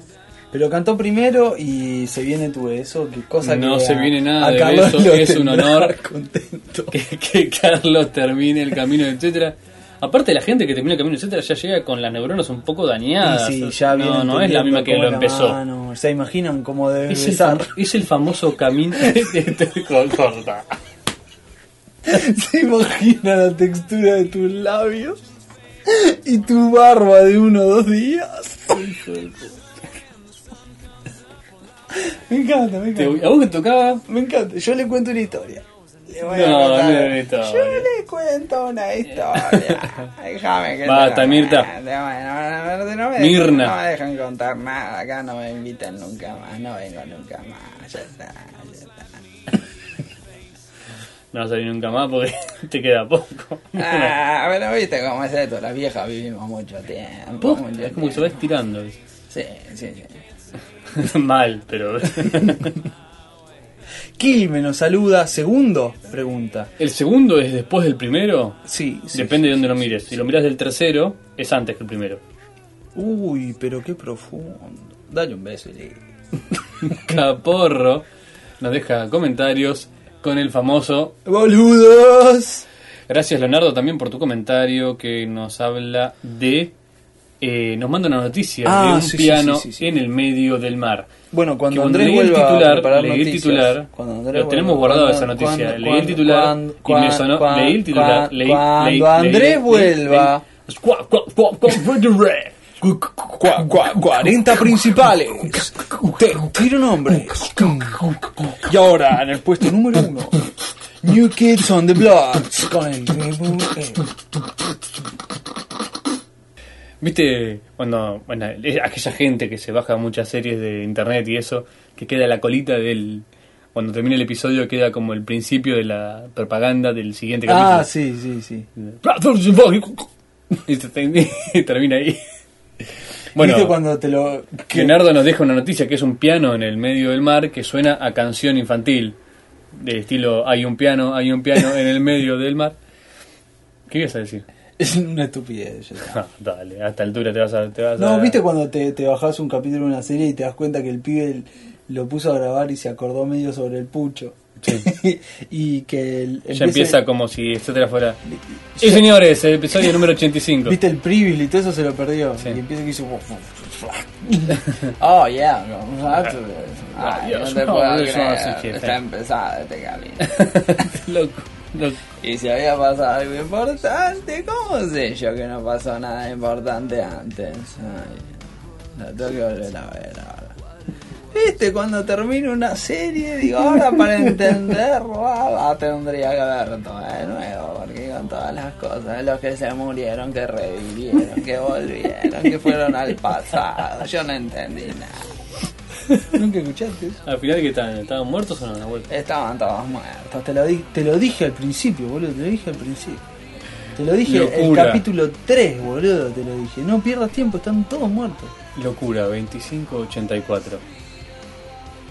[SPEAKER 1] Pero cantó primero y se viene tu beso, que cosa que
[SPEAKER 3] No se viene nada de
[SPEAKER 1] Carlos
[SPEAKER 3] beso,
[SPEAKER 1] lo
[SPEAKER 3] es un
[SPEAKER 1] tendrá
[SPEAKER 3] honor.
[SPEAKER 1] contento.
[SPEAKER 3] que, que Carlos termine el camino, etcétera. Aparte la gente que termina el camino, etcétera, ya llega con las neuronas un poco dañadas.
[SPEAKER 1] Y sí, ya
[SPEAKER 3] no,
[SPEAKER 1] vienen
[SPEAKER 3] no es la
[SPEAKER 1] teniendo
[SPEAKER 3] misma que
[SPEAKER 1] como
[SPEAKER 3] lo
[SPEAKER 1] la
[SPEAKER 3] empezó.
[SPEAKER 1] mano. Se imaginan cómo debe
[SPEAKER 3] Es el,
[SPEAKER 1] besar.
[SPEAKER 3] fam- es el famoso camino. este Corta.
[SPEAKER 1] Se imagina la textura de tus labios y tu barba de uno o dos días. Me encanta, me
[SPEAKER 3] Te-
[SPEAKER 1] encanta.
[SPEAKER 3] ¿A vos que tocaba?
[SPEAKER 1] Me encanta. Yo le cuento una historia. Le voy a
[SPEAKER 3] No, no
[SPEAKER 1] contar.
[SPEAKER 3] es una historia.
[SPEAKER 1] Yo le cuento una historia. Déjame que
[SPEAKER 3] Basta,
[SPEAKER 1] te-
[SPEAKER 3] Mirta.
[SPEAKER 1] No, no, no, no me dejan-
[SPEAKER 3] Mirna.
[SPEAKER 1] No me dejan contar nada. Acá no me invitan nunca más. No vengo nunca más. Ya está. ya está.
[SPEAKER 3] No va a salir nunca más porque te queda poco.
[SPEAKER 1] Ah, bueno, viste cómo es esto. Las viejas vivimos mucho tiempo.
[SPEAKER 3] Posta,
[SPEAKER 1] mucho
[SPEAKER 3] es como que
[SPEAKER 1] tiempo.
[SPEAKER 3] se va estirando.
[SPEAKER 1] Sí, sí, sí.
[SPEAKER 3] Mal, pero.
[SPEAKER 1] Quilme nos saluda. Segundo, pregunta.
[SPEAKER 3] ¿El segundo es después del primero?
[SPEAKER 1] Sí, sí.
[SPEAKER 3] Depende de dónde lo mires. Si lo miras del tercero, es antes que el primero.
[SPEAKER 1] Uy, pero qué profundo. Dale un beso y le...
[SPEAKER 3] Caporro nos deja comentarios con el famoso.
[SPEAKER 1] ¡Boludos!
[SPEAKER 3] Gracias Leonardo también por tu comentario que nos habla de... eh, nos manda una noticia
[SPEAKER 1] Ah,
[SPEAKER 3] de un
[SPEAKER 1] sí, sí,
[SPEAKER 3] piano
[SPEAKER 1] sí, sí, sí.
[SPEAKER 3] en el medio del mar.
[SPEAKER 1] Bueno, cuando
[SPEAKER 3] Que
[SPEAKER 1] Andrés
[SPEAKER 3] leí el
[SPEAKER 1] vuelva a
[SPEAKER 3] titular,
[SPEAKER 1] preparar
[SPEAKER 3] leí el
[SPEAKER 1] noticias,
[SPEAKER 3] titular,
[SPEAKER 1] cuando
[SPEAKER 3] lo
[SPEAKER 1] Andrés vuelva-
[SPEAKER 3] tenemos guardado
[SPEAKER 1] cuando-
[SPEAKER 3] esa noticia,
[SPEAKER 1] cuando-
[SPEAKER 3] leí el
[SPEAKER 1] cuando-
[SPEAKER 3] titular
[SPEAKER 1] cuando-
[SPEAKER 3] y me sonó,
[SPEAKER 1] cuando-
[SPEAKER 3] leí el titular,
[SPEAKER 1] cuando-
[SPEAKER 3] leí,
[SPEAKER 1] cuando
[SPEAKER 3] leí,
[SPEAKER 1] Andrés
[SPEAKER 3] leí,
[SPEAKER 1] vuelva.
[SPEAKER 3] leí. Squac, squac, squac, squac, squac,
[SPEAKER 1] Cu- cu- cua- cua- 40 principales. Te tiro nombres. Y ahora, en el puesto número uno, New Kids on the Block. Con el
[SPEAKER 3] E.
[SPEAKER 1] nuevo, eh,
[SPEAKER 3] Viste, cuando, bueno, es aquella gente que se baja muchas series de internet y eso, que queda la colita del... Cuando termina el episodio queda como el principio de la propaganda del siguiente capítulo.
[SPEAKER 1] Ah, sí, sí, sí.
[SPEAKER 3] Y se termina- y termina ahí.
[SPEAKER 1] ¿Viste
[SPEAKER 3] Bueno,
[SPEAKER 1] cuando te lo. que-
[SPEAKER 3] Leonardo nos deja una noticia que es un piano en el medio del mar que suena a canción infantil. De estilo, hay un piano, hay un piano en el medio del mar. ¿Qué ibas a decir?
[SPEAKER 1] Es una estupidez. ya está.
[SPEAKER 3] Ah, dale, a esta altura te vas a... te vas
[SPEAKER 1] No,
[SPEAKER 3] a-
[SPEAKER 1] ¿viste cuando te, te bajás un capítulo de una serie y te das cuenta que el pibe lo puso a grabar y se acordó medio sobre el pucho?
[SPEAKER 3] Sí.
[SPEAKER 1] y que el,
[SPEAKER 3] Ya empieza como si etcétera fuera. Sí, señores, el episodio número 85.
[SPEAKER 1] Viste el privilege y todo eso se lo perdió.
[SPEAKER 3] Sí.
[SPEAKER 1] Y empieza que hizo. oh, yeah. Ah, no, that's- Ay,
[SPEAKER 3] Dios,
[SPEAKER 1] no te
[SPEAKER 3] no,
[SPEAKER 1] puedo
[SPEAKER 3] eso
[SPEAKER 1] creer,
[SPEAKER 3] es un chiste.
[SPEAKER 1] Está empezado este camino.
[SPEAKER 3] Loco, loco.
[SPEAKER 1] y si había pasado algo importante, ¿cómo sé yo que no pasó nada importante antes? Ay, la tengo que volver a ver ahora. Viste, cuando termino una serie, digo, ahora para entenderlo, ah, tendría que ver todo de nuevo, porque con todas las cosas, los que se murieron, que revivieron, que volvieron, que fueron al pasado, yo no entendí nada. ¿Nunca escuchaste eso?
[SPEAKER 3] Al final, ¿qué estaban? ¿Estaban muertos o no? Nahuel?
[SPEAKER 1] Estaban todos muertos, te lo, di- te lo dije al principio, boludo, te lo dije al principio. Te lo dije el
[SPEAKER 3] Locura.
[SPEAKER 1] capítulo 3, boludo, te lo dije. No pierdas tiempo, están todos muertos.
[SPEAKER 3] Locura, 2584.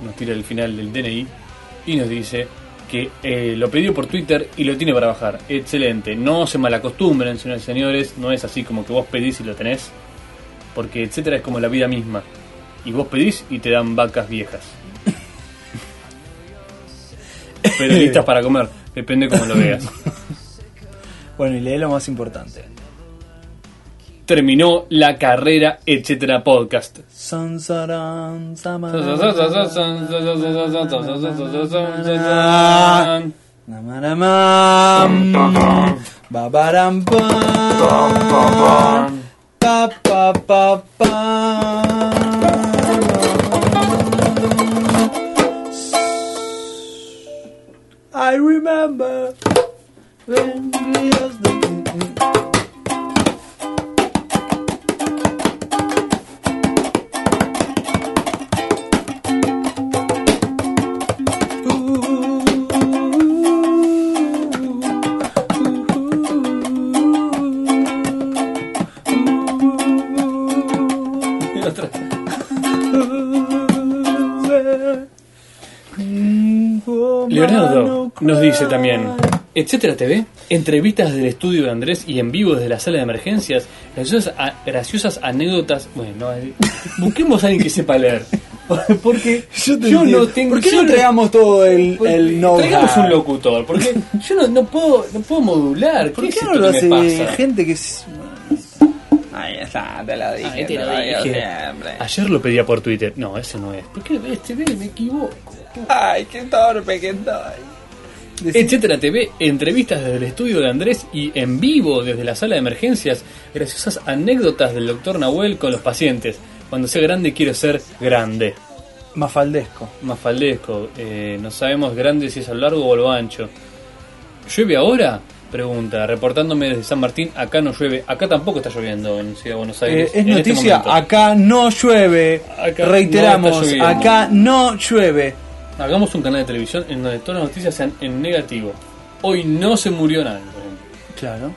[SPEAKER 3] Nos tira el final del DNI y nos dice que eh, lo pidió por Twitter y lo tiene para bajar. Excelente. No se malacostumbren, señores y señores. No es así como que vos pedís y lo tenés. Porque etcétera es como la vida misma. Y vos pedís y te dan vacas viejas. Pero listas para comer. Depende cómo lo veas.
[SPEAKER 1] Bueno, y leí lo más importante.
[SPEAKER 3] Terminó la carrera, etcétera podcast.
[SPEAKER 1] San, saran, samara, namaramam, babaram, pam, pa, pa, pa, pa. I remember when we was the-
[SPEAKER 3] Otra. Leonardo nos dice también, etcétera TV, entrevistas del estudio de Andrés y en vivo desde la sala de emergencias, graciosas, a- graciosas anécdotas. Bueno, no, eh, busquemos a alguien que sepa leer. Porque
[SPEAKER 1] Yo,
[SPEAKER 3] yo,
[SPEAKER 1] te
[SPEAKER 3] no
[SPEAKER 1] entiendo.
[SPEAKER 3] tengo.
[SPEAKER 1] ¿Por qué
[SPEAKER 3] yo
[SPEAKER 1] no entregamos todo el,
[SPEAKER 3] porque-
[SPEAKER 1] el know
[SPEAKER 3] traigamos un locutor, porque yo no, no puedo no puedo modular.
[SPEAKER 1] ¿Por
[SPEAKER 3] ¿Qué,
[SPEAKER 1] qué
[SPEAKER 3] es
[SPEAKER 1] no
[SPEAKER 3] esto
[SPEAKER 1] lo
[SPEAKER 3] que
[SPEAKER 1] hace
[SPEAKER 3] me pasa?
[SPEAKER 1] gente que es... Ahí está, te lo dije.
[SPEAKER 3] Ahí te Este lo dije. Ayer lo pedía por Twitter. No, ese no es. ¿Por qué este ve, me equivoco?
[SPEAKER 1] Ay, qué torpe que estoy. Decí-
[SPEAKER 3] Etcétera TV, entrevistas desde el estudio de Andrés y en vivo desde la sala de emergencias, graciosas anécdotas del doctor Nahuel con los pacientes. Cuando sea grande quiero ser grande.
[SPEAKER 1] Mafaldesco.
[SPEAKER 3] Mafaldesco, eh, no sabemos grande si es a lo largo o a lo ancho. ¿Llueve ahora? Pregunta, reportándome desde San Martín, acá no llueve, acá tampoco está lloviendo en Ciudad de Buenos Aires.
[SPEAKER 1] Eh, es
[SPEAKER 3] en este
[SPEAKER 1] noticia,
[SPEAKER 3] momento.
[SPEAKER 1] acá no llueve.
[SPEAKER 3] Acá no
[SPEAKER 1] Reiteramos,
[SPEAKER 3] está lloviendo.
[SPEAKER 1] acá no llueve.
[SPEAKER 3] Hagamos un canal de televisión en donde todas las noticias sean en negativo. Hoy no se murió nadie, por ejemplo.
[SPEAKER 1] Claro.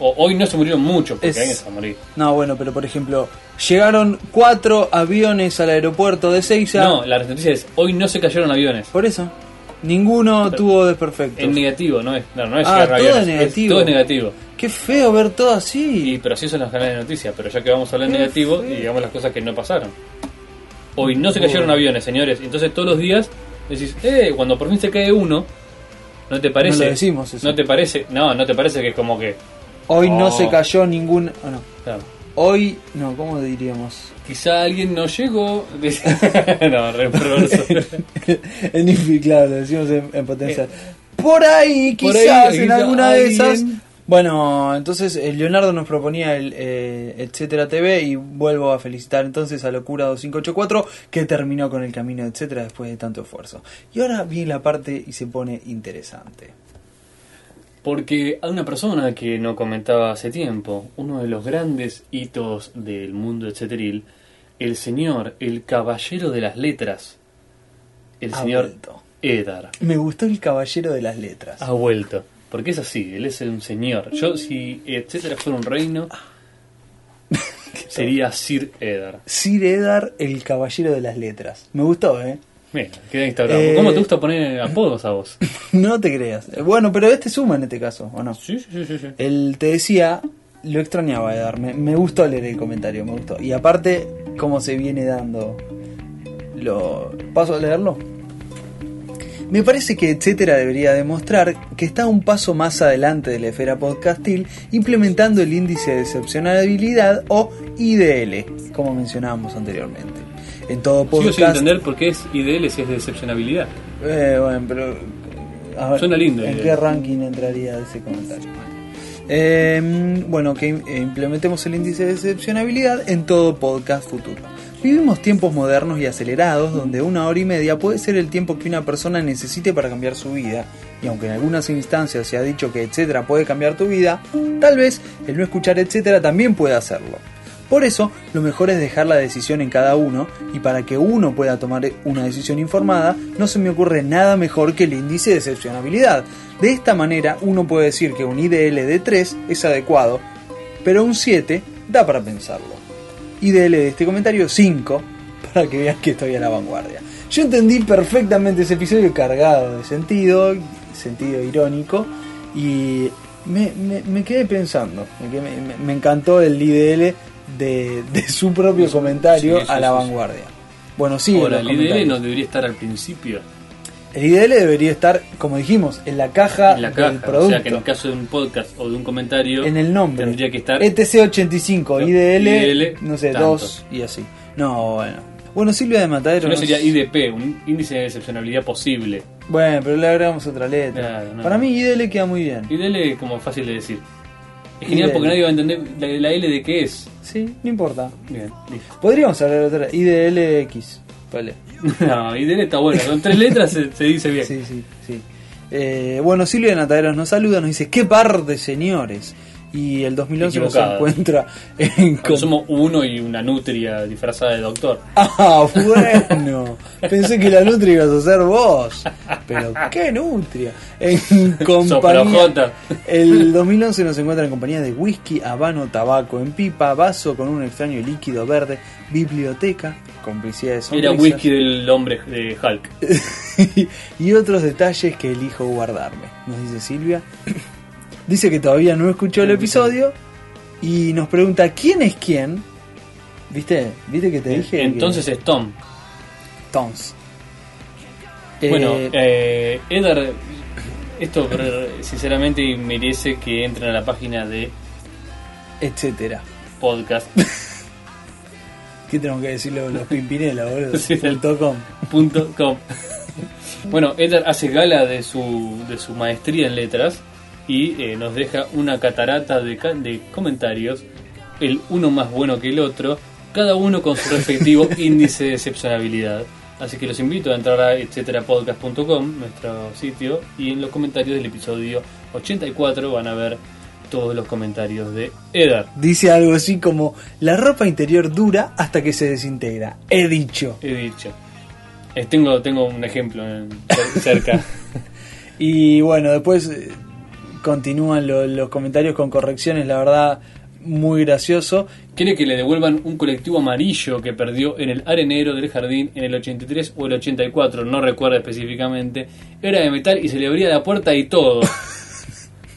[SPEAKER 3] O hoy no se murieron muchos, porque
[SPEAKER 1] Es-
[SPEAKER 3] alguien se va a morir.
[SPEAKER 1] No, bueno, pero por ejemplo, llegaron cuatro aviones al aeropuerto de Seiza.
[SPEAKER 3] No, la noticia es, hoy no se cayeron aviones.
[SPEAKER 1] Por eso. Ninguno tuvo desperfectos.
[SPEAKER 3] En negativo, no es, no, no es
[SPEAKER 1] Ah,
[SPEAKER 3] llegar a
[SPEAKER 1] todo
[SPEAKER 3] aviones,
[SPEAKER 1] es
[SPEAKER 3] es-
[SPEAKER 1] negativo.
[SPEAKER 3] todo es negativo.
[SPEAKER 1] Qué feo ver todo
[SPEAKER 3] Y,
[SPEAKER 1] así.
[SPEAKER 3] pero sí son los canales de noticias, pero ya que vamos a hablar en
[SPEAKER 1] Qué
[SPEAKER 3] negativo,
[SPEAKER 1] feo.
[SPEAKER 3] y digamos las cosas que no pasaron. Hoy no se cayeron aviones, señores. Entonces todos los días decís, eh, cuando por fin se cae uno, ¿no te parece?
[SPEAKER 1] No lo decimos eso.
[SPEAKER 3] ¿No te parece? No, no te parece que es como que...
[SPEAKER 1] Hoy no
[SPEAKER 3] Oh.
[SPEAKER 1] se cayó ningún. ah, no.
[SPEAKER 3] claro,
[SPEAKER 1] Hoy. No, ¿cómo diríamos?
[SPEAKER 3] quizá alguien no llegó. no, re perverso.
[SPEAKER 1] en infi- claro, lo decimos en, en potencial.
[SPEAKER 3] Eh,
[SPEAKER 1] por ahí,
[SPEAKER 3] por
[SPEAKER 1] quizás,
[SPEAKER 3] ahí,
[SPEAKER 1] en
[SPEAKER 3] quizá
[SPEAKER 1] alguna de
[SPEAKER 3] alguien.
[SPEAKER 1] esas. Bueno, entonces eh, Leonardo nos proponía el eh, Etcétera TV y vuelvo a felicitar entonces a Locura 2584 que terminó con el camino de Etcétera después de tanto esfuerzo. Y ahora viene la parte y se pone interesante.
[SPEAKER 3] Porque hay una persona que no comentaba hace tiempo, uno de los grandes hitos del mundo etcéteril, el señor, el caballero de las letras, el
[SPEAKER 1] Ha
[SPEAKER 3] señor
[SPEAKER 1] vuelto.
[SPEAKER 3] Edar,
[SPEAKER 1] Me gustó el caballero de las letras.
[SPEAKER 3] ha vuelto. Mm. Porque es así, él es un señor. Yo, si etcétera fuera un reino, sería Sir Edar.
[SPEAKER 1] Sir Edar, el caballero de las letras. Me gustó, ¿eh?
[SPEAKER 3] Mira, queda instaurado.
[SPEAKER 1] Eh,
[SPEAKER 3] ¿Cómo te gusta poner apodos a vos?
[SPEAKER 1] no te creas. Eh, Bueno, pero este suma en este caso, ¿o no?
[SPEAKER 3] Sí, sí, sí, sí.
[SPEAKER 1] Él te decía, lo extrañaba Edar, me, me gustó leer el comentario, me gustó. Y aparte, cómo se viene dando. Lo, ¿Paso a leerlo? Me parece que etcétera debería demostrar que está un paso más adelante de la esfera podcastil implementando el índice de excepcionalidad o IDL, como mencionábamos anteriormente. En todo
[SPEAKER 3] Sigo sin
[SPEAKER 1] podcast
[SPEAKER 3] entender por qué es IDL si es de decepcionabilidad.
[SPEAKER 1] eh, bueno, pero. a ver,
[SPEAKER 3] Suena lindo,
[SPEAKER 1] ¿En
[SPEAKER 3] eh.
[SPEAKER 1] qué ranking entraría ese comentario? Eh, bueno, que im- eh, implementemos el índice de excepcionabilidad en todo podcast futuro. Vivimos tiempos modernos y acelerados donde una hora y media puede ser el tiempo que una persona necesite para cambiar su vida. Y aunque en algunas instancias se ha dicho que etcétera puede cambiar tu vida, tal vez el no escuchar etcétera también puede hacerlo. Por eso, lo mejor es dejar la decisión en cada uno, y para que uno pueda tomar una decisión informada, no se me ocurre nada mejor que el índice de excepcionabilidad. De esta manera, uno puede decir que un IDL de 3 es adecuado, pero un 7 da para pensarlo. IDL de este comentario 5, para que veas que estoy a la vanguardia. Yo entendí perfectamente ese episodio cargado de sentido, sentido irónico, y me, me- me quedé pensando, me, quedé- me- me encantó el IDL de, de su propio comentario
[SPEAKER 3] sí,
[SPEAKER 1] a la
[SPEAKER 3] sí, sí.
[SPEAKER 1] vanguardia. Bueno, sí,
[SPEAKER 3] Ahora,
[SPEAKER 1] los
[SPEAKER 3] el IDL no
[SPEAKER 1] comentarios.
[SPEAKER 3] debería estar al principio.
[SPEAKER 1] el IDL debería estar, como dijimos, en la caja,
[SPEAKER 3] en la
[SPEAKER 1] del
[SPEAKER 3] caja.
[SPEAKER 1] Ah, producto.
[SPEAKER 3] O sea que en el caso de un podcast o de un comentario,
[SPEAKER 1] en el nombre. E
[SPEAKER 3] tendría que estar.
[SPEAKER 1] ETC85,
[SPEAKER 3] No,
[SPEAKER 1] IDL,
[SPEAKER 3] IDL,
[SPEAKER 1] no sé,
[SPEAKER 3] tanto.
[SPEAKER 1] 2 y así. No, bueno. Bueno, Silvia de Matadero.
[SPEAKER 3] no
[SPEAKER 1] no
[SPEAKER 3] sería
[SPEAKER 1] es-
[SPEAKER 3] IDP, un índice de decepcionabilidad posible.
[SPEAKER 1] Bueno, pero le agregamos otra letra.
[SPEAKER 3] Claro, no.
[SPEAKER 1] Para mí IDL queda muy bien.
[SPEAKER 3] IDL es como fácil de decir. Es genial
[SPEAKER 1] Idel.
[SPEAKER 3] porque nadie va a entender la, la L de qué es.
[SPEAKER 1] Sí, no importa.
[SPEAKER 3] Bien, listo.
[SPEAKER 1] Podríamos hablar de otra. IDLX. Vale.
[SPEAKER 3] No, y de él está bueno. Con tres letras se, se dice bien.
[SPEAKER 1] Sí, sí, sí. Eh, bueno, Silvia Nataderos nos saluda, nos dice, qué par de señores. Y el 2011 nos
[SPEAKER 3] Equivocada.
[SPEAKER 1] encuentra en...
[SPEAKER 3] Porque
[SPEAKER 1] con-
[SPEAKER 3] somos uno y una nutria disfrazada de doctor.
[SPEAKER 1] Ah, bueno. Pensé que la nutria ibas a ser vos. Pero qué nutria. En compañía.
[SPEAKER 3] Soplojota.
[SPEAKER 1] El 2011 nos encuentra en compañía de whisky, habano, tabaco en pipa, vaso con un extraño líquido verde, biblioteca, complicidad de
[SPEAKER 3] Era
[SPEAKER 1] sonrisas,
[SPEAKER 3] whisky del hombre de Hulk.
[SPEAKER 1] y otros detalles que elijo guardarme, nos dice Silvia. Dice que todavía no escuchó el episodio y nos pregunta quién es quién. ¿Viste? ¿Viste que te dije? que-
[SPEAKER 3] Entonces es Tom.
[SPEAKER 1] Tons.
[SPEAKER 3] Bueno,
[SPEAKER 1] Eh,
[SPEAKER 3] eh, Edar, esto pero, sinceramente merece que entren a la página de
[SPEAKER 1] etcétera.
[SPEAKER 3] podcast.com.
[SPEAKER 1] ¿Qué tenemos que decirle a los Pimpinela, boludo?
[SPEAKER 3] Sí.
[SPEAKER 1] Punto com.
[SPEAKER 3] bueno, Edar hace gala de su, de su maestría en letras y eh, nos deja una catarata de, ca- de comentarios, el uno más bueno que el otro, cada uno con su respectivo índice de excepcionabilidad. Así que los invito a entrar a etcéterapodcast.com, nuestro sitio, y en los comentarios del episodio 84 van a ver todos los comentarios de Edar.
[SPEAKER 1] Dice algo así como: La ropa interior dura hasta que se desintegra. He dicho.
[SPEAKER 3] He dicho. Eh, tengo, tengo un ejemplo en- cer- cerca.
[SPEAKER 1] Y bueno, después eh, continúan lo- los comentarios con correcciones, la verdad, muy gracioso.
[SPEAKER 3] Quiere que le devuelvan un colectivo amarillo que perdió en el arenero del jardín en el 83 o el 84, no recuerdo específicamente. Era de metal y se le abría la puerta y todo.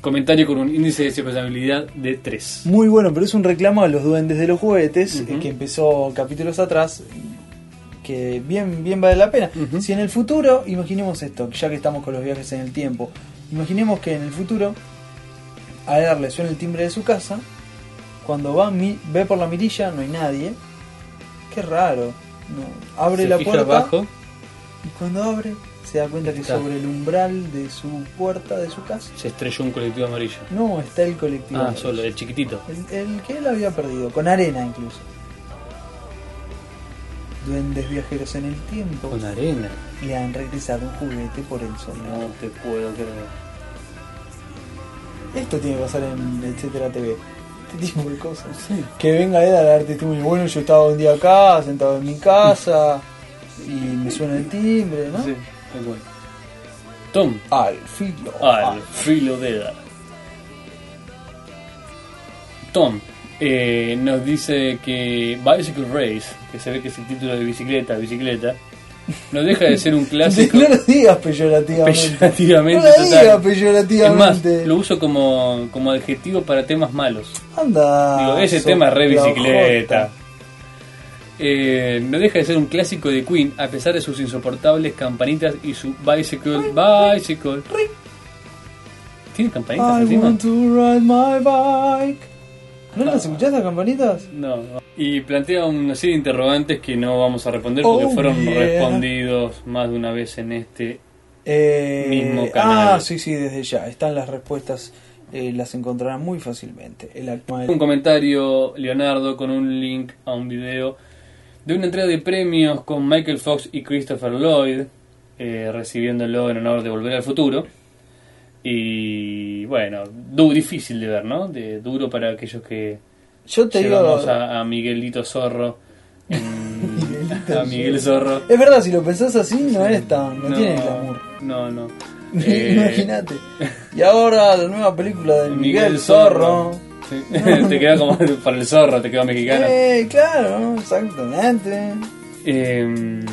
[SPEAKER 3] Comentario con un índice de responsabilidad de 3.
[SPEAKER 1] Muy bueno, pero es un reclamo a los duendes de los juguetes, eh, que empezó capítulos atrás, que bien, bien vale la pena.
[SPEAKER 3] Ujú.
[SPEAKER 1] Si en el futuro, imaginemos esto, ya que estamos con los viajes en el tiempo, imaginemos que en el futuro a Edgar le suena el timbre de su casa, cuando va, mi- ve por la mirilla, no hay nadie. Qué raro. No, abre la puerta
[SPEAKER 3] abajo.
[SPEAKER 1] y cuando abre se da cuenta que
[SPEAKER 3] Está.
[SPEAKER 1] sobre el umbral de su puerta de su casa
[SPEAKER 3] Se estrelló un colectivo amarillo.
[SPEAKER 1] no está el colectivo.
[SPEAKER 3] Ah, solo, el chiquitito.
[SPEAKER 1] El, el que él había perdido, con arena incluso. Duendes viajeros en el tiempo
[SPEAKER 3] Con arena.
[SPEAKER 1] le han regresado un juguete por el sonido.
[SPEAKER 3] No te puedo creer.
[SPEAKER 1] Esto tiene que pasar en Etcétera TV. Este tipo de cosas. Que venga él a dar testimonio. Bueno, yo estaba un día acá, sentado en mi casa, y me suena el timbre, ¿no?
[SPEAKER 3] Sí, tal cual. Tom,
[SPEAKER 1] Al filo.
[SPEAKER 3] al
[SPEAKER 1] al-
[SPEAKER 3] filo de edad. Tom eh, nos dice que Bicycle Race, que se ve que es el título de bicicleta, bicicleta, no deja de ser un clásico
[SPEAKER 1] No lo digas peyorativamente.
[SPEAKER 3] peyorativamente
[SPEAKER 1] no lo digas
[SPEAKER 3] total. Es más,
[SPEAKER 1] peyorativamente.
[SPEAKER 3] lo uso como, como adjetivo para temas malos.
[SPEAKER 1] Anda.
[SPEAKER 3] Digo, ese tema es re
[SPEAKER 1] sopla
[SPEAKER 3] bicicleta.
[SPEAKER 1] hojota.
[SPEAKER 3] Eh, no deja de ser un clásico de Queen, a pesar de sus insoportables campanitas y su bicycle, bicycle. ¿Tiene campanitas
[SPEAKER 1] I
[SPEAKER 3] encima?
[SPEAKER 1] want to ride my bike. ¿No las
[SPEAKER 3] Ah.
[SPEAKER 1] escuchás las campanitas?
[SPEAKER 3] No. Y plantea una serie de interrogantes que no vamos a responder porque
[SPEAKER 1] Oh,
[SPEAKER 3] fueron
[SPEAKER 1] yeah.
[SPEAKER 3] respondidos más de una vez en este.
[SPEAKER 1] Eh,
[SPEAKER 3] Mismo canal.
[SPEAKER 1] Ah, sí, sí, desde ya. Están las respuestas. eh, las encontrarán muy fácilmente. El actual-
[SPEAKER 3] Un comentario, Leonardo, con un link a un video de una entrega de premios con Michael Fox y Christopher Lloyd, eh, recibiéndolo en honor de Volver al Futuro. Y bueno, du- difícil de ver, ¿no? De, duro para aquellos que
[SPEAKER 1] Yo te digo.
[SPEAKER 3] llevamos a, a Miguelito Zorro. en-
[SPEAKER 1] Miguelito
[SPEAKER 3] a Miguel Zorro.
[SPEAKER 1] Es verdad, si lo pensás así, no es tan. No,
[SPEAKER 3] No,
[SPEAKER 1] tiene glamour.
[SPEAKER 3] No, no. Eh,
[SPEAKER 1] Imagínate. Y ahora la nueva película de Miguel, Zorro.
[SPEAKER 3] Sí. te queda como para el zorro, te queda mexicana.
[SPEAKER 1] Eh, claro, exactamente.
[SPEAKER 3] Eh,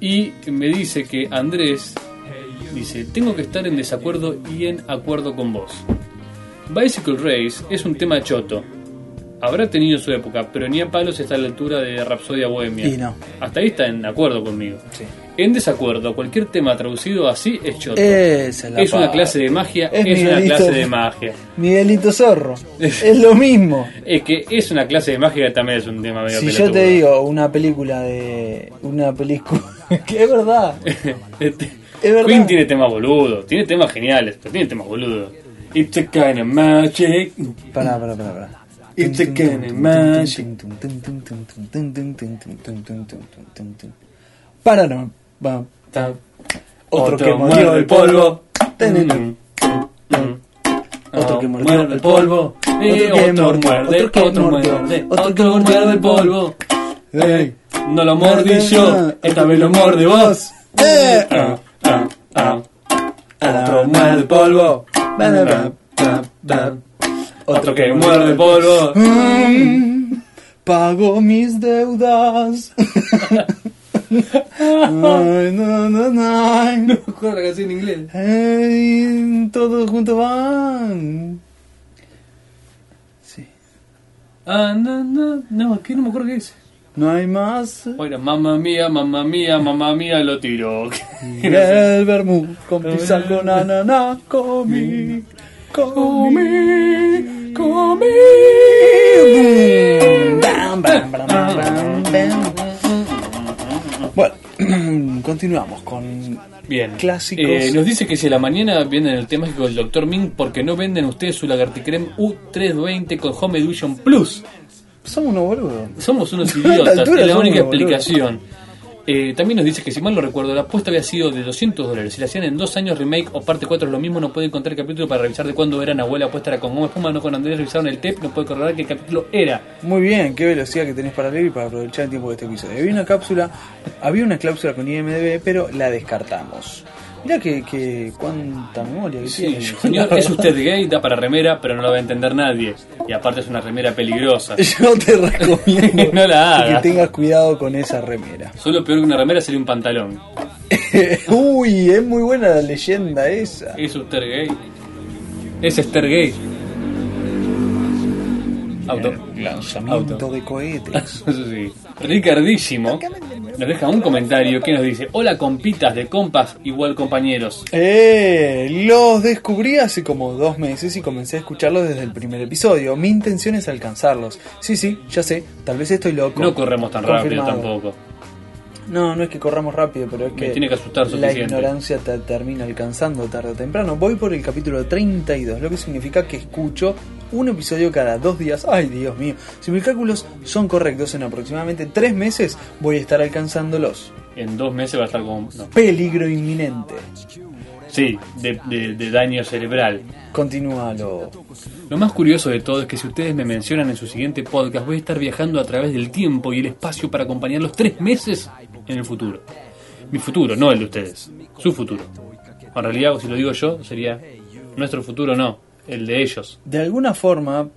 [SPEAKER 3] y me dice que Andrés dice, tengo que estar en desacuerdo y en acuerdo con vos. Bicycle Race es un tema choto. Habrá tenido su época, pero ni a palos está a la altura de Rapsodia Bohemia.
[SPEAKER 1] Y no.
[SPEAKER 3] Hasta ahí está en acuerdo conmigo.
[SPEAKER 1] Sí.
[SPEAKER 3] En desacuerdo, cualquier tema traducido así es choto.
[SPEAKER 1] Esa es la
[SPEAKER 3] es una
[SPEAKER 1] parte.
[SPEAKER 3] clase de magia,
[SPEAKER 1] Eh, Es
[SPEAKER 3] es una
[SPEAKER 1] Miguelito.
[SPEAKER 3] clase de magia.
[SPEAKER 1] Miguelito Zorro. es lo mismo.
[SPEAKER 3] Es que es una clase de magia que también es un tema medio
[SPEAKER 1] Si yo
[SPEAKER 3] pelotudo.
[SPEAKER 1] te digo una película de. Una película. que es verdad.
[SPEAKER 3] Este,
[SPEAKER 1] Es verdad.
[SPEAKER 3] Queen tiene temas boludos, tiene temas geniales, pero tiene temas boludos. It's a kind of magic.
[SPEAKER 1] Pará, pará, pará, pará.
[SPEAKER 3] It's a kind of magic.
[SPEAKER 1] Para, no. va.
[SPEAKER 3] Ta-
[SPEAKER 1] Otro que mordió el polvo. Mm. Tenenum. Otro que mordió el polvo.
[SPEAKER 3] Eh,
[SPEAKER 1] Otro que
[SPEAKER 3] otro
[SPEAKER 1] mordió,
[SPEAKER 3] muerde,
[SPEAKER 1] otro que
[SPEAKER 3] otro
[SPEAKER 1] mordió,
[SPEAKER 3] muerde,
[SPEAKER 1] otro
[SPEAKER 3] otro
[SPEAKER 1] que
[SPEAKER 3] muerde
[SPEAKER 1] mordió.
[SPEAKER 3] el polvo.
[SPEAKER 1] Ey,
[SPEAKER 3] No lo mordí yo, esta vez lo morde vos.
[SPEAKER 1] ¡Eh!
[SPEAKER 3] Ah, ah, ah. Otro muerde el polvo.
[SPEAKER 1] Ba, ba, ba, ba.
[SPEAKER 3] Otro que muerde el polvo.
[SPEAKER 1] Mm, Pago mis deudas. Ay, no, no, no.
[SPEAKER 3] Juega la canción en inglés.
[SPEAKER 1] Ey, todos juntos van. Sí.
[SPEAKER 3] Ah, no, no, no, que no me acuerdo qué es.
[SPEAKER 1] No hay más.
[SPEAKER 3] Bueno, mamá mía, mamá mía, mamá mía, lo tiró.
[SPEAKER 1] El vermú con pizza con ananá comí. Comí. Comí. Bam, bam, bam, bam, bam. Bueno, continuamos con
[SPEAKER 3] Bien.
[SPEAKER 1] Clásicos.
[SPEAKER 3] Eh, nos dice que si a la mañana vienen el tema del Dr. Ming porque no venden ustedes su lagarticrem U320 con Home Edition Plus.
[SPEAKER 1] Somos unos boludos.
[SPEAKER 3] Somos unos
[SPEAKER 1] A
[SPEAKER 3] idiotas,
[SPEAKER 1] esta altura
[SPEAKER 3] es la
[SPEAKER 1] somos
[SPEAKER 3] única
[SPEAKER 1] unos boludos.
[SPEAKER 3] explicación. Eh, también nos dice que si mal no recuerdo, la apuesta había sido de 200 dólares. Si la hacían en dos años, remake o parte 4 es lo mismo, no puede encontrar el capítulo para revisar de cuándo era Nahuel. La apuesta era con Gómez Puma, no con Andrés, revisaron el TEP, no puede corroborar que el capítulo era.
[SPEAKER 1] Muy bien, qué velocidad que tenés para leer y para aprovechar el tiempo de este episodio. Había una cápsula, había una cláusula con IMDB, pero la descartamos. Mirá que, que cuánta memoria que
[SPEAKER 3] Sí,
[SPEAKER 1] tiene.
[SPEAKER 3] señor, es usted gay, da para remera, pero no la va a entender nadie. Y aparte es una remera peligrosa.
[SPEAKER 1] Yo te recomiendo
[SPEAKER 3] No la hagas.
[SPEAKER 1] que tengas cuidado con esa remera.
[SPEAKER 3] Solo peor que una remera sería un pantalón.
[SPEAKER 1] Uy, es muy buena la leyenda esa.
[SPEAKER 3] ¿Es usted gay? ¿Es Esther gay? Auto.
[SPEAKER 1] Lanzamiento de cohetes.
[SPEAKER 3] Eso sí. Ricardísimo nos deja un comentario que nos dice: Hola compitas de compas, igual compañeros.
[SPEAKER 1] Eh, los descubrí hace como dos meses y comencé a escucharlos desde el primer episodio. Mi intención es alcanzarlos. Sí, sí, ya sé, tal vez estoy loco.
[SPEAKER 3] No corremos tan rápido
[SPEAKER 1] Confirmado.
[SPEAKER 3] tampoco.
[SPEAKER 1] No, no es que corramos rápido, pero es
[SPEAKER 3] Me
[SPEAKER 1] que,
[SPEAKER 3] tiene que asustar
[SPEAKER 1] la
[SPEAKER 3] suficiente.
[SPEAKER 1] ignorancia te termina alcanzando tarde o temprano. Voy por el capítulo 32, lo que significa que escucho un episodio cada dos días. Ay, Dios mío, si mis cálculos son correctos, en aproximadamente tres meses voy a estar alcanzándolos.
[SPEAKER 3] En dos meses va a estar como. no.
[SPEAKER 1] Peligro inminente.
[SPEAKER 3] Sí, de, de- de daño cerebral.
[SPEAKER 1] Continúalo.
[SPEAKER 3] Lo más curioso de todo es que si ustedes me mencionan en su siguiente podcast, voy a estar viajando a través del tiempo y el espacio para acompañarlos tres meses en el futuro. Mi futuro, no el de ustedes, su futuro. En realidad, si lo digo yo, sería nuestro futuro, no, el de ellos.
[SPEAKER 1] De alguna forma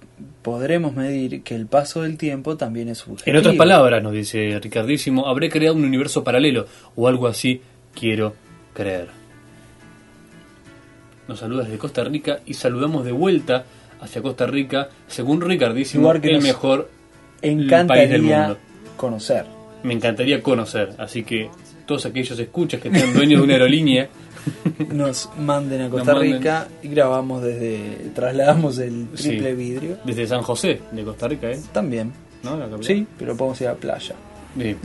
[SPEAKER 1] podremos medir que el paso del tiempo también es subjetivo.
[SPEAKER 3] En otras palabras, nos dice Ricardísimo, habré creado un universo paralelo o algo así, quiero creer. Nos saludas de Costa Rica y saludamos de vuelta hacia Costa Rica, según Ricardísimo,
[SPEAKER 1] Lugar que
[SPEAKER 3] el
[SPEAKER 1] nos-
[SPEAKER 3] mejor país del
[SPEAKER 1] encantaría
[SPEAKER 3] mundo.
[SPEAKER 1] conocer.
[SPEAKER 3] Me encantaría conocer, así que todos aquellos escuchas que sean dueños de una aerolínea,
[SPEAKER 1] nos manden a Costa
[SPEAKER 3] manden.
[SPEAKER 1] Rica y grabamos desde trasladamos el
[SPEAKER 3] Sí.
[SPEAKER 1] triple vidrio
[SPEAKER 3] desde San José de Costa Rica, ¿eh?
[SPEAKER 1] también
[SPEAKER 3] ¿No? La capital.
[SPEAKER 1] sí pero podemos ir a la playa
[SPEAKER 3] Sí.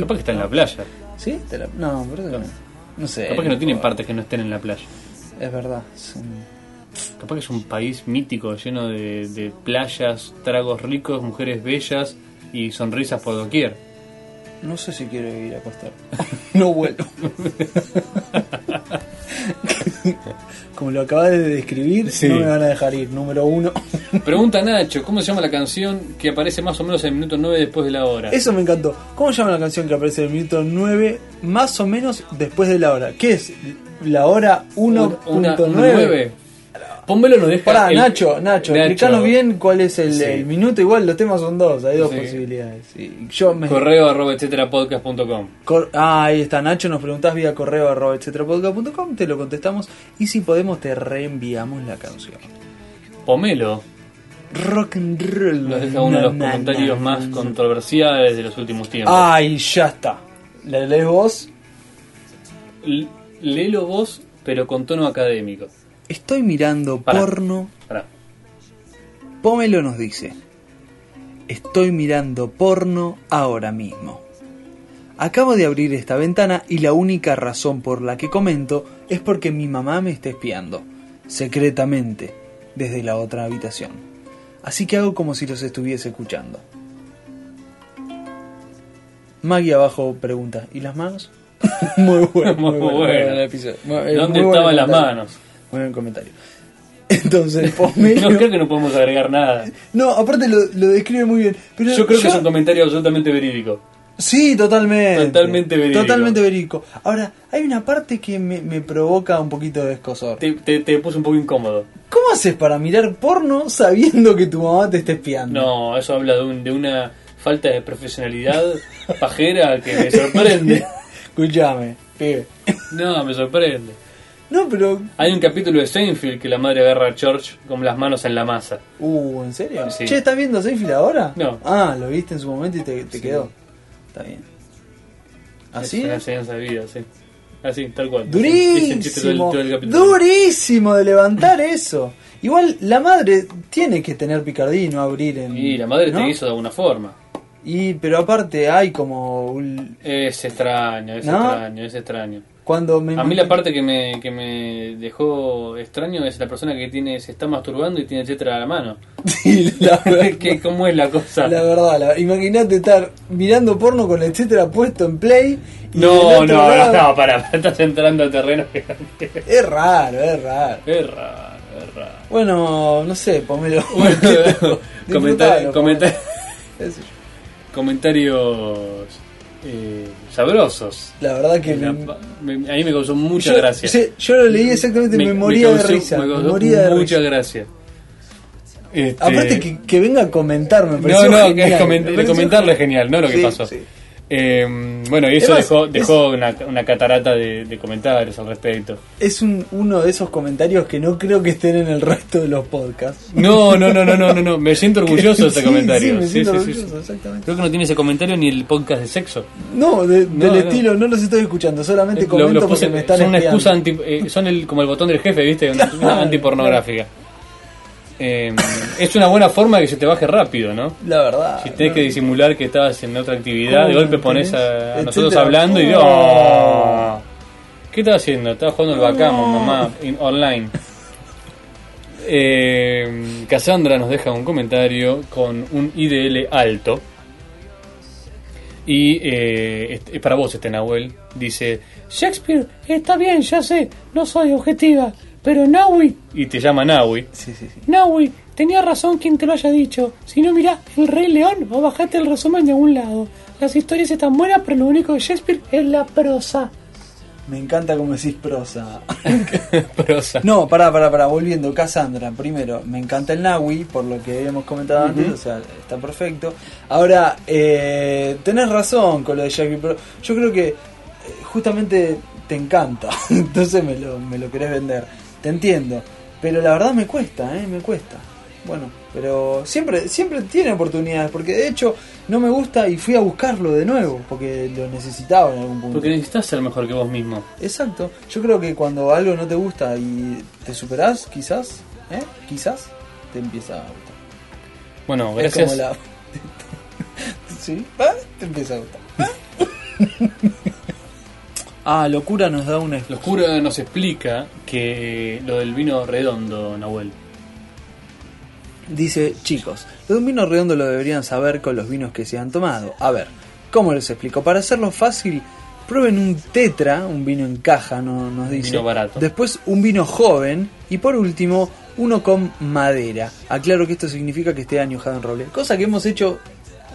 [SPEAKER 3] Capaz que está en la playa.
[SPEAKER 1] sí Te la- no pero no. no sé
[SPEAKER 3] Capaz que no tienen
[SPEAKER 1] puedo-
[SPEAKER 3] partes que no estén en la playa.
[SPEAKER 1] es verdad es un-
[SPEAKER 3] Capaz que es un país mítico, lleno de, de playas, tragos ricos, mujeres bellas y sonrisas por doquier.
[SPEAKER 1] no sé si quiero ir a Costa Rica no vuelvo como lo acabas de describir
[SPEAKER 3] Sí.
[SPEAKER 1] no me van a dejar ir número uno
[SPEAKER 3] Pregunta Nacho, ¿cómo se llama la canción que aparece más o menos en el minuto 9 después de la hora?
[SPEAKER 1] eso me encantó ¿cómo llama la canción que aparece en el minuto 9 más o menos después de la hora? ¿qué es? la hora
[SPEAKER 3] Una- una-
[SPEAKER 1] 1.9
[SPEAKER 3] nueve. Pónmelo nos deja.
[SPEAKER 1] Pará,
[SPEAKER 3] el-
[SPEAKER 1] Nacho, Nacho, explicanos bien cuál es el,
[SPEAKER 3] Sí.
[SPEAKER 1] el minuto. Igual los temas son dos, hay dos
[SPEAKER 3] Sí.
[SPEAKER 1] posibilidades. Sí, Yo me-
[SPEAKER 3] Correo arroba etcétera podcast.com.
[SPEAKER 1] cor- ah, ahí está, Nacho, nos preguntás vía correo arroba etcétera podcast punto com, te lo contestamos y si podemos te reenviamos la canción.
[SPEAKER 3] Pomelo
[SPEAKER 1] Rock and roll.
[SPEAKER 3] nos deja uno de los
[SPEAKER 1] na, na,
[SPEAKER 3] comentarios
[SPEAKER 1] na,
[SPEAKER 3] más
[SPEAKER 1] na. Ah.
[SPEAKER 3] controversiales de los últimos tiempos.
[SPEAKER 1] Ay, ya está. ¿La lees vos?
[SPEAKER 3] L- léelo vos, pero con tono académico.
[SPEAKER 1] Estoy mirando
[SPEAKER 3] Pará.
[SPEAKER 1] porno.
[SPEAKER 3] Pará.
[SPEAKER 1] Pomelo nos dice, estoy mirando porno ahora mismo. Acabo de abrir esta ventana y la única razón por la que comento es porque mi mamá me está espiando. secretamente, desde la otra habitación. Así que hago como si los estuviese escuchando. Maggie abajo pregunta, ¿y las manos? muy bueno, muy, bueno, muy
[SPEAKER 3] Muy bueno.
[SPEAKER 1] bueno el episodio. Muy- eh,
[SPEAKER 3] ¿Dónde
[SPEAKER 1] muy buen
[SPEAKER 3] estaban las
[SPEAKER 1] comentario.
[SPEAKER 3] manos?
[SPEAKER 1] Muy buen comentario. Entonces, Pomelo...
[SPEAKER 3] No creo que no podemos agregar nada.
[SPEAKER 1] No, aparte lo, lo describe muy bien. Pero
[SPEAKER 3] Yo creo que es un comentario absolutamente verídico.
[SPEAKER 1] Sí, totalmente.
[SPEAKER 3] Totalmente verídico.
[SPEAKER 1] Totalmente verídico. Ahora, hay una parte que me, me provoca un poquito de escosor.
[SPEAKER 3] Te, te, te puso un poco incómodo.
[SPEAKER 1] ¿Cómo haces para mirar porno sabiendo que tu mamá te está espiando?
[SPEAKER 3] No, eso habla de, un- de una falta de profesionalidad pajera que me sorprende.
[SPEAKER 1] Escúchame, pibe.
[SPEAKER 3] No, me sorprende.
[SPEAKER 1] No, pero.
[SPEAKER 3] Hay un capítulo de Seinfeld que la madre agarra a George con las manos en la masa.
[SPEAKER 1] Uh, ¿en serio?
[SPEAKER 3] Sí.
[SPEAKER 1] Che, ¿estás viendo Seinfeld ahora?
[SPEAKER 3] No.
[SPEAKER 1] Ah, lo viste en su momento y te, te quedó. Está bien.
[SPEAKER 3] Es
[SPEAKER 1] ¿Así?
[SPEAKER 3] una enseñanza de vida, sí. Así, tal cual. Es el chiste todo el-
[SPEAKER 1] Durísimo.
[SPEAKER 3] todo el capítulo.
[SPEAKER 1] Durísimo de levantar eso. Igual la madre tiene que tener picardía y no abrir en.
[SPEAKER 3] Y la madre
[SPEAKER 1] ¿no?
[SPEAKER 3] te hizo de alguna forma.
[SPEAKER 1] Y pero aparte hay como un-
[SPEAKER 3] Es extraño, es
[SPEAKER 1] ¿No?
[SPEAKER 3] extraño, es extraño.
[SPEAKER 1] cuando me
[SPEAKER 3] A mí la parte que me, que me dejó extraño es la persona que tiene se está masturbando y tiene el tetra a la mano.
[SPEAKER 1] Sí, la, ver-
[SPEAKER 3] ¿Qué, ¿Cómo es la cosa?
[SPEAKER 1] la verdad, la- imagínate estar mirando porno con el etcétera puesto en play y
[SPEAKER 3] No, no,
[SPEAKER 1] del otro
[SPEAKER 3] no,
[SPEAKER 1] lado-
[SPEAKER 3] no, para, estás entrando a terreno que
[SPEAKER 1] Es raro, es raro.
[SPEAKER 3] es raro, es raro.
[SPEAKER 1] Bueno, no sé, pomelo.
[SPEAKER 3] Bueno, comentar,
[SPEAKER 1] Disfrutalo, pues.
[SPEAKER 3] comentar,
[SPEAKER 1] qué sé yo.
[SPEAKER 3] comentarios eh, sabrosos.
[SPEAKER 1] La verdad que
[SPEAKER 3] La-
[SPEAKER 1] me-
[SPEAKER 3] me- a mí me causó mucha
[SPEAKER 1] yo,
[SPEAKER 3] gracia.
[SPEAKER 1] sí, yo lo leí exactamente, me, moría
[SPEAKER 3] causó-
[SPEAKER 1] de risa.
[SPEAKER 3] me
[SPEAKER 1] Me
[SPEAKER 3] causó
[SPEAKER 1] moría de
[SPEAKER 3] mucha
[SPEAKER 1] risa.
[SPEAKER 3] gracia. Este-
[SPEAKER 1] Aparte que, que venga a comentarme, me
[SPEAKER 3] No,
[SPEAKER 1] pareció
[SPEAKER 3] no, que
[SPEAKER 1] genial,
[SPEAKER 3] es coment-
[SPEAKER 1] me
[SPEAKER 3] de
[SPEAKER 1] pareció
[SPEAKER 3] comentarlo es genial, ¿no? Lo que
[SPEAKER 1] Sí,
[SPEAKER 3] pasó.
[SPEAKER 1] sí.
[SPEAKER 3] Eh, bueno, y eso
[SPEAKER 1] Además,
[SPEAKER 3] dejó,
[SPEAKER 1] es-
[SPEAKER 3] dejó una, una catarata de, de comentarios al respecto.
[SPEAKER 1] Es un- uno de esos comentarios que no creo que estén en el resto de los podcasts.
[SPEAKER 3] No, no, no, no, no, no, no. me siento orgulloso de ese
[SPEAKER 1] Sí,
[SPEAKER 3] comentario.
[SPEAKER 1] sí, me
[SPEAKER 3] Sí,
[SPEAKER 1] siento
[SPEAKER 3] sí, sí, sí.
[SPEAKER 1] orgulloso, exactamente.
[SPEAKER 3] Creo que no tiene ese comentario ni el podcast de sexo.
[SPEAKER 1] No, de- del
[SPEAKER 3] no.
[SPEAKER 1] estilo, no los estoy escuchando, solamente
[SPEAKER 3] Lo- lo
[SPEAKER 1] comento
[SPEAKER 3] puse-
[SPEAKER 1] porque me están
[SPEAKER 3] son una
[SPEAKER 1] espiando.
[SPEAKER 3] excusa anti, eh, son el, como el botón del jefe, ¿viste? Una, una antipornográfica. Eh, es una buena forma de que se te baje rápido, ¿no?
[SPEAKER 1] La verdad.
[SPEAKER 3] Si tenés que disimular que estabas en otra actividad, de
[SPEAKER 1] ¿Cómo
[SPEAKER 3] golpe
[SPEAKER 1] me
[SPEAKER 3] pones a,
[SPEAKER 1] entendés?
[SPEAKER 3] a nosotros
[SPEAKER 1] Etcétera.
[SPEAKER 3] hablando y
[SPEAKER 1] Oh.
[SPEAKER 3] ¡Oh! ¿Qué estabas haciendo? Estabas jugando al
[SPEAKER 1] No.
[SPEAKER 3] bacamo, mamá, in- online. Eh, Cassandra nos deja un comentario con un IDL alto. Y eh, este- es para vos este Nahuel. Dice, Shakespeare, está bien, ya sé, no soy objetiva, pero Nahui... Y te llama Nahui.
[SPEAKER 1] Sí, sí, sí.
[SPEAKER 3] Nahui, tenía razón quien te lo haya dicho. Si no, mirá El Rey León o bajate el resumen de algún lado. Las historias están buenas, pero lo único de Shakespeare es la prosa.
[SPEAKER 1] Me encanta como decís prosa.
[SPEAKER 3] prosa.
[SPEAKER 1] No, pará, pará, pará, volviendo, Cassandra, primero, me encanta el Nahui, por lo que habíamos comentado antes, o sea, está perfecto. Ahora, eh, tenés razón con lo de Jackie, pero yo creo que eh, justamente te encanta, entonces me lo, me lo querés vender, te entiendo, pero la verdad me cuesta, ¿eh? me cuesta. Bueno, pero siempre, siempre tiene oportunidades, porque de hecho no me gusta y fui a buscarlo de nuevo, porque lo necesitaba en algún punto.
[SPEAKER 3] Porque necesitas ser mejor que vos mismo.
[SPEAKER 1] Exacto. Yo creo que cuando algo no te gusta y te superás, quizás, ¿eh? Quizás te empieza a gustar.
[SPEAKER 3] Bueno,
[SPEAKER 1] Es
[SPEAKER 3] gracias.
[SPEAKER 1] como la... sí, ¿Ah? te empieza a gustar. ah, locura nos da una...
[SPEAKER 3] Los cura nos explica que eh, lo del vino redondo, Nahuel.
[SPEAKER 1] Dice, chicos, los vinos redondos lo deberían saber con los vinos que se han tomado. A ver, ¿cómo les explico? Para hacerlo fácil, prueben un tetra, un vino en caja, no, nos dice.
[SPEAKER 3] vino barato.
[SPEAKER 1] Después un vino joven y por último uno con madera. Aclaro que esto significa que esté añejado en roble. Cosa que hemos hecho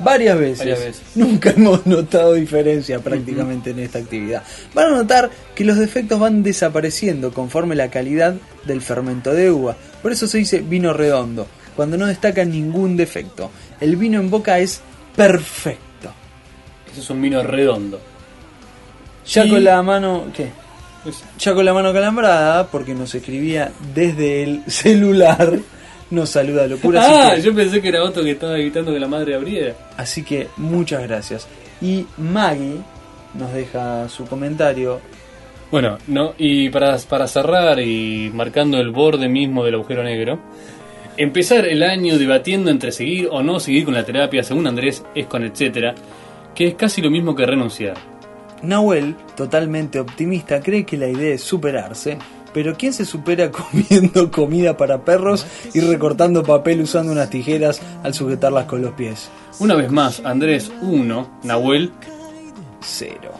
[SPEAKER 1] varias veces.
[SPEAKER 3] Varias veces.
[SPEAKER 1] Nunca hemos notado diferencia prácticamente en esta actividad. Van a notar que los defectos van desapareciendo conforme la calidad del fermento de uva. Por eso se dice vino redondo, cuando no destaca ningún defecto. El vino en boca es perfecto.
[SPEAKER 3] Eso es un vino redondo.
[SPEAKER 1] Ya
[SPEAKER 3] Y-
[SPEAKER 1] con la mano... ¿Qué?
[SPEAKER 3] Es-
[SPEAKER 1] Ya con la mano calambrada, porque nos escribía desde el celular, nos saluda locura.
[SPEAKER 3] Ah,
[SPEAKER 1] así, que,
[SPEAKER 3] yo pensé que era otro que estaba evitando que la madre abriera.
[SPEAKER 1] así que muchas gracias. Y Maggie nos deja su comentario.
[SPEAKER 3] Bueno, no, y para, para cerrar y marcando el borde mismo del agujero negro, empezar el año debatiendo entre seguir o no seguir con la terapia, según Andrés, es con etcétera, que es casi lo mismo que renunciar.
[SPEAKER 1] Nahuel, totalmente optimista, cree que la idea es superarse Pero ¿quién se supera comiendo comida para perros y recortando papel usando unas tijeras al sujetarlas con los pies?
[SPEAKER 3] Una vez más, Andrés 1, Nahuel,
[SPEAKER 1] Cero.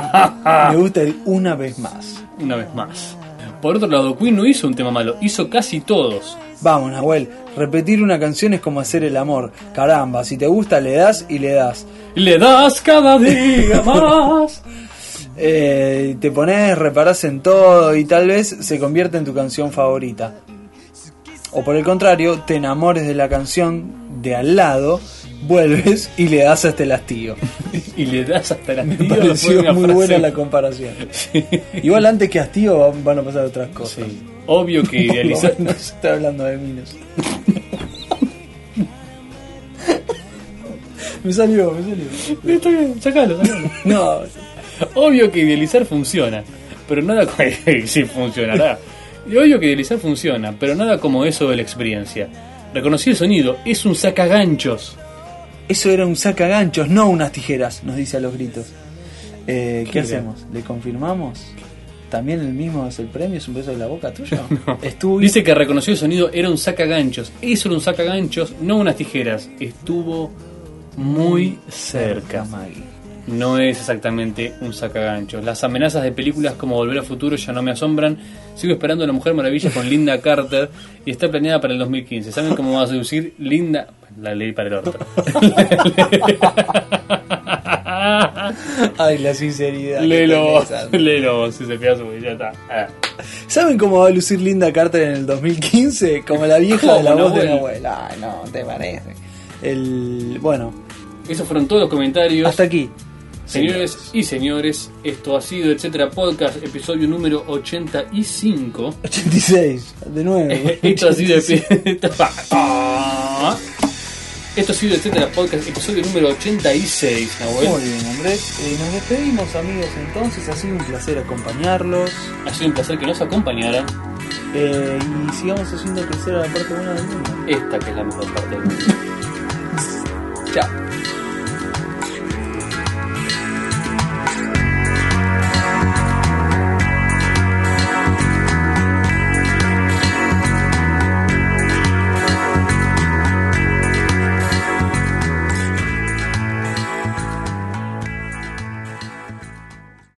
[SPEAKER 1] Me gusta el una vez más.
[SPEAKER 3] una vez más. Por otro lado, Queen no hizo un tema malo, hizo casi todos.
[SPEAKER 1] Vamos, Nahuel, repetir una canción es como hacer el amor. Caramba, si te gusta le das y le das.
[SPEAKER 3] Le das cada día más.
[SPEAKER 1] Eh, te pones, reparás en todo y tal vez se convierte en tu canción favorita. O por el contrario, te enamores de la canción de al lado, vuelves y le das hasta el hastío.
[SPEAKER 3] Y le das hasta la
[SPEAKER 1] Me pareció muy buena la comparación. Igual antes que hastío van- van a pasar otras cosas.
[SPEAKER 3] Obvio que
[SPEAKER 1] Por lo
[SPEAKER 3] idealizar.
[SPEAKER 1] menos se está hablando de minas. me salió, me salió.
[SPEAKER 3] Está bien, sacalo, sacalo.
[SPEAKER 1] No,
[SPEAKER 3] Obvio que idealizar funciona, pero nada como sí funcionará. Y obvio que idealizar funciona, pero nada como eso de la experiencia. Reconocí el sonido, es un sacaganchos.
[SPEAKER 1] Eso era un sacaganchos, no unas tijeras, nos dice a los gritos. Eh, ¿Qué
[SPEAKER 3] Mira.
[SPEAKER 1] hacemos? ¿Le confirmamos? ¿También el mismo es el premio? ¿Es un beso de la boca tuya? Estuvo
[SPEAKER 3] Dice que reconoció el sonido, era un sacaganchos. Eso era un sacaganchos, no unas tijeras. Estuvo muy cerca.
[SPEAKER 1] Maggie.
[SPEAKER 3] No es exactamente un sacaganchos. Las amenazas de películas como Volver al Futuro ya no me asombran. Sigo esperando a la Mujer Maravilla con Linda Carter y está planeada para el 2015. ¿Saben cómo va a seducir Linda? La ley para el orto.
[SPEAKER 1] Ay, la sinceridad.
[SPEAKER 3] Léelo vos,
[SPEAKER 1] Qué interesante.
[SPEAKER 3] léelo vos, si se piensa porque ya está. Ah.
[SPEAKER 1] ¿Saben cómo va a lucir Linda Carter en el 2015? Como la vieja de la
[SPEAKER 3] Como
[SPEAKER 1] voz de la
[SPEAKER 3] Nahuel.
[SPEAKER 1] abuela. Ay, no, te parece. El, bueno,
[SPEAKER 3] Esos fueron todos los comentarios.
[SPEAKER 1] hasta aquí.
[SPEAKER 3] Señores y señores, esto ha sido Etcétera Podcast, episodio número 85.
[SPEAKER 1] 86, de nuevo.
[SPEAKER 3] Esto ha sido Esto ha sido Etcétera Podcast, episodio número 86,
[SPEAKER 1] Muy
[SPEAKER 3] Nahuel.
[SPEAKER 1] bien, Andrés. Eh, nos despedimos, amigos, entonces. Ha sido un placer acompañarlos.
[SPEAKER 3] Ha sido un placer que nos acompañaran.
[SPEAKER 1] Eh, y sigamos haciendo crecer a la parte buena del mundo.
[SPEAKER 3] Esta que es la mejor parte del mundo.